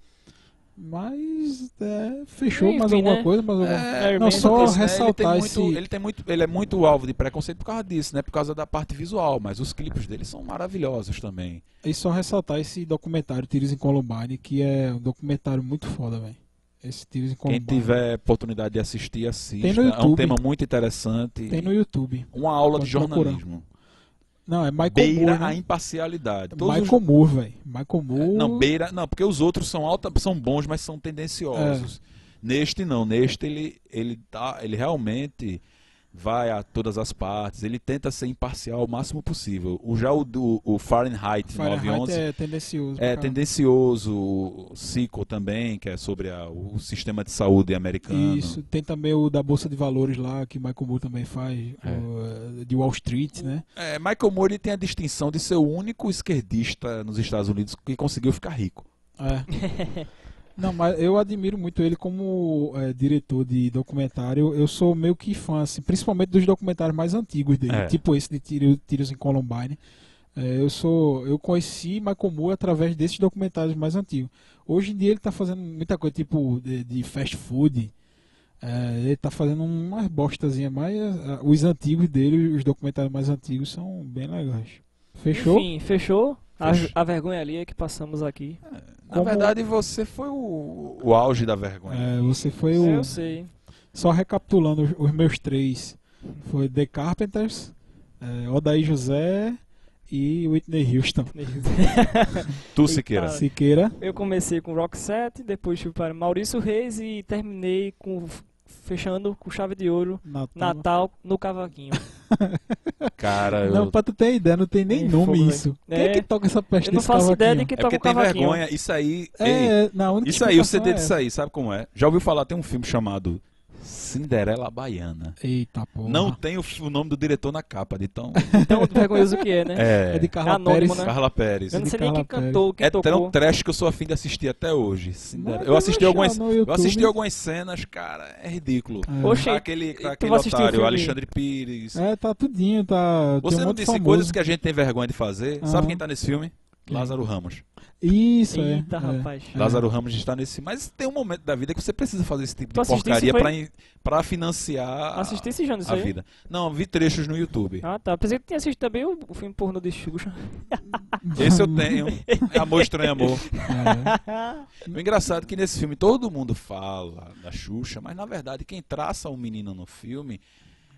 S1: Mas é, fechou mais
S3: Enfim,
S1: alguma
S3: né?
S1: coisa, mais alguma
S2: É,
S1: Não,
S2: com
S1: só
S2: certeza, né?
S1: ressaltar
S2: ele tem, muito,
S1: esse-
S2: ele tem muito- ele é muito alvo de preconceito por causa disso, né? Por causa da parte visual, mas os clipes dele são maravilhosos também.
S1: E só ressaltar esse documentário Tiros em Columbine, que é um documentário muito foda, velho. Esse Tiros em
S2: Quem
S1: Columbine.
S2: tiver oportunidade de assistir, assista.
S1: Tem no
S2: É um
S1: YouTube.
S2: tema muito interessante.
S1: Tem no YouTube.
S2: Uma aula de
S1: Pode procurar.
S2: jornalismo.
S1: Não, é Michael
S2: Beira
S1: Moore. né?
S2: a imparcialidade. Todos os- É,
S1: Michael Moore, velho. Michael Moore.
S2: Não, beira. Não, porque os outros são alta, são bons, mas são
S1: É.
S2: tendenciosos. Neste não, neste ele ele tá, ele realmente vai a todas as partes, ele tenta ser imparcial o máximo possível. O já o do o Fahrenheit,
S1: Fahrenheit
S2: 911
S1: é tendencioso. pra
S2: é,
S1: caralho.
S2: tendencioso, o Cico também, que é sobre a- o sistema de saúde americano.
S1: Isso, tem também o da Bolsa de Valores lá, que Michael Moore também faz,
S2: É.
S1: o, eh, de Wall Street, né?
S2: É, Michael Moore ele tem a distinção de ser o único esquerdista nos Estados Unidos que conseguiu ficar rico.
S1: É.
S3: *laughs*
S1: Não, mas eu admiro muito ele como eh, diretor de documentário. Eu sou meio que fã, assim, principalmente dos documentários mais antigos dele,
S2: É.
S1: tipo esse de Tiro- Tiros em Columbine. Eh, eu sou, eu conheci Michael Moore através desses documentários mais antigos. Hoje em dia ele tá fazendo muita coisa, tipo de, de fast food. Eh, ele tá fazendo umas bostazinhas, mas eh, os antigos dele, os documentários mais antigos, são bem legais. Fechou?
S3: Enfim, fechou. A,
S2: Fechou.
S3: a vergonha ali é que passamos aqui.
S2: Na
S1: Como- é?
S2: verdade, você foi o, o auge da vergonha.
S1: Eh, você foi
S3: É, Eu,
S1: o.
S3: sei.
S1: Só recapitulando os, os meus três: foi The Carpenters, eh, Odaí José e Whitney Houston. É.
S2: Tu, Siqueira.
S3: Eita.
S1: Siqueira,
S3: Eu comecei com Roxette, depois fui para Maurício Reis e terminei com fechando com chave de ouro
S1: Natal.
S3: Natal
S1: *laughs*
S3: no cavaquinho.
S2: Cara, eu...
S1: Não, pra tu ter ideia, não tem nem
S3: Tem
S1: nome
S3: fogo,
S1: isso. Quem
S3: velho.
S1: é
S3: É.
S1: que toca essa peste
S3: Eu não
S1: desse
S3: faço
S1: cavaquinho?
S3: ideia de quem
S2: é
S3: toca
S2: porque
S3: o
S2: tem
S3: cavaquinho.
S2: vergonha. Isso aí. ei,
S1: É, na única
S2: isso aí, o
S1: explicação
S2: CD
S1: é
S2: disso aí, sabe como é? Já ouviu falar? Tem um filme chamado Cinderela Baiana.
S1: essa. Eita porra.
S2: Não tem o, f- o nome do diretor na capa, de tão.
S3: Então, vergonhoso que é,
S2: *laughs*
S3: né?
S1: *laughs* É de Carla
S3: Anônimo,
S1: Pérez.
S3: né?
S2: Carla Pérez.
S3: Eu não
S1: de
S3: sei nem
S1: Carla
S3: quem
S1: Pérez.
S3: cantou, quem
S2: É tão
S3: tocou.
S2: trash que eu sou afim de assistir até hoje. Cinderela.
S1: Mas
S2: Eu
S1: deve
S2: assisti algumas,
S1: achar no
S2: eu
S1: YouTube.
S2: assisti algumas cenas, cara, é ridículo.
S1: É.
S3: Oxe,
S2: Aquele,
S3: tu vai
S2: aquele
S3: assistir o
S2: otário,
S3: filme?
S2: Alexandre Pires.
S3: né?
S1: É, tá tudinho, tá. tem
S2: Você
S1: um
S2: não
S1: monte de
S2: disse
S1: famoso.
S2: coisas que a gente tem vergonha de fazer?
S3: Ah.
S1: Aham.
S2: Sabe quem tá nesse filme? Lázaro Ramos.
S1: Isso, é.
S3: Eita,
S1: é.
S3: rapaz.
S2: Lázaro Ramos está nesse. Mas tem um momento da vida que você precisa fazer esse tipo
S3: Tu
S2: de
S3: assistisse
S2: porcaria
S3: foi-
S2: pra in- pra financiar a-
S3: Assisti esse Jano, isso
S2: a
S3: aí?
S2: vida. Não, vi trechos no YouTube.
S3: Ah, tá. Pensei que tinha assistido também o, o filme pornô de Xuxa.
S2: Esse eu
S3: *laughs*
S2: tenho. É Amor Estranho Amor.
S1: É.
S2: O engraçado é que nesse filme todo mundo fala da Xuxa, mas na verdade quem traça o menino no filme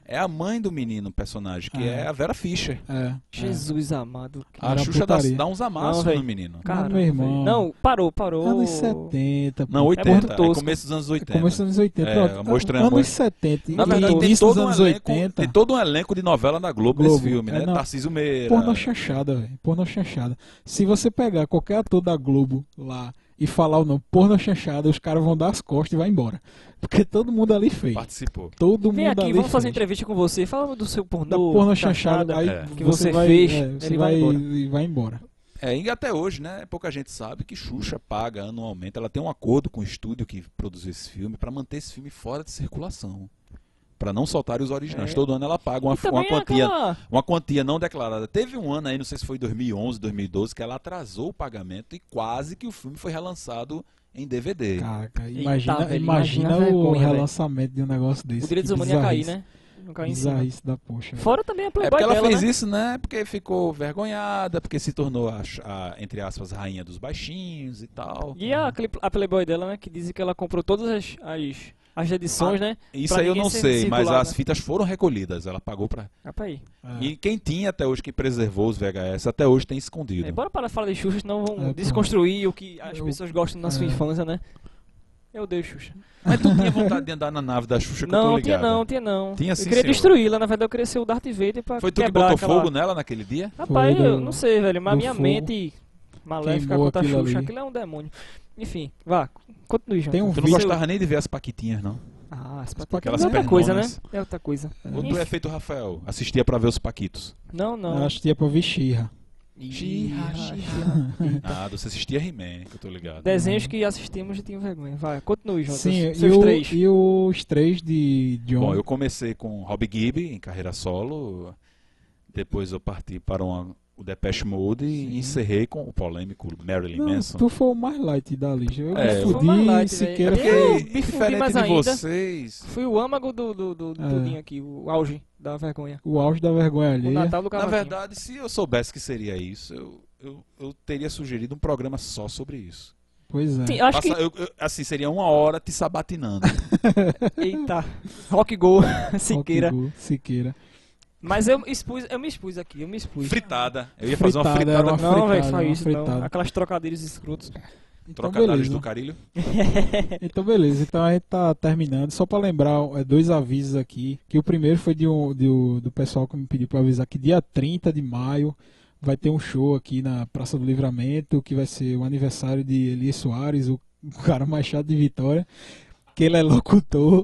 S2: é a mãe do menino, personagem,
S3: Ah.
S2: que
S1: É.
S2: é a Vera Fischer.
S1: É.
S3: *laughs* Jesus amado.
S2: A
S1: Era
S2: Xuxa dá,
S1: putaria.
S2: dá uns amassos
S3: Não, véi.
S2: no menino.
S3: Cara,
S1: Ah, meu irmão. Ah,
S3: velho. Não, parou, parou.
S1: Anos 70. pô.
S2: Não,
S1: É
S2: 80.
S3: muito
S2: É,
S3: tosco.
S2: começo dos anos 80.
S1: Começo dos anos 80.
S2: É,
S1: pronto.
S2: Amor Estranho Amor.
S1: anos 70.
S2: Na verdade,
S1: e
S2: tem
S1: início dos
S2: todo, um
S1: anos
S2: elenco,
S1: 80.
S2: tem todo um elenco de novela da Globo, nesse
S1: Globo,
S2: filme,
S1: é,
S2: né?
S1: não.
S2: Tarcísio Meira.
S1: Porno chanchada, velho. Porno chanchada. Se você pegar qualquer ator da Globo lá e falar o nome porno chanchada, os caras vão dar as costas e vai embora. Porque todo mundo ali fez.
S2: Participou.
S1: Todo
S3: Vem
S1: mundo
S3: aqui,
S1: ali
S3: vamos fazer
S1: fez.
S3: entrevista com você. Fala do seu pornô.
S1: Da porno
S3: chanchada.
S1: chanchada, aí
S2: É.
S3: que
S1: você,
S3: você
S1: vai,
S3: fez,
S1: é, você
S3: ele
S1: vai,
S3: vai embora.
S1: e vai embora.
S2: É, e até hoje, né? Pouca gente sabe que Xuxa paga anualmente. Ela tem um acordo com o estúdio que produziu esse filme para manter esse filme fora de circulação. Para não soltar os originais.
S3: É.
S2: Todo ano ela paga uma,
S3: E
S2: uma
S1: é
S3: também é
S2: quantia.
S3: aquela-
S2: Uma quantia não declarada. Teve um ano aí, não sei se foi 2011, 2012, que ela atrasou o pagamento e quase que o filme foi relançado em DVD.
S1: Caraca,
S3: Eita,
S1: imagina,
S3: velho,
S1: imagina,
S3: imagina a
S1: o
S3: vergonha, velho.
S1: relançamento de um negócio desse.
S3: O direito
S1: que
S3: dos humanos ia cair,
S1: bizarrice.
S3: né? Não caiu em cima.
S1: Bizarrice da poxa. velho.
S3: Fora também a
S2: É
S3: Playboy
S2: porque ela
S3: dela,
S2: fez
S3: né?
S2: isso, né? Porque ficou vergonhada, porque se tornou a, ch- a, entre aspas, rainha dos baixinhos e tal.
S3: E a, aquele- a Playboy dela, né? Que dizem que ela comprou todas as, as, as edições, né?
S2: Isso
S3: pra
S2: aí eu
S3: ninguém
S2: não
S3: ser
S2: sei, mas
S3: circulada.
S2: as fitas foram recolhidas, ela pagou pra.
S3: Rapaz, aí.
S1: É.
S2: E quem tinha até hoje, que preservou os VHS, até hoje tem
S3: É,
S2: escondido.
S3: bora parar de falar de Xuxa, senão
S1: É,
S3: vão
S1: pronto.
S3: desconstruir o que as
S1: Eu-
S3: pessoas gostam na sua
S1: é.
S3: infância, né? Meu Deus, Xuxa.
S2: Mas tu tinha vontade de andar na nave da Xuxa que eu tô
S3: Não, tinha
S2: ligado.
S3: não, tinha não.
S2: Tinha sim,
S3: eu queria
S2: senhor.
S3: destruí-la, na verdade eu queria ser o Darth Vader pra
S2: Foi tu que
S3: quebrar
S2: botou
S3: aquela...
S2: fogo nela naquele dia?
S3: Rapaz,
S1: Foi
S3: eu
S1: do-
S3: não sei, velho, mas
S1: do
S3: minha
S1: fogo.
S3: mente maléfica
S1: Queimou
S3: contra a
S1: aquilo
S3: Xuxa,
S1: ali.
S3: aquilo é um demônio. Enfim, vá, continue, João.
S1: Tem um
S2: Tu não
S1: vídeo-
S2: gostava nem de ver as paquitinhas, não?
S3: Ah, esse
S1: Aquelas
S3: é outra
S2: pernonas.
S3: coisa, né? É outra coisa.
S2: Ou tu é
S3: Enfim,
S2: feito Rafael? Assistia pra ver os paquitos.
S3: Não,
S1: É, Eu
S3: não.
S1: acho que ia pra Vixirra.
S3: Xirra, xirra.
S2: Nada, Ah, você assistia He-Man, que eu tô ligado.
S3: Desenhos que assistimos e tinha vergonha. Vai, continue, João.
S1: Sim,
S3: seus
S1: e, o,
S3: três.
S1: e os três de John.
S2: Bom, eu comecei com Rob Gibb em carreira solo, depois eu parti para uma- o Depeche Mode e encerrei com o polêmico Marilyn
S1: Não,
S2: Manson.
S1: tu foi o mais light da lista. Eu
S2: É,
S1: me
S2: eu-
S3: Foi mais
S1: fudi,
S3: light,
S1: Siqueira
S3: velho. É
S1: foi...
S3: Eu
S2: Porque,
S3: me fudi
S2: diferente
S3: mais
S2: de
S3: ainda.
S2: vocês,
S3: Fui o âmago do, do, do, do
S1: É.
S3: tudinho aqui, o auge da vergonha.
S1: O auge da vergonha
S3: O
S1: alheia.
S3: Natal do
S2: na
S3: Cavaquinho.
S2: verdade, se eu soubesse que seria isso, eu, eu, eu teria sugerido um programa só sobre isso.
S1: Pois é.
S3: Sim, acho que...
S2: Passa- eu- eu- assim, seria uma hora te sabatinando.
S3: Eita, Rock Go, *laughs*
S1: Rock
S3: Siqueira.
S1: Go, Siqueira.
S3: Mas eu, expus, eu me expus aqui, eu me expus.
S2: fritada. Eu ia fazer uma
S1: Fritada, era
S2: fritada
S1: é uma
S2: com
S3: Não, velho,
S1: Fritada,
S3: só
S1: uma
S3: isso, não.
S1: fritada.
S3: Aquelas trocadilhos escrotos.
S1: Então
S2: trocadilhos
S1: beleza.
S2: do carilho.
S1: Então beleza, então a gente tá terminando. Só pra lembrar é, dois avisos aqui. Que o primeiro foi de um, de um- do pessoal que me pediu pra avisar que dia 30 de maio vai ter um show aqui na Praça do Livramento, que vai ser o aniversário de Elias Soares, o, *laughs* o cara mais chato de Vitória, que ele é
S2: *laughs*
S1: locutor.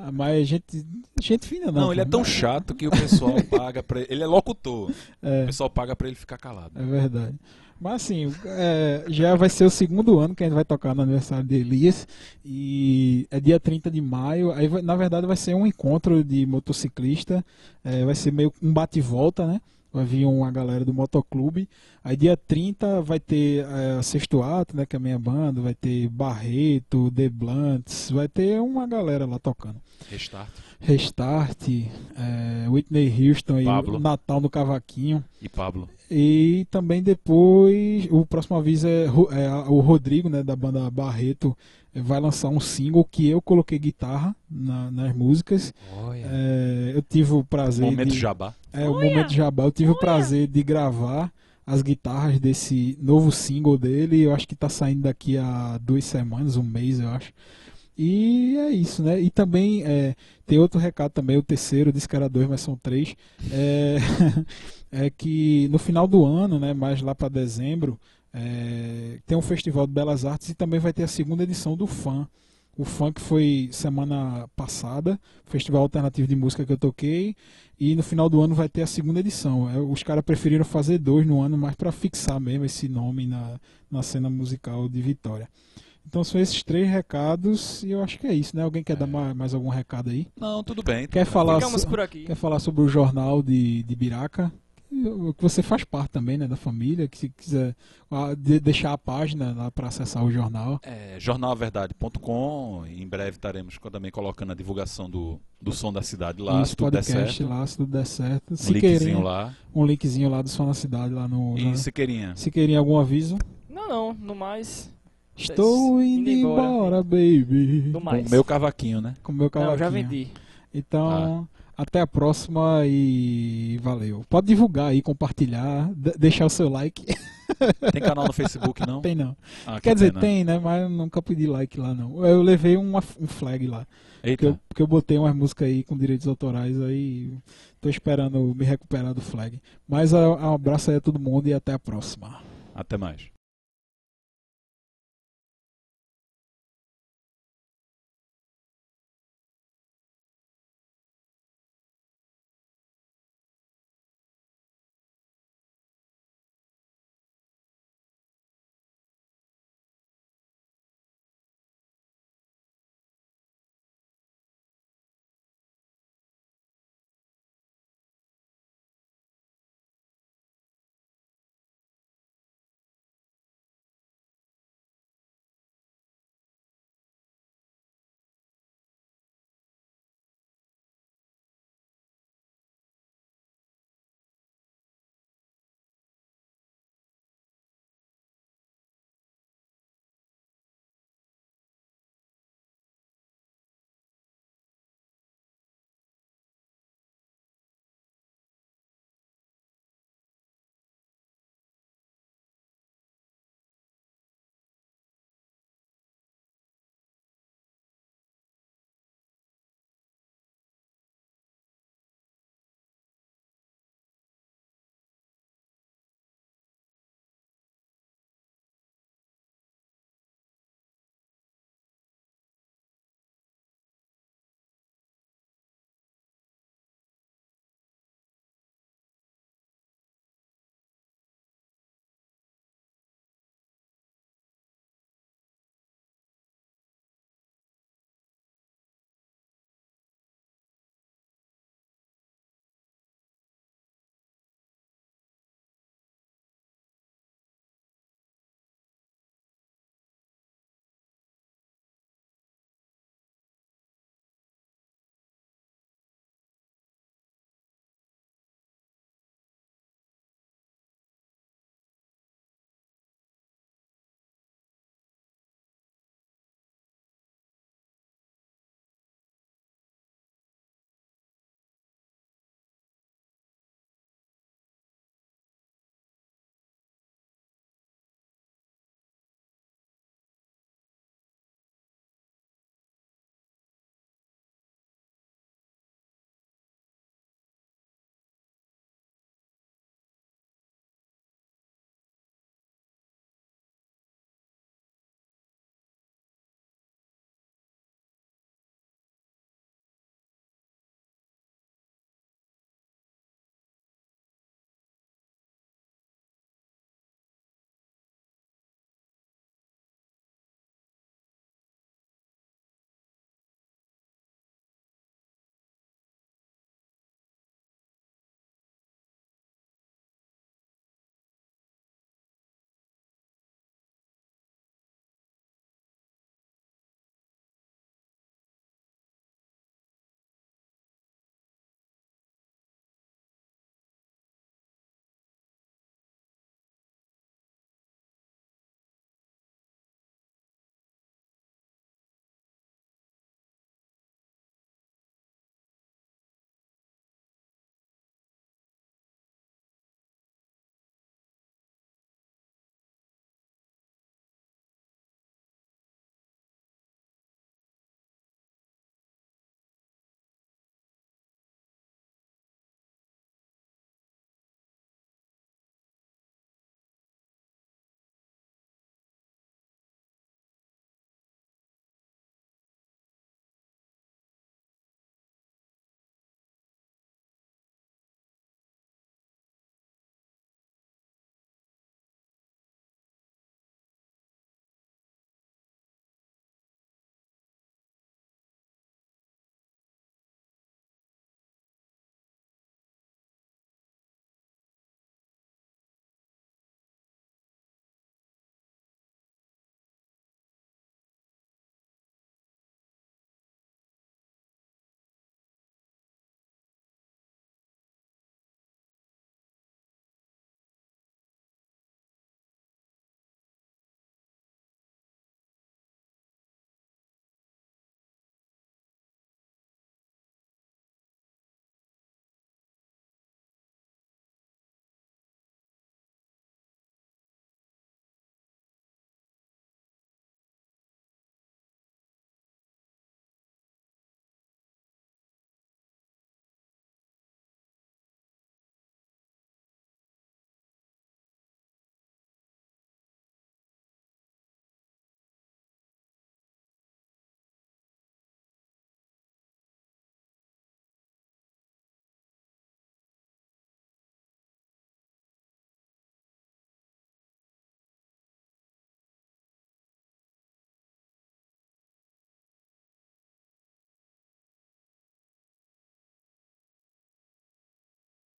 S1: Ah, Mas gente, gente fina não. né?
S2: Não, ele é
S1: pô.
S2: tão chato que o pessoal paga pra ele. Ele é locutor.
S1: É.
S2: O pessoal paga pra ele ficar calado.
S1: É verdade. Mas assim, é, já vai ser o segundo ano que a gente vai tocar no aniversário de Elias. E é dia 30 de maio. Aí, vai- na verdade, vai ser um encontro de motociclista. é, vai ser meio um bate-volta, né? Vai vir uma galera do motoclube. Aí dia 30 vai ter é, Sexto Ato, né? Que é a minha banda. Vai ter Barreto, The Blunts. Vai ter uma galera lá tocando.
S2: Restart.
S1: Restart, é, Whitney Houston e
S2: Pablo.
S1: o Natal no Cavaquinho.
S2: E Pablo.
S1: E também depois, o próximo aviso é, Ro- é a- o Rodrigo, né, da banda Barreto, eh, vai lançar um single que eu coloquei guitarra na- nas músicas. Eh, eu tive o prazer
S2: É. Momento
S1: de,
S2: jabá.
S1: é, o momento Jabá. Eu tive o prazer de gravar as guitarras desse novo single dele. Eu acho que tá saindo daqui a duas semanas, um mês, eu acho. E é isso, né? E também é, tem outro recado também, o terceiro, eu disse que era dois, mas são três. É, *laughs* é que no final do ano, né, mais lá para dezembro, é, tem um Festival de Belas Artes e também vai ter a segunda edição do FAN. O FAN que foi semana passada, Festival Alternativo de Música que eu toquei. E no final do ano vai ter a segunda edição. É, Os caras preferiram fazer dois no ano, mas para fixar mesmo esse nome na, na cena musical de Vitória. Então são esses três recados e eu acho que é isso, né? Alguém quer dar ma- mais algum recado aí?
S2: Não, tudo bem.
S1: Quer falar,
S3: Ficamos
S1: so-
S3: por aqui.
S1: quer falar sobre o jornal de, de Biraca? que você faz parte também, né, da família, que se quiser ah, de- deixar a página lá para acessar o jornal.
S2: É, jornalverdade.com. Em breve estaremos co- também colocando a divulgação do, do som da cidade lá,
S1: Isso,
S2: se tudo der
S1: podcast
S2: certo.
S1: lá, se tudo der certo.
S2: um
S1: Se
S2: linkzinho
S1: querem,
S2: lá.
S1: um linkzinho lá do Som na Cidade, lá no...
S2: E
S1: na-
S2: se querinha.
S1: Se querem algum aviso,
S3: Não, não, no mais.
S1: estou indo
S3: indo embora.
S1: embora, baby.
S3: No mais.
S2: O meu cavaquinho, né?
S1: Com o meu
S3: Não, já
S1: cavaquinho.
S3: vendi.
S1: Então, até a próxima e valeu. Pode divulgar aí, compartilhar, de- deixar o seu like.
S2: Tem canal no Facebook, não?
S1: tem não.
S2: Ah, que
S1: Quer dizer,
S2: pena.
S1: tem, né? Mas eu nunca pedi like lá não. Eu levei uma, f- um flag lá. Porque eu,
S2: Eita,
S1: porque eu botei umas músicas aí com direitos autorais, aí tô esperando me recuperar do flag. Mas ah, um abraço aí a todo mundo e até a próxima.
S2: até mais.